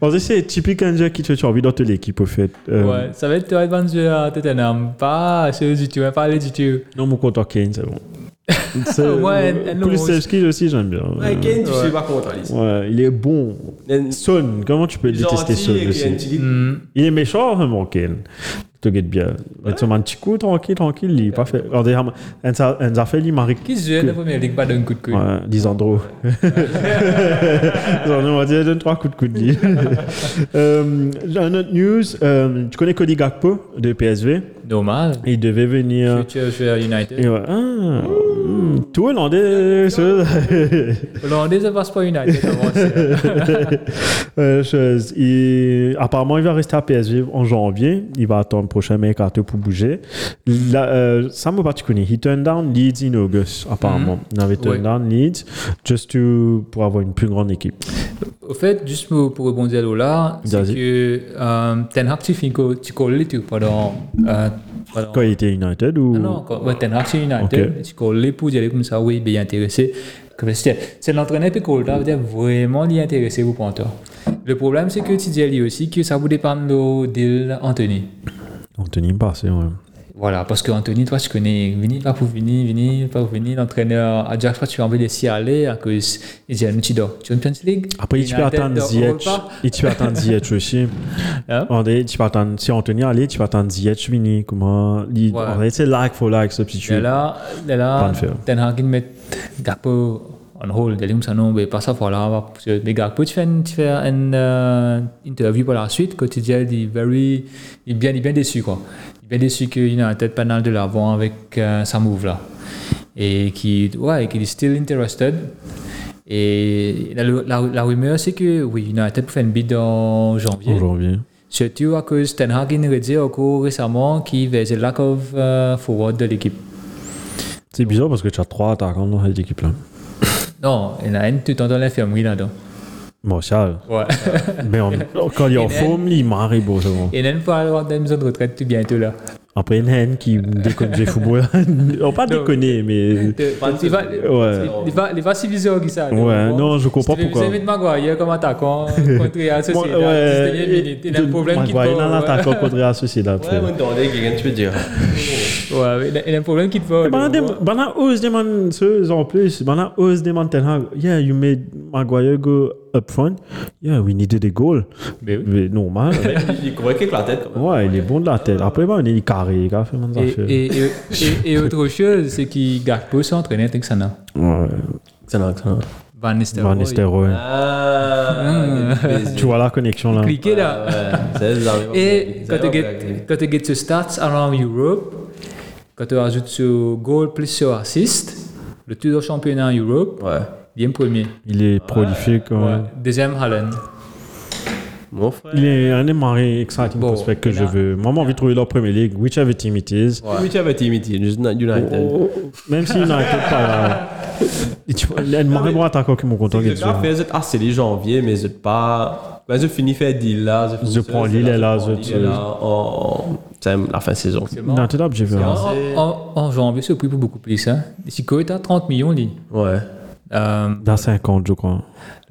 A: On sait, c'est typique un joueur qui te fait envie dans toute l'équipe, au fait. Euh,
C: Ouais, ça va être toi, Evan, joueur à Tottenham. Pas ceux du tout, hein, pas les du tout.
A: Non, mon compte en Kane, c'est bon. C'est-
C: Ouais, non,
A: Kulusevski aussi, j'aime bien.
B: Ouais,
A: Euh,
B: Kane, tu sais pas comment t'as lisé.
A: ouais, il est bon. Son, comment tu peux détester Son aussi Il est méchant, vraiment, Kane. Tu te guettes bien. Il te met un petit coup, tranquille, tranquille. Il est pas fait. Regardez, un ça- un ça fait, il m'a récupéré.
C: Qui se joue la première ligue, pas d'un coup de coude.
A: Ouais, Lisandro. Lisandro, on va dire, donne trois coups de coude. lui. euh, j'ai un autre news. euh, tu connais Cody Gakpo de PSV
C: Normal.
A: Il devait venir.
C: Futur joueur United.
A: Et ouais, ah, hmm, tout hollandais. ce-
C: Hollandais, ça passe pas United hein. avant. c'est-
A: Euh, chose. Il- apparemment, il va rester à PSV en janvier. Il va attendre le prochain mercato pour bouger. Là, euh, ça me particulier. He turned down Leeds in August, apparemment. Il avait turned
C: Hmm. Ouais.
A: down Leeds just to, pour avoir une plus grande équipe.
C: Ah. Au fait, juste pour, pour rebondir là, là, c'est
A: Vas-y.
C: que euh, Ten Hag, tu finis co- tu colles tout pendant. euh, pendant-
A: Quand il était United ou.
C: Ah non, quand- ouais, Ten Hag, c'est United.
A: Ok.
C: Tu colles pour dire comme ça, oui, bien intéressé. Comme si C'est c'est l'entraîneur qui colle là, veut dire vraiment l'y intéresser, vous pensez. Le problème, c'est que tu dis lui aussi que ça vous dépend de le deal Anthony.
A: Anthony Mbassé, ouais.
C: Voilà, parce que Anthony, toi, tu connais, vini, pas pour venir, vini, pas pour venir. L'entraîneur, à chaque fois, tu as envie de s'y aller à cause, il dit, tu dors Champions League.
A: Après, il peut
C: United
A: attendre
C: dort
A: Ziyech.
C: Europa.
A: Il peut attendre Ziyech aussi.
C: Hein?
A: On dit, tu peux attendre, si Anthony allait, tu peux attendre Ziyech, Vini. Comment. il-
C: Ouais.
A: On dit, c'est like for like substitute.
C: Et là, et
A: Pas
C: là
A: de faire.
C: Ten Hag il met Gakpo en hold. Il dit comme ça, non, mais pas ça, voilà. Parce que, mais Gakpo, tu fais une, tu fais une euh, interview par la suite, quand tu dis, il est, very, il est, bien, il est bien déçu, quoi. Il est bien déçu qu'il a un tête panel de l'avant avec euh, sa move, là. Et qui, ouais, qu'il est still interested. Et la, la, la rumeur, c'est que, oui, United peut faire une bid en janvier.
A: En janvier.
C: Surtout à cause Ten Hag il nous a dit au cours récemment qu'il faisait lack of euh, forward de l'équipe.
A: C'est bizarre parce que tu as trois attaquants dans cette équipe-là.
C: Non, il y en a une tout en dans l'infirmerie là-dedans.
A: Martial.
C: Ouais.
A: Mais on- quand il est en forme, il marre beau, c'est bon.
C: Il y en a une pour aller voir dans la maison de retraite tout bientôt là.
A: Après, il y en a une qui déconne du football. On pas déconner, mais.
C: Il va,
A: Ouais.
C: il va, il va civiliser au ça.
A: Ouais, non, je comprends pourquoi.
C: Vous avez de Maguire comme attaquant contre Real
A: Moi,
C: Sociedad.
A: ouais,
C: 19e minute. Il a un
A: de-
C: problème qui te
A: Maguire, il en a
C: va.
A: attaquant contre Real Sociedad. frère.
B: tu peux dire.
C: Ouais, ouais, il a- il a un problème qui te va.
A: Bana dem- Bana ose demande ceux en plus. Bana ose demande Ten Hag. Yeah, you made Maguire go up front. Yeah, we needed a goal.
C: Mais oui.
A: Mais normal.
B: Il convaincu avec la tête quand même.
A: ouais, il est bon de la tête. Après, ben, il est carré, les gars. Fait, man, ça
C: Et,
A: fait.
C: et, et, et, et autre chose, c'est qu'il garde pas son entraîneur avec ça. non.
A: Ouais,
C: Ah
B: Excellent, excellent.
C: Van Nistelrooy.
A: Van Nistelrooy.
B: Ah,
A: Tu vois la connexion là.
C: Cliquez là.
A: Ah.
C: Et quand tu
B: gagnes.
C: get- quand tu get sur stats around Europe, quand tu rajoutes sur goal plus sur assist, le tout au championnat en Europe,
B: Ouais.
C: il est premier.
A: Il est prolifique. ouais.
C: Deuxième, Haaland.
B: Mon frère.
A: Il est un des marés exciting
C: Bon,
A: prospect que
C: il
A: je
C: a-
A: veux. Moi, j'ai envie de trouver leur Premier League, whichever team it is.
B: Oui, tu avais Timmy United.
A: Même si United, pas là. Et tu vois, Elle m'aurait bon attaquant qui m'ont content.
B: Le gars fait ah, c'est les janvier, mais je pas. Quand je finis faire deal là,
A: Je prends Lille et là, je-
B: C'est Oh, la fin de saison.
A: United, j'ai vu. hein.
C: En- En en janvier, ce prix pour beaucoup plus. Hein. Si Koé est à 30 millions, lui.
B: Ouais.
C: Euh,
A: Dans 50, je crois.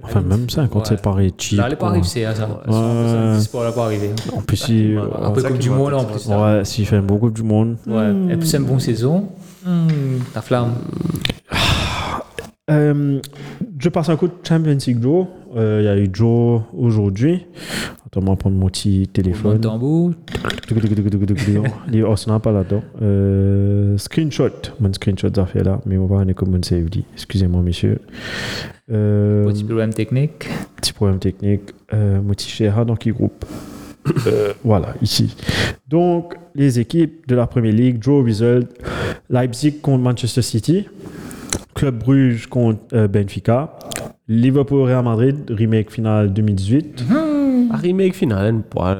A: Enfin, même 50, c'est
C: Ouais.
A: pareil. Cheap.
C: là, elle n'est pas
A: quoi.
C: arrivée, c'est à ça. Le sport n'est pas arrivé.
A: En plus, il-
C: Après Coupe du Monde, en plus. hein. là.
A: Ouais, s'il fait beaucoup du monde.
C: Ouais. Et puis, c'est une bonne saison. Hmm, ta flamme.
A: Euh, je passe un coup de Champions League Joe. Euh, Il y a eu Joe aujourd'hui. Attends, moi, prendre mon petit
C: Bon
A: téléphone.
C: tambour.
A: Les Arsenal pas là-dedans. Euh, screenshot. Mon screenshot, ça fait là. Mais on va aller comme une save dit. Excusez-moi, monsieur. Euh,
C: Petit problème technique.
A: petit problème technique. Euh, mon petit Sheha dans qui groupe Euh, Voilà, ici. Donc, les équipes de la Premier League, Draw Result, Leipzig contre Manchester City, Club Bruges contre euh, Benfica, Liverpool Real Madrid, remake finale 2018. Mm.
B: Un remake final, une poêle.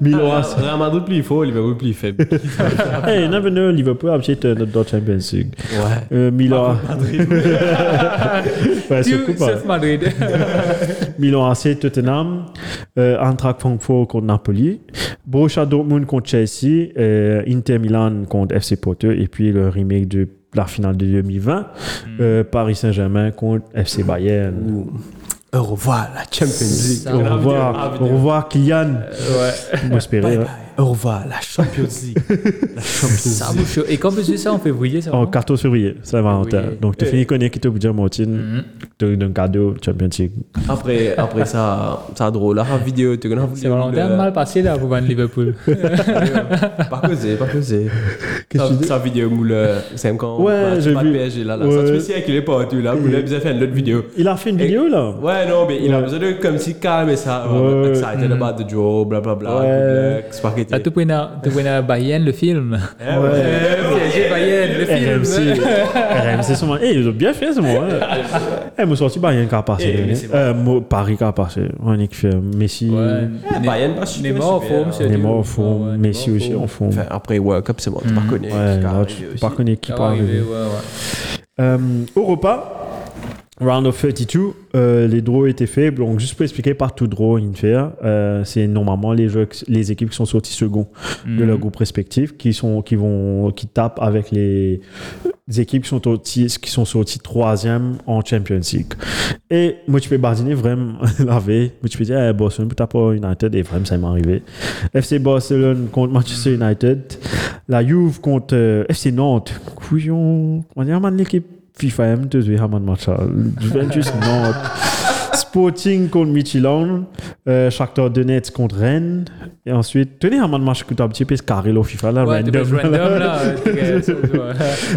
A: Milan AC.
B: Ah, Real Madrid plus fort, Liverpool plus faible.
A: Hey, never know, Liverpool a peut-être euh, notre dans Champions League.
B: Ouais.
A: Euh, Milan. ouais, c'est
C: Tu-
A: cool, pas.
C: Sauf Madrid.
A: Milan AC, Tottenham, euh, Eintracht Francfort contre Napoli, Borussia Dortmund contre Chelsea, euh, Inter Milan contre FC Porto, et puis le remake de la finale de 2020,
C: Hmm.
A: euh, Paris Saint-Germain contre FC Bayern.
B: Au revoir, la Champions League.
C: Ça
A: Au
C: va. Euh,
A: revoir, au revoir Kylian. Vous m'espérez, hein.
B: Au revoir, la Champions League. La
C: Ça
B: Champions League.
C: bouge chaud. Et quand on fait ça en février, ça
A: En
C: va.
A: 14 février, Saint-Valentin.
C: Oui. Hmm.
A: Donc, tu finis connaître qui te budget Martin, tu donnes un cadeau, Champions League.
B: Après, après ça, ça drôle. La vidéo, tu connais
C: C'est Valentin mal passé là pour Van Liverpool.
B: euh, Pas causé, pas causé.
A: Qu'est-ce que tu dis?
B: Sa vidéo moule, euh, c'est quand
A: Ouais,
B: bah, tu
A: j'ai
B: parles
A: vu.
B: PSG là, là.
A: Ouais.
B: Ça te fait siècle, il est pas tu là. Moule, il a fait une autre vidéo.
A: Il a fait une
B: Et-
A: vidéo là.
B: Ouais, non, mais il a
A: Ouais.
B: besoin de comme si calme et ça.
A: Ouais. mm.
B: Excited about the draw,
A: Ouais.
B: blablabla. complexe, spaghetti.
C: T'as tout pris à tout pris à Bayern, le film.
B: Eh,
A: Ouais. Eh
C: PSG Bayern, le
A: RMC,
C: hein.
A: RMC sûrement. Eh, ils ont bien fait ce mois.
C: Ah,
A: Eh, mon sorti Paris qui a
B: Eh,
A: passé.
B: mais c'est
A: Euh, mo- Paris qui a passé. On est qui fait Messi.
C: Ouais.
B: Ah, Bayern, pas super,
C: Neymar en
B: super,
C: forme,
B: hein.
C: c'est
A: Neymar en
C: Ouais,
A: forme.
C: Neymar
A: Messi
C: en
A: aussi
C: forme.
A: en forme.
B: Enfin, après World Cup, c'est bon, tu pas connais.
A: Mm. Ouais, là, tu peux pas connaître qui
C: Ça
A: peut
C: va arriver,
A: arriver.
C: Ah ouais, ouais.
A: Euh, Europa, round of 32, euh, les draws étaient faits. Donc, juste pour expliquer, par tout draw in fair, euh, c'est normalement les, jeux, les équipes qui sont sorties second de leur groupe respectif, qui, sont, qui, vont, qui tapent avec les équipes qui sont sorties, qui sont sorties troisième en Champions League. Et moi, tu peux bardiner vraiment la veille. Moi, tu peux dire, eh, Barcelone, peut pas United, et vraiment, ça m'est arrivé. FC Barcelone contre Manchester United. La Juve contre euh, FC Nantes. Couillon. On dirait man, l'équipe FIFA M2, Haman Matcha. Juventus Nantes. Sporting contre Michelin, euh, Shakhtar Donetsk contre Rennes, et ensuite, tenez un match que tu as un petit peu ce carré là au FIFA là,
C: Ouais,
A: random.
C: random, random là. ouais, c'est- ouais.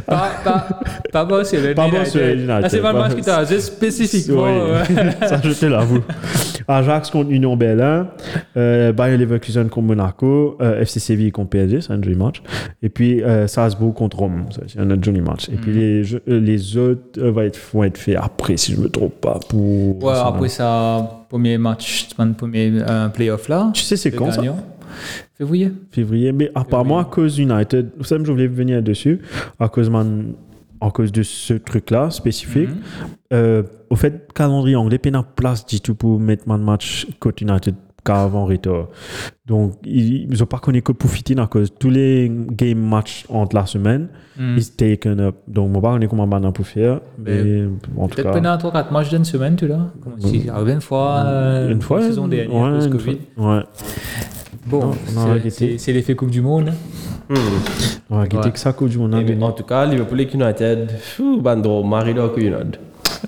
C: pas, pas, pas bon sur le
A: Pas bon
C: United.
A: sur le United.
C: Ah, c'est pas le match que t'as juste spécifiquement. ouais.
A: Oui. Ça, je te l'avoue. Ajax contre Union Berlin, euh, Bayer Leverkusen contre Monaco, euh, FC Séville contre PSG, c'est un joli match. Et puis euh, Salzbourg contre Rome, ça, c'est un autre joli match. Et
C: Mm.
A: puis les, jeux- euh, les autres euh, vont, être, vont être faits après, si je me trompe pas. Pour
C: Ouais, après ça, premier match, tu prends le premier euh, playoff là.
A: Tu sais, c'est
C: Le
A: quand ça
C: gagnant. Février.
A: février. Mais apparemment, à cause United, ça, je voulais venir dessus, à cause, man, à cause de ce truc-là spécifique.
C: Mhm.
A: euh, au fait, calendrier anglais, il y a place du tout pour mettre man match contre United qu'avant Rito. Donc, ils n'ont pas connu que Poufitine à cause tous les game match entre la semaine, Hmm.
C: Mhm.
A: ils sont taken up. Donc, on ne pas comment on pour faire.
C: Ben,
A: Mais en tout
C: Peut-être
A: cas.
C: pendant 3-4 matchs d'une semaine, tu l'as. Comme si, arrivé une fois, euh,
A: Hmm. Une fois,
C: la saison dernière,
A: ouais,
C: cause
A: une
C: Covid.
A: fois- ouais,
C: Bon,
A: on a
C: c'est-
A: arrêté.
C: c'est c'est l'effet Coupe du Monde.
A: on va quitter que ça, Coupe du Monde. on a
B: Et
A: gagné.
B: En tout cas, Liverpool et United, fou, bandro, Marilo et United.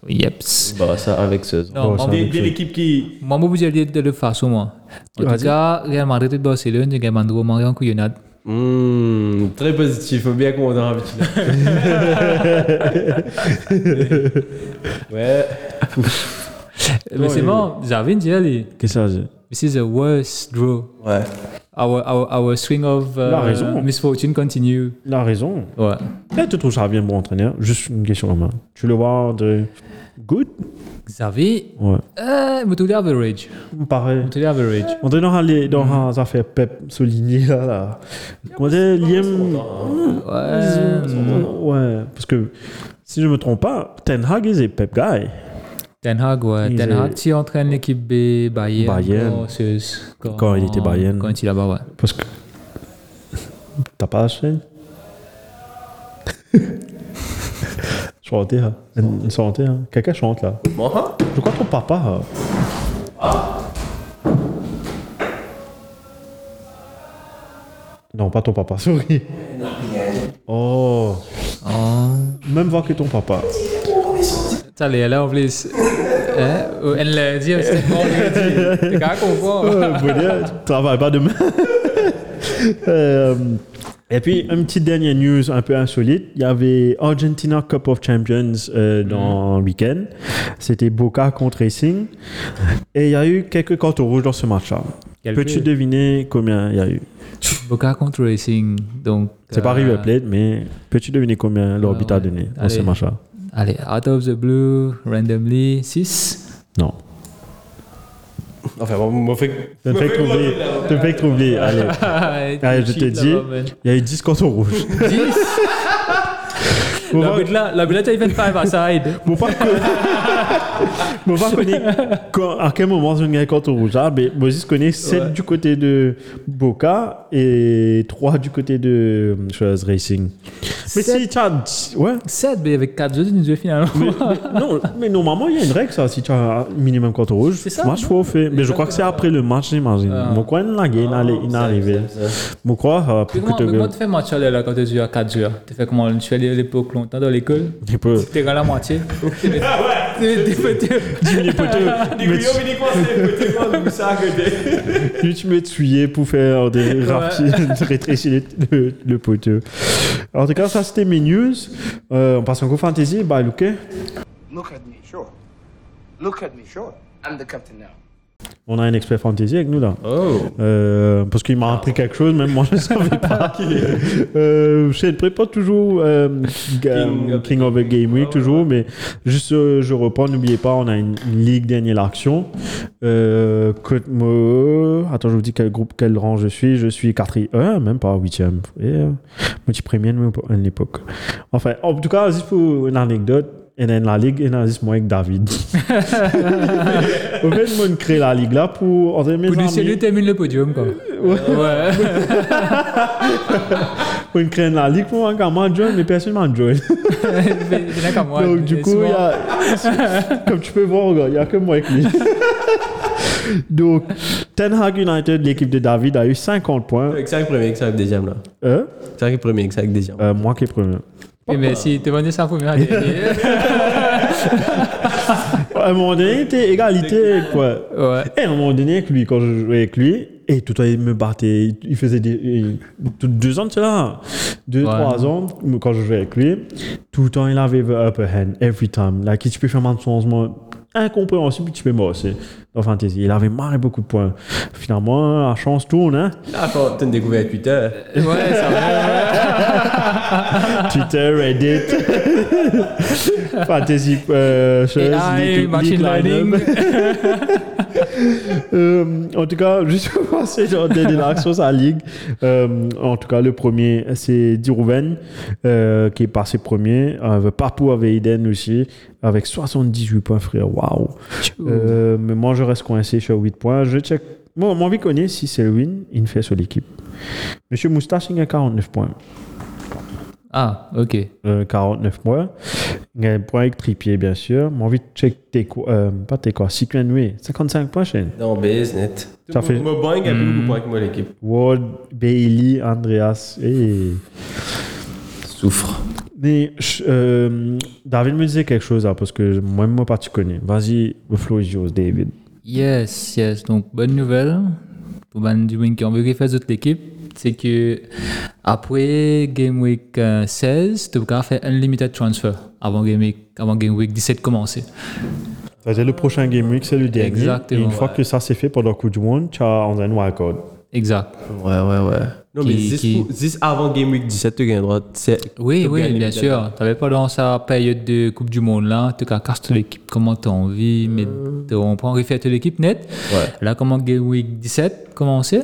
C: Yeps.
B: Bah, ça avec ce.
C: Non,
A: ça,
C: moi,
A: avec
B: Bien l'équipe qui.
C: moi, moi, vous allez de le façon, moi. En
A: Vas-y.
C: tout cas, Real Madrid et Barcelone, j'ai gagné au Marion Couillonnade.
B: Hmm, très positif, faut bien qu'on en habitude. ouais.
C: Mais c'est bon, j'avais dit, allez,
A: Qu'est-ce que ça, c'est
C: this is the worst draw.
B: Ouais.
C: Our, our, our swing of euh,
A: Il a raison.
C: misfortune continue.
A: Il a raison.
C: Ouais.
A: Là, tu trouves Xavi un bon entraîneur Juste une question quand même. Tu le vois de good
C: Xavi,
A: Ouais.
C: euh, Moutouli average.
A: Pareil.
C: Moutouli average.
A: On dirait dans les dans les affaires Pep souligné là là. On dirait Liam.
C: Ouais.
A: Ouais, parce que si je me trompe pas, Ten Hag is a Pep guy.
C: Ten Hag, ouais.
A: Ils
C: Ten
A: ont-
C: Hag, tu entraînes l'équipe B, Bayern.
A: Bayern.
C: Quand, c'est-
A: Quand il était Bayern.
C: Quand il était là-bas, ouais.
A: Parce que t'as pas la chaîne. Je chantais, hein. Une chantait, hein. Caca chante là.
B: Moi
A: Je crois ton papa. euh, Non, pas ton papa, souris. Oh. Même voir que ton papa.
C: Ça, les là, on voulait. Hein? Elle l'a dit, c'est bon, elle l'a dit. T'es quand même content.
A: Euh, Bonnet, tu travailles pas demain. Euh, et puis, une petite dernière news un peu insolite. Il y avait Argentina Cup of Champions euh, dans
C: Mm-hmm.
A: le week-end. C'était Boca contre Racing. Et il y a eu quelques cartons rouges dans ce match-là.
C: Quelques.
A: Peux-tu deviner combien il y a eu
C: Boca contre Racing. Donc. euh,
A: C'est pas River Plate, mais peux-tu deviner combien l'orbite a
C: Ah. ouais.
A: donné dans
C: Allez.
A: ce match-là
C: Allez, out of the blue, randomly, 6.
A: Non.
B: Enfin, bon, moi, fait.
A: Te fais trouver. Te fais trouver. Allez.
C: Ah,
A: Allez, je te dis, il y a eu 10 cartons rouges.
C: 10
A: Faut
C: La
A: voir-
C: but là, la but là, t'as 25 aside.
A: Mon pas Mon pas connaît quand- à quel moment je gagne contre rouge. Ah, mais Moses connaît 7 du côté de Boca et 3 du côté de hum, chose, Racing. Mais
C: Sept.
A: si tu as. Ouais.
C: 7, mais avec 4 jeux, tu nous joues finalement.
A: Non, mais normalement, il y a une règle, ça. Si tu as un minimum contre rouge,
C: C'est ça,
A: match
C: non Ah.
A: faut faire. Mais je crois que c'est après le match, j'imagine. Mon coin, la gagne, elle est inarrivée. Mon crois, euh,
C: Mais
A: pour
C: Ah, comment,
A: que
C: mais comment
A: tu
C: tu fais match aller là quand tu joues à 4 joueurs Tu fais comment Tu fais les- l'époque longtemps dans l'école
A: tu peux.
C: T'es à la moitié Ah ouais T'es petit.
A: Puis tu mets tuyé pour faire des rapides, rétrécir les- le, le poteau. En tout cas, ça c'était mes news. Euh, on passe en go fantasy. Bah, Luke.
F: Look at me, sure. Look at me, sure. I'm the captain now.
A: On a un expert fantasy avec nous là.
B: Oh.
A: Euh, parce qu'il m'a appris quelque chose, même moi je ne savais pas. euh, je ne prépare toujours euh, ga- King, of the Game Ah Week, toujours, mais juste euh, je reprends, n'oubliez pas, on a une, une ligue dernière l'action. Euh, côte mo- Attends, je vous dis quel groupe, quel rang je suis. Je suis 4 1, même pas 8e. Et, euh, petit premier à l'époque. Enfin, en tout cas, juste pour une anecdote. Et dans la ligue, et dans juste moi avec David. Au fait, moi, je crée la ligue là pour entre mes
C: Pour lui,
A: amis.
C: c'est lui qui termine le podium quoi. Ouais.
A: pour une créer la ligue pour un gars m'a joint mais personne m'a joint
C: Il y en a comme moi.
A: donc du coup il y a comme tu peux voir regarde, il y a que moi avec lui donc Ten Hag United l'équipe de David a eu 50 points
B: Avec 5 premiers, avec 5 deuxième là.
A: Euh,
B: 5 premiers, avec 5 deuxième.
A: euh, moi qui est premier
C: Et mais si t'es vendu ça en première année.
A: à un moment donné t'es égalité quoi
C: Ouais.
A: et à un moment donné avec lui quand je jouais avec lui et tout le temps, il me battait il- il faisait des il- tout- deux ans de cela hein. deux
C: Ouais.
A: trois ans quand je jouais avec lui tout le temps il avait the upper hand every time like tu peux faire maintenant incompréhensible, puis tu peux morcer dans Fantasy. Il avait marre beaucoup de points. Finalement, la chance tourne, hein.
B: Attends, t'as une découverte Twitter.
C: Ouais, ça va.
A: Twitter, Reddit, Fantasy, euh, chose,
C: AI,
A: League- League
C: machine
A: lineup.
C: learning.
A: Euh, en tout cas, juste pour passer genre des sur sa ligue. euh, en tout cas, le premier, c'est Dirouven euh, qui est passé premier. Euh, Papou avait Eden aussi avec 78 points, frère. Waouh! Euh, Mais moi, je reste coincé sur 8 points. Je check. Moi, mon vie connaît si c'est le win, il fait sur l'équipe. Monsieur Moustache, il a 49 points.
C: Ah, ok.
A: Euh, 49 mois. Il y a un point avec Tripier, bien sûr. Mon envie de check tes quoi, euh, pas tes quoi, Secret Nuit, 55 points chaîne.
B: Non, base, net.
A: Ça fait-
B: Moi, Boeing a plus beaucoup de points que moi, l'équipe.
A: Ward, Bailey, Andreas et.
B: Souffre.
A: Mais ch- euh, David me disait quelque chose là, parce que moi, moi pas tu connais. Vas-y, le flow is yours, David.
C: Yes, yes. Donc, bonne nouvelle pour Van Duwin qui ont vérifié toute l'équipe. C'est que après Game Week euh, 16, tu pourras faire unlimited transfer avant Game Week, avant game week 17 commencer.
A: C'est-à-dire le prochain Game Week, c'est le dernier.
C: Euh, Exactement,
A: Et une fois
C: ouais.
A: que ça c'est fait pendant le Coup du Monde, tu as en un wildcard.
C: Exact.
B: Ouais, ouais, ouais. Non, mais
C: Qui-
B: 10,
C: qui-
B: avant Game Week 17, tu gagnes droit. C'est...
C: Oui,
B: Top Gun,
C: oui, bien
B: évidemment.
C: sûr. Tu n'avais pas dans sa période de Coupe du Monde là. Tu as casse toute l'équipe, comment tu as envie. Mais t'as- on prend vérifier toute l'équipe net.
B: Ouais.
C: Là, comment Game Week 17 commencer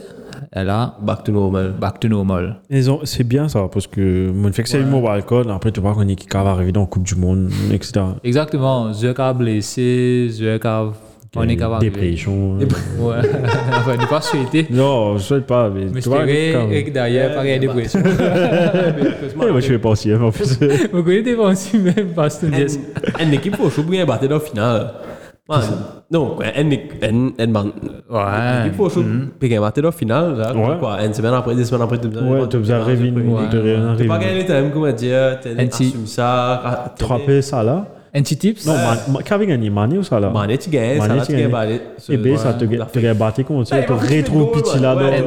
C: Et là,
B: Back to normal.
C: back to normal.
A: Ils ont- C'est bien ça, parce que mon fait que c'est le mot wildcard, après tu vois qu'on est qui va arriver dans la Coupe du Monde, etc.
C: Exactement. Zerka blessé, Zerka. On est capable.
A: Dépression. euh,
C: Ouais, enfin, ne pas souhaiter.
A: Non, je souhaite pas, mais,
C: Mais
A: tu vois, comme-
C: je et d'ailleurs, pareil, des bruits.
A: Ouais, moi, je fais pas aussi, hein, en plus.
C: Vous connaissez pas aussi, même, parce que yes.
B: En équipe, faut jouer bien, battre dans le final. Man, non, en équipe, man.
C: Ouais.
B: L'équipe, faut jouer bien, battre dans le final. Là,
A: Ouais.
B: quoi, une semaine après, deux semaines après, tu
A: Ouais, tu as rêvé une minute de rien
B: T'es
A: arriver.
B: pas gagné, t'as même comment dire, t'as
C: NT.
B: assume ça. ah, t'es-
A: Trapper ça là
C: Anti tips?
A: Non, Man- Ma- qui avait gagné Mané ou ça là
B: Mané, tu
A: Mané,
B: gagnes, ça, Eh
A: tu
B: tu gagnes,
A: gagnes.
B: bah, allez,
A: Et bien,
B: ouais,
A: ça te
B: la-
A: te battu contre ça,
B: Ouais,
A: te
B: en plus, tu
A: rétro
B: ben, fais le
A: petit
B: goal,
A: là
B: ouais.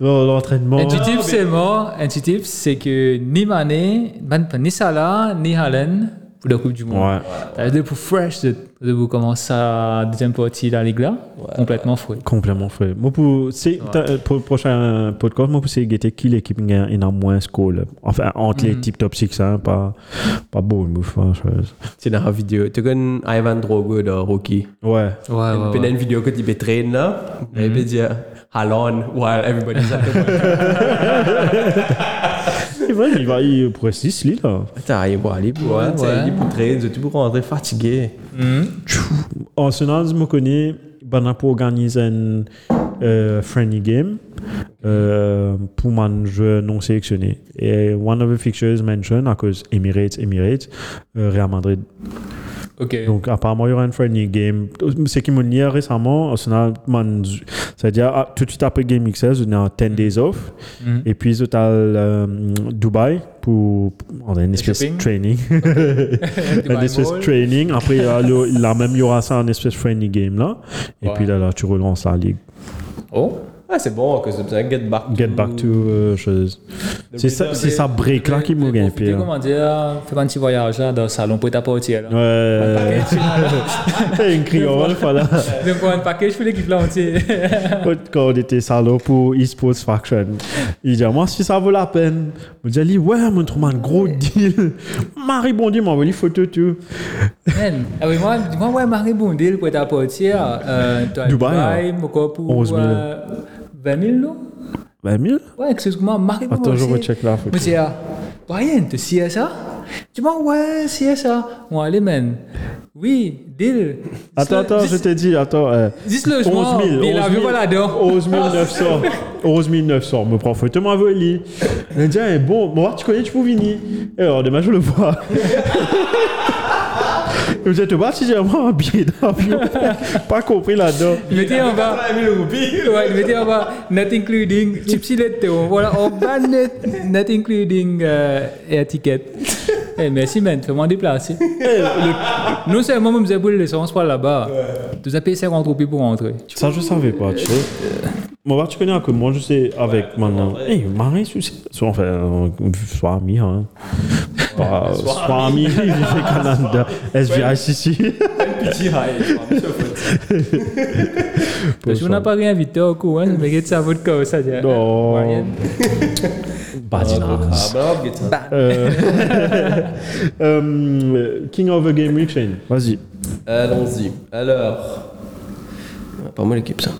B: Eh,
A: dans dans l'entraînement.
C: Un petit tip seulement, un petit tip, c'est que ni Mané, man- pas ni Salah, ni Haaland pour la Coupe du Monde.
A: Ouais.
C: T'as les deux pour fresh de, de vous commencer sa deuxième partie de la Ligue là, complètement fouet.
A: Complètement frère. Moi pour c'est t'as- euh, pour le prochain podcast, moi pour c'est guetter qui l'équipe gagne et en moins score. là. Enfin entre
B: Mhm.
A: les types top 6 hein, pas pas beau une bouffe. hein, chose.
B: C'est dans la vidéo. Tu connais Ivan Drogo de Rocky.
A: Ouais.
C: Ouais, Ah, ouais,
B: Il y a une vidéo que tu peux traîner là. Et puis dire Halon while everybody's at the
A: C'est vrai, il va il pourrait 6 lui là.
B: Attends, il est bon, il est bon.
C: Ouais,
B: tu sais,
C: ouais.
B: Il est pour traîner, tu peux rentrer fatigué.
A: Arsenal, je me connais, ben, on peut organiser un euh, friendly game euh, pour mon joueur non sélectionné. Et one of the fixtures mentioned, à cause Emirates, Emirates, euh, Real Madrid.
C: Ok.
A: Donc, apparemment, il y aura un friendly game. Ce qui me dit récemment, Arsenal, man, c'est-à-dire ah, tout de suite après Game XS, on a 10 days off.
C: Mhm.
A: Et puis, on a euh, Dubaï pour, on a une espèce de
C: shopping.
A: training.
C: Dubai
A: un espèce de
C: Mall.
A: training. Après, il y a le- la même, il y aura ça, un espèce de friendly game là. Et
C: Ouais.
A: puis là, là, tu relances la ligue.
C: Oh,
B: Ah, c'est bon, que c'est besoin de get back.
A: Get back to euh, choses. C'est ça, c'est ça break là qui me gagne.
C: profiter,
A: puis, là.
C: comment dire, faire un petit voyage là dans le salon pour ta partie là.
A: Ouais. une criole, voilà.
C: Je prends un package pour l'équipe là entière.
A: Quand on était salaud pour eSports Faction, il dit Moi, si ça vaut la peine, je me dis Ouais, mon trouve un gros deal. Marie Bondy m'a envoyé les photos, tout.
C: Man, ah oui, moi, moi, ouais, Marie Bondil pour ta portière. Euh, toi,
A: Dubaï, hein.
C: Dubaï, mon corps pour
A: 11 000.
C: euh, 20 000, non
A: 20 000
C: Ouais, excuse-moi, Marie Bondil.
A: Attends, je recheck la photo.
C: Mais c'est, euh, Brian, tu sais ça Tu dis, ouais, c'est ça. Ouais, allez, man. Oui, deal.
A: Attends, attends, je t'ai dit, attends. euh,
C: Dis le
A: 11 000.
C: logement, il a
A: 11
C: vu
A: 000,
C: voilà dedans.
A: 11 900. 11 900. Me prends photo, moi, Voli. Il dit, eh, bon, moi, tu connais, tu peux venir. Et alors, demain, je le vois. Il me dit, tu vois, si j'ai vraiment un billet d'avion, pas compris là-dedans.
C: Il mettait en bas. Ouais, il mettait en bas. Not including. Chipsy Letto. Voilà, en bas, net, not including euh, air ticket. Eh, merci, man. Fais-moi déplacer. Non seulement, même, vous avez l'essence par là-bas. Vous avez payé 50 roupies pour rentrer.
A: Ça, je savais pas, tu sais. Moi, tu connais que moi, je sais, avec maintenant. Eh, Marie, tu sais. Soit, enfin, euh, soit ami, hein. Swami, Swami Vivekananda, SVICC.
B: Pitié,
C: Je vous n'ai pas réinvité au courant, mais regardez ça à votre corps, ça dit.
A: Non.
C: Marianne.
B: Ah,
A: Badinaz.
B: bah,
A: Euh, euh, King of the Game Week, Shane. Vas-y.
B: Allons-y. Alors. Pas moi l'équipe, ça.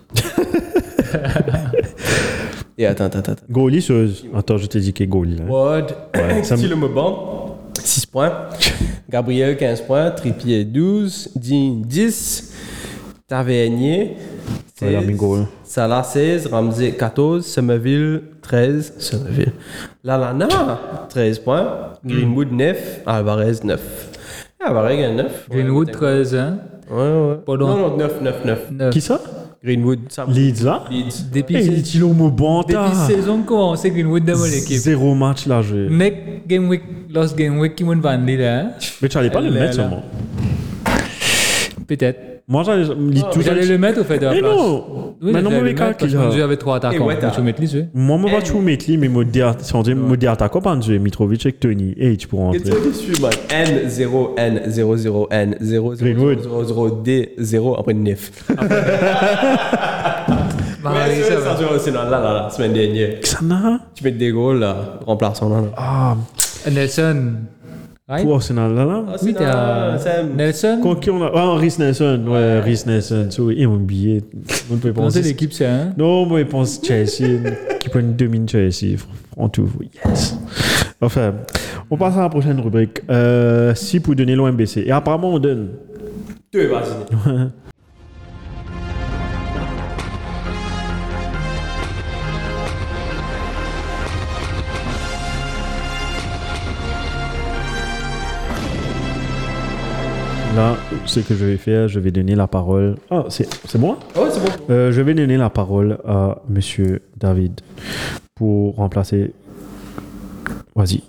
B: Et attends, attends, attends.
A: Goalie, ce- Attends, je t'ai dit qu'il est goalie. hein.
B: Ward,
A: Ouais, ça me-
B: si le bon, 6 points. Gabriel, 15 points. Tripier, 12. Dean, 10. Tavernier,
A: Ouais,
B: 16.
A: Domingo, hein.
B: Salah, 16. Ramsey, 14. Somerville, 13. Somerville. Mm. Lalana, 13 points. Greenwood, 9. Alvarez, 9. Alvarez, gagne 9.
C: Greenwood, 13 ans.
B: Ouais, ouais.
C: Pardon.
B: Non, non, 9, 9, 9.
C: Neuf.
A: Qui ça
B: Greenwood, ça
A: Leeds, là Eh,
B: Leeds.
C: Depuis
A: Et
C: sais-
A: Litilo Mobanta.
C: depuis saison commencée, Greenwood dans mon équipe.
A: Zéro match là
C: Mm.
A: joué.
C: Next game week, last game week, qui m'a vendu là. hein?
A: Mais tu n'allais pas le
C: Elle est
A: mettre
C: là.
A: seulement.
C: Peut-être.
A: Moi j'allais lit tout
C: Vous allez le mettre au fait de la
A: Mais
C: place.
A: non
C: Oui,
A: Mais non,
C: vous allez
A: mais
C: le
A: quand
C: mettre, parce
A: qu'il
C: qu'on
A: a-
C: dit avec trois attaquants,
B: ouais, t'as-
C: tu mets les yeux.
A: Moi, je vais tout mettre, mais mon dia- si on dit mon dia attaquant, pas Dieu, Mitrovic et Tony. Et tu pourras
B: Qu'est-ce
A: rentrer.
B: que tu suis, man? N0, N00, N00,
A: Greenwood.
B: 00, D0, après 9.
C: Marie, Ah, ça va.
B: c'est là, là, là, la semaine dernière.
A: Xana
B: Tu mets des goals, là, remplaçant, là. là.
A: Ah,
C: euh, Nelson. Right?
A: Pour Arsenal, là, là.
C: Oui, t'as- Nelson.
A: Contre qui on a Ah, Rhys Nelson. Ouais, Rhys Nelson. Tu vois, ils m'ont oublié. On ne peut
C: Comment c'est
A: penser.
C: l'équipe, ça, hein?
A: Non, moi, je pense Chelsea. qui prend une demi Chelsea. En tout, oui, yes. Enfin, on passe à la prochaine rubrique. Euh, si pour donner l'OMBC. Et apparemment, on donne.
B: Deux, vas-y.
A: Là, ce que je vais faire, je vais donner la parole. Ah, c'est c'est bon hein
B: Oh, c'est bon.
A: Euh, je vais donner la parole à Monsieur David pour remplacer. Vas-y.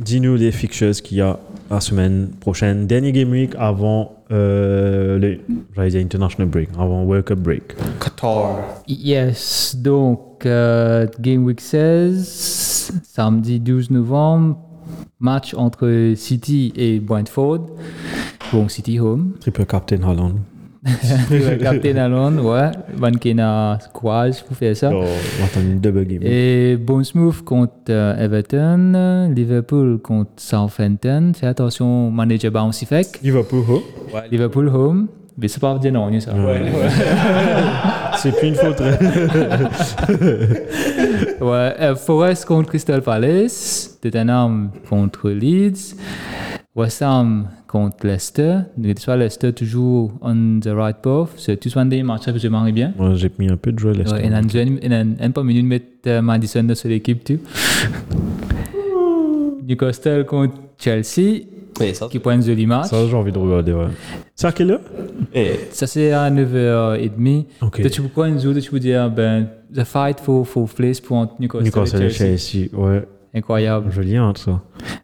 A: Dis-nous les fixtures qu'il y a la semaine prochaine. Dernier game week avant euh, le. J'allais dire international break, avant World Cup break.
B: Qatar.
C: Yes, donc euh, Game Week 16, samedi 12 novembre, match entre City et Brentford. Bon, City Home.
A: Triple Captain Haaland.
C: Captain Allen, ouais. Van Kena courage pour faire ça.
A: Oh, on attend une double game. week.
C: Et Bournemouth contre euh, Everton, euh, Liverpool contre Southampton. Fais attention, manager bounce effect.
A: Liverpool, oh.
C: Liverpool Home. Mais c'est pas bien non, ça.
A: c'est plus une faute.
C: Ouais, euh, Forest contre Crystal Palace, Tottenham contre Leeds, West Ham contre Leicester. Donc, soit Leicester toujours on the right path. C'est tous un des matchs que je m'en bien.
A: Moi, j'ai mis un peu de jeu à
C: Ouais, et
A: l'espace.
C: un jeune, et un, un pas minute de mettre euh, Madison dans sur l'équipe, tu. Newcastle contre Chelsea,
B: Et ça,
C: qui prend un joli match.
A: Ça, j'ai envie de regarder, ouais. C'est à quelle heure
B: Et
C: Ça, c'est à 9h30.
A: Ok.
C: Toi, Tu peux prendre un jour, tu peux dire, ben, the fight for, for place pour entre Newcastle,
A: Newcastle
C: et
A: et
C: Chelsea.
A: Chelsea, ouais.
C: Incroyable.
A: Joli, hein, ça.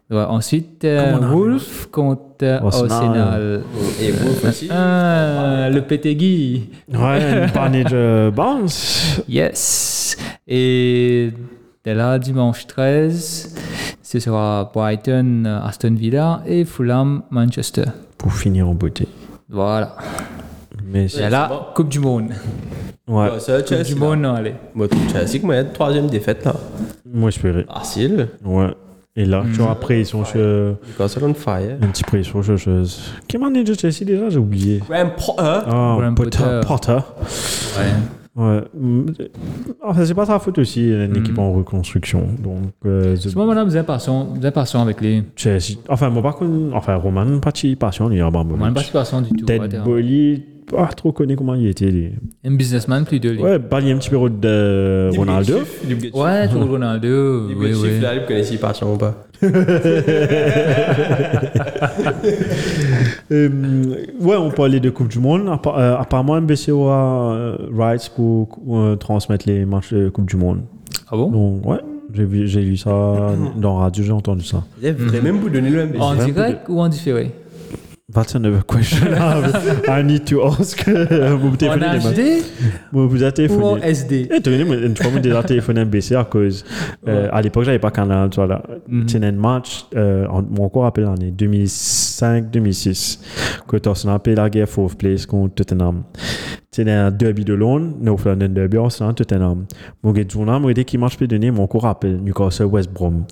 C: Ouais, ensuite, euh,
A: Comme on a-
C: Wolf contre euh,
A: Arsenal.
C: Arsenal.
B: et vous aussi.
C: Ah, le Petegui.
A: Ouais, une panier de bounce.
C: Yes. Et de là, dimanche 13, ce sera Brighton, euh, Aston Villa et Fulham, Manchester.
A: Pour finir en beauté.
C: Voilà.
A: Mais c'est-
C: Et là, Coupe du Monde.
A: ouais,
B: Ouais, c'est
C: Coupe
B: Chelsea.
C: du
B: là.
C: Monde, non, allez.
B: Moi, tout Chelsea, que moi, troisième défaite, là.
A: moi je paierai.
B: Facile.
A: Ouais. Et là,
C: Mm.
A: tu vois, après, ils sont chez.
B: Newcastle on fire.
A: Un petit peu, ils sont chez. chez- Qui m'a dit Chelsea déjà J'ai oublié.
B: Graham Potter.
A: Ah,
C: Graham
A: Potter. Potter. Ouais. Mm. Enfin, c'est pas sa faute aussi, il y a une
C: Mm.
A: équipe en reconstruction. Donc, euh, the-
C: Ce moment-là, vous êtes patient, vous êtes patient avec les.
A: Chelsea. Enfin, moi, par contre, enfin, Roman, pas si patient, il y a un bon
C: On n'est pas
A: match.
C: si patient du tout. ouais,
A: Ted
C: t'es un-
A: Bolly, pas trop connu comment il était. lui.
C: Un businessman plus de lui.
A: Ouais, parler un petit peu de euh, Ronaldo.
C: Ouais, toujours Ronaldo.
B: Les
C: Oui, oui.
B: là, vous connaissez pas, sûrement pas.
A: Euh, ouais, on peut aller de Coupe du Monde. Appa- euh, apparemment, MBC aura euh, rights pour euh, transmettre les matchs de Coupe du Monde.
C: Ah bon?
A: Donc, ouais, j'ai vu- j'ai lu ça dans la radio, j'ai entendu ça. Mhm.
B: Il est vraiment pour donner le MBC.
C: En direct ou en différé
A: That's another question I I need to ask. Moet ik
C: En
A: even nemen.
C: HD
A: Moet ik dat
C: ou en
A: telefoneren?
C: SD
A: Et tu connais, moi, Eh, une fois, on déjà téléphoné à MBC à cause. euh, à l'époque, j'avais pas Canal, tu vois, là. C'était un match, euh, en- mon encore rappelé l'année 2005-2006, que Torsen a payé la guerre fourth place contre Tottenham. C'était un derby de Londres, nous faisons un derby ensemble, Tottenham. Mon gars, journal, moi, dès qu'il marche, peut donner, mon encore rappel, Newcastle, West Brom.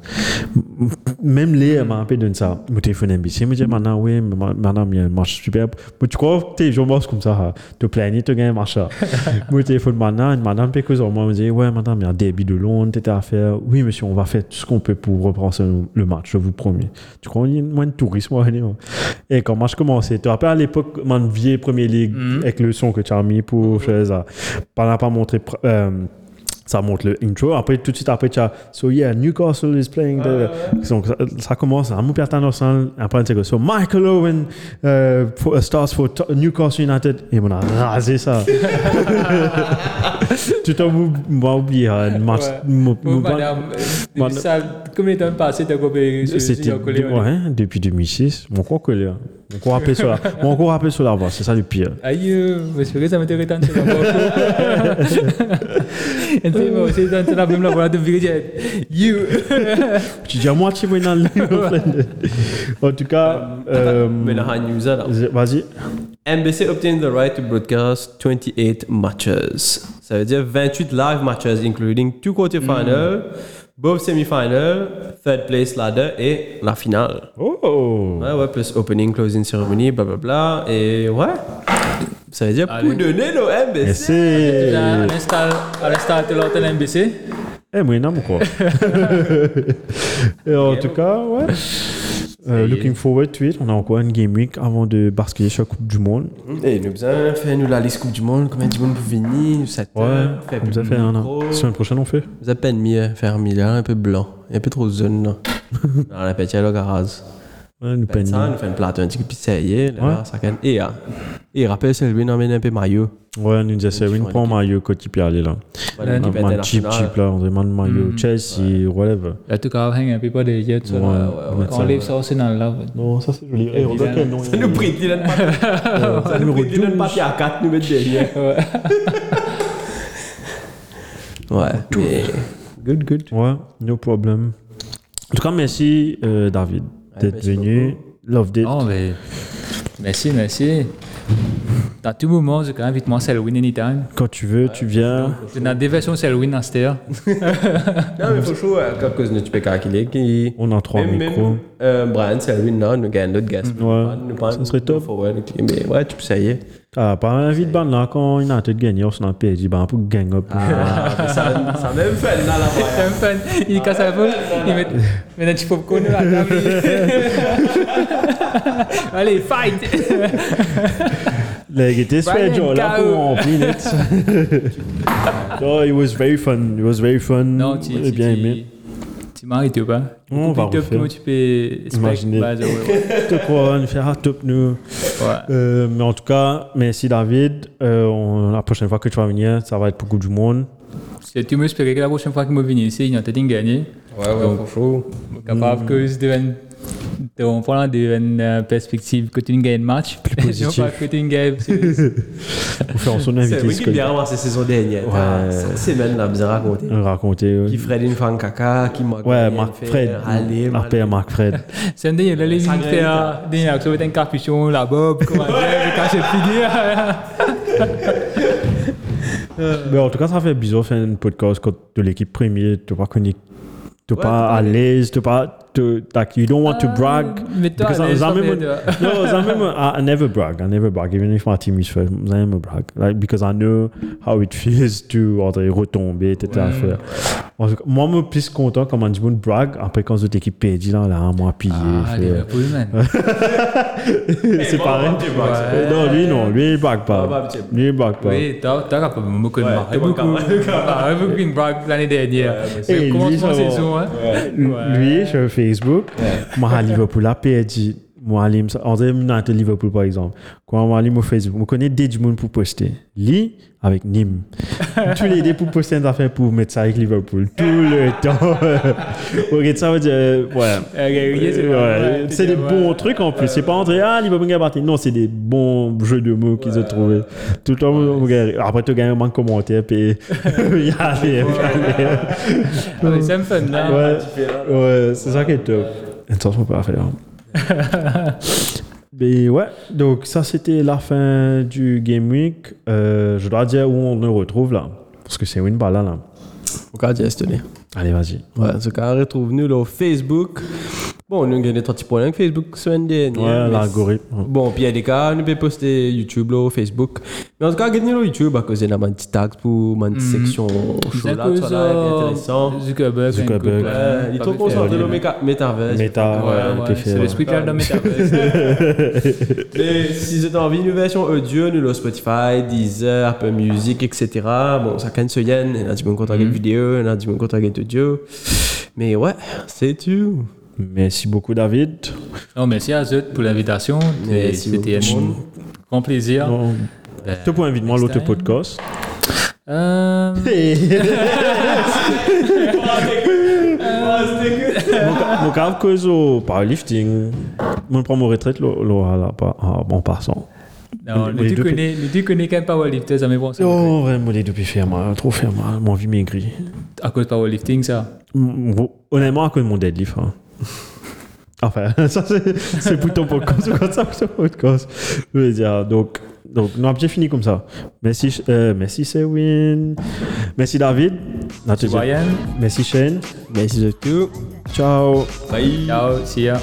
A: M- Même les, m'a rappelé de ça. Moi, téléphoné à MBC, me dit, maintenant, oui, mais ma- maintenant, il y a un match superbe. Moi, tu crois que t'es, je marche comme ça, hein. tu plaignes, tu gagnes un match, hein. là. Moi, au téléphone maintenant, une madame Pécose, moi, me dit Ouais, madame, il y a un débit de Londres, t'étais à faire. Oui, monsieur, on va faire tout ce qu'on peut pour reprendre ce- le match, je vous promets. Tu crois qu'il y a moins de touristes, moi, allez, hein. Et quand le match commençait, tu te rappelles à l'époque, man, vieille première ligue, avec le son que tu as mis pour faire ça. Par là, pas montré. pr- euh, ça monte le intro. Après, tout de suite, après, tu as So yeah, Newcastle is playing. the- Donc, ça, ça commence à Moupiata Norsan. Après, c'est que So Michael Owen euh, for- stars for To- Newcastle United. Et on a rasé ça. tu t'en ou- m'as oublié. hein, le match- mon- mon-
C: Bon, madame, euh,
A: madame-
C: ça, combien de temps passé t'as coupé
A: C'était ouais, depuis 2006. Mon croit que là. Mon croit rappelé sur la. Mon croit rappelé sur la voie. C'est ça le pire.
C: Aïe, mais c'est vrai que ça m'intéresse tant que ça va. Et puis, moi aussi, tant que ça va me la voilà de vérité. You!
A: Tu dis à moi, tu vois, dans le- En tout cas. euh,
B: Mais là, il nous a là.
A: Vas-y.
B: MBC obtained the right to broadcast 28 matches. Ça veut dire 28 live matches, including two quarterfinals,
A: Mhm.
B: both semi-finals, third place ladder et la finale.
A: Oh!
B: Ouais, ouais, plus opening, closing ceremony, blablabla. Et ouais, ça veut dire pour donner nos MBC.
A: Merci.
C: Là, on installe, on installe tout l'autre LMBC.
A: Eh, moi, non, quoi. Et en tout cas, ouais. Euh, looking forward to it. On a encore une game week avant de basculer sur la Coupe du Monde.
B: Et nous besoin faire nous la liste Coupe du Monde, combien de monde pour venir, 7
A: Ouais, comme ça fait un an. Semaine prochaine, on fait.
B: Vous à peine mis euh, faire mis là, un peu blanc, un peu trop zone là. On a pété là, garage.
A: Ouais, nous
B: Fait
A: peine.
B: ça, on fait une plate, un petit peu, puis ça y est, là,
A: Ouais.
B: ça gagne. Et, ah, et rappelle, c'est lui, on emmène un peu maillot.
A: Ouais, nous disait Serwin,
B: font
A: prends maillot côté Pierre aller là.
B: Voilà, l'équipe
A: Un cheap,
B: internationale.
A: cheap là, on demande maillot. Chelsea, whatever.
C: Là, tout cas, hang un peu pas de jet, ça,
A: Ouais,
C: là.
A: ouais, ouais,
C: Quand
A: ça,
C: on lève
A: ouais.
C: ça aussi dans le lave.
A: Non, ça c'est joli. Eh, on doit quel nom
B: Ça nous prie, il a une papier- ça nous
A: Numéro
B: prie, il a une
A: 12.
B: papier à 4, nous mettre derrière. Ouais, mais. Good, good.
A: Ouais, no problem. En tout cas, merci euh, David d'être
B: merci
A: venu. Loved it.
C: Oh, mais. Merci, merci. Dans tout moment, j'ai quand même vite moi, c'est le win anytime.
A: Quand tu veux, tu viens.
C: Dans des versions, c'est le win en ster.
B: Non, mais faut chaud, euh, à cause de tu peux calculer qui.
A: On a trois
B: Même-
A: micros.
B: même, euh, Brian, c'est lui, non, nous gagne notre gaz.
A: Ouais,
B: Nous prend-
A: ça serait top.
B: Forward, Mais ouais, tu peux, ça y est.
A: Ah, par un vide ban là, quand il a tout gagné, on s'en a perdu, ben, pour gang up.
B: Ah, mais ça, ça même fait dans la voie.
C: C'est un fan. Il casse la foule. Il met. Maintenant, tu peux connaître la table. Allez, fight!
A: Là, il était sur
C: Brian
A: Joe, là,
C: K.O.
A: pour en minutes. so, Oh, it was very fun, it was very fun.
C: Non, tu.
A: J'ai
C: tu-
A: bien
C: tu-
A: aimé.
C: Tu m'arrêtes ou pas?
A: On va
C: Pick up,
A: refaire.
C: nous, tu peux.
A: Imaginez.
C: Bah, ouais, ouais.
A: Top one, faire un top nous.
C: Ouais.
A: Euh, mais en tout cas, merci David. Euh, on- la prochaine fois que tu vas venir, ça va être pour Coupe du Monde.
C: C'est tout mieux espérer que la prochaine fois que je vais venir ici, il y a peut-être une gagnée.
B: Ouais, ouais, faut chaud.
A: Hmm.
C: Capable que c'est une, de, on prend une euh, perspective que tu gagnes le match. Plus
A: positif.
C: pas que tu gagnes.
A: Pour faire en son
B: C'est
A: invité,
B: vrai
A: ce
B: qu'il
A: que
B: est bien remarqué saison dernière.
A: Ouais.
B: Cette semaine, là, bien raconté.
A: raconter. euh.
B: Qui Fred une fan caca, qui m'a
A: Ouais, Marc Fred.
B: Allez,
A: Marc Fred, Marc Fred.
C: C'est un dernier, là, les hein.
B: Ça
C: gens
B: gagne, ça.
C: dernier, ça va être un capuchon, la bob, comment dire, quand c'est fini.
A: Mais en tout cas, ça fait bizarre faire un podcast quand de l'équipe première, tu pas connu, tu pas à l'aise, tu pas, tu, like, you don't want
B: Euh,
A: to brag.
C: mais toi,
A: Because
C: à l'aise,
A: I- I
C: ça fait
A: remember-
C: de-
A: no, I remember, I, I never brag, I never brag, even if my team is first, I never brag, like, because I know how it feels to, oh, entre retomber, etc. faire. En tout cas, moi, je suis plus content quand je monde brag, après quand cette équipe perdue, là, là, moi, pillé,
C: Ah, Liverpool, man.
A: c'est pareil.
B: tu brags,
A: Ouais. Non, lui, non, lui, il brag
B: bah,
A: pas.
B: tu-
A: Lui, il brag pas.
C: Oui, t'as t'as capable de me
B: Ouais,
C: connaître.
B: t'es pas
C: beaucoup.
B: capable.
C: Ah, ouais, beaucoup une brague l'année dernière.
A: c'est-
C: C'est le
A: Et lui,
C: commencement de
A: ça va.
C: saison, hein.
A: Lui, sur Facebook, moi, à Liverpool, a perdu. Moualim, ça- on dirait United Liverpool par exemple. Quand Moualim au Facebook, on connaît des du monde pour poster. Lui, avec Nîmes. Tous les deux pour poster une affaire pour mettre ça avec Liverpool. Tout le temps. ok, ça veut dire. euh, Ouais. Euh,
C: ok, Ah, c'est bon,
A: Ouais,
C: ouais,
A: C'est
C: t'es
A: des
C: bien,
A: bons
C: ouais.
A: trucs en plus. C'est pas entré, ah, Liverpool gagne parti. Non, c'est des bons jeux de mots qu'ils ont trouvés. Tout le temps, on gagne. après, tu gagnes un manque commentaire, puis. y aller, y aller.
C: Ah, mais ça me fun, là.
A: Ouais, ouais c'est ça qui est top. Attention, pas faire. Mais ouais, donc ça c'était la fin du Game Week. Euh, je dois dire où on le retrouve là. Parce que c'est Winball là, là.
B: Au cas de Estonie.
A: Allez, vas-y.
B: Ouais, ce qu'on retrouve nous là, au Facebook. Bon, nous avons gagné 30 points avec Facebook semaine dernière.
A: Ouais,
B: mais-
A: l'algorithme.
B: Bon, puis il y a des cas, nous pouvons poster YouTube là, au Facebook. Mais en tout cas, gagner le YouTube à cause de la petite taxe pour ma petite section show
C: C'est
B: là, tout ça là,
C: euh,
B: est intéressant.
C: Zuckerberg.
A: Zuckerberg.
B: Ouais, il est trop concentré dans le méca- métaverse.
A: Meta,
C: Ouais, ouais, c'est le speaker de la métaverse.
B: Mais si vous avez envie d'une version audio, nous le Spotify, Deezer, Apple Music, etc. Bon, ça canne se yen. Il y en a du bon contact avec vidéo, il y en a du bon contact avec audio. Mais ouais, c'est tout.
A: Merci beaucoup, David.
C: Non, merci à Zut pour l'invitation. Et
B: Merci
C: C'était
B: beaucoup.
C: un grand plaisir.
A: Bon,
C: Ben,
A: Tu peux inviter moi à l'autre
C: next time.
A: podcast.
C: Euh,
A: Ah, Mon cas, cause au powerlifting. Moi, je prends mon retraite là, là, là, pas- ah, en passant.
C: non,
A: Les
C: nous
A: deux
C: tu connais, nous tu connais quand même powerlifter, ça mais bon, ça.
A: Oh, vraiment, les depuis faire mal, trop faire mal. Mon vie maigrit.
C: À cause de powerlifting, ça.
A: Mm, Honnêtement, à cause de mon deadlift. hein. Enfin, ça, c'est c'est pour ton podcast. ou comme ça, pour ton podcast. Je veux dire, donc, donc on a bien fini comme ça. Merci, euh, merci Sewin. Merci David.
C: Brian,
A: Merci Shane.
B: Mais c'est tout.
A: Ciao.
C: ciao, see ya.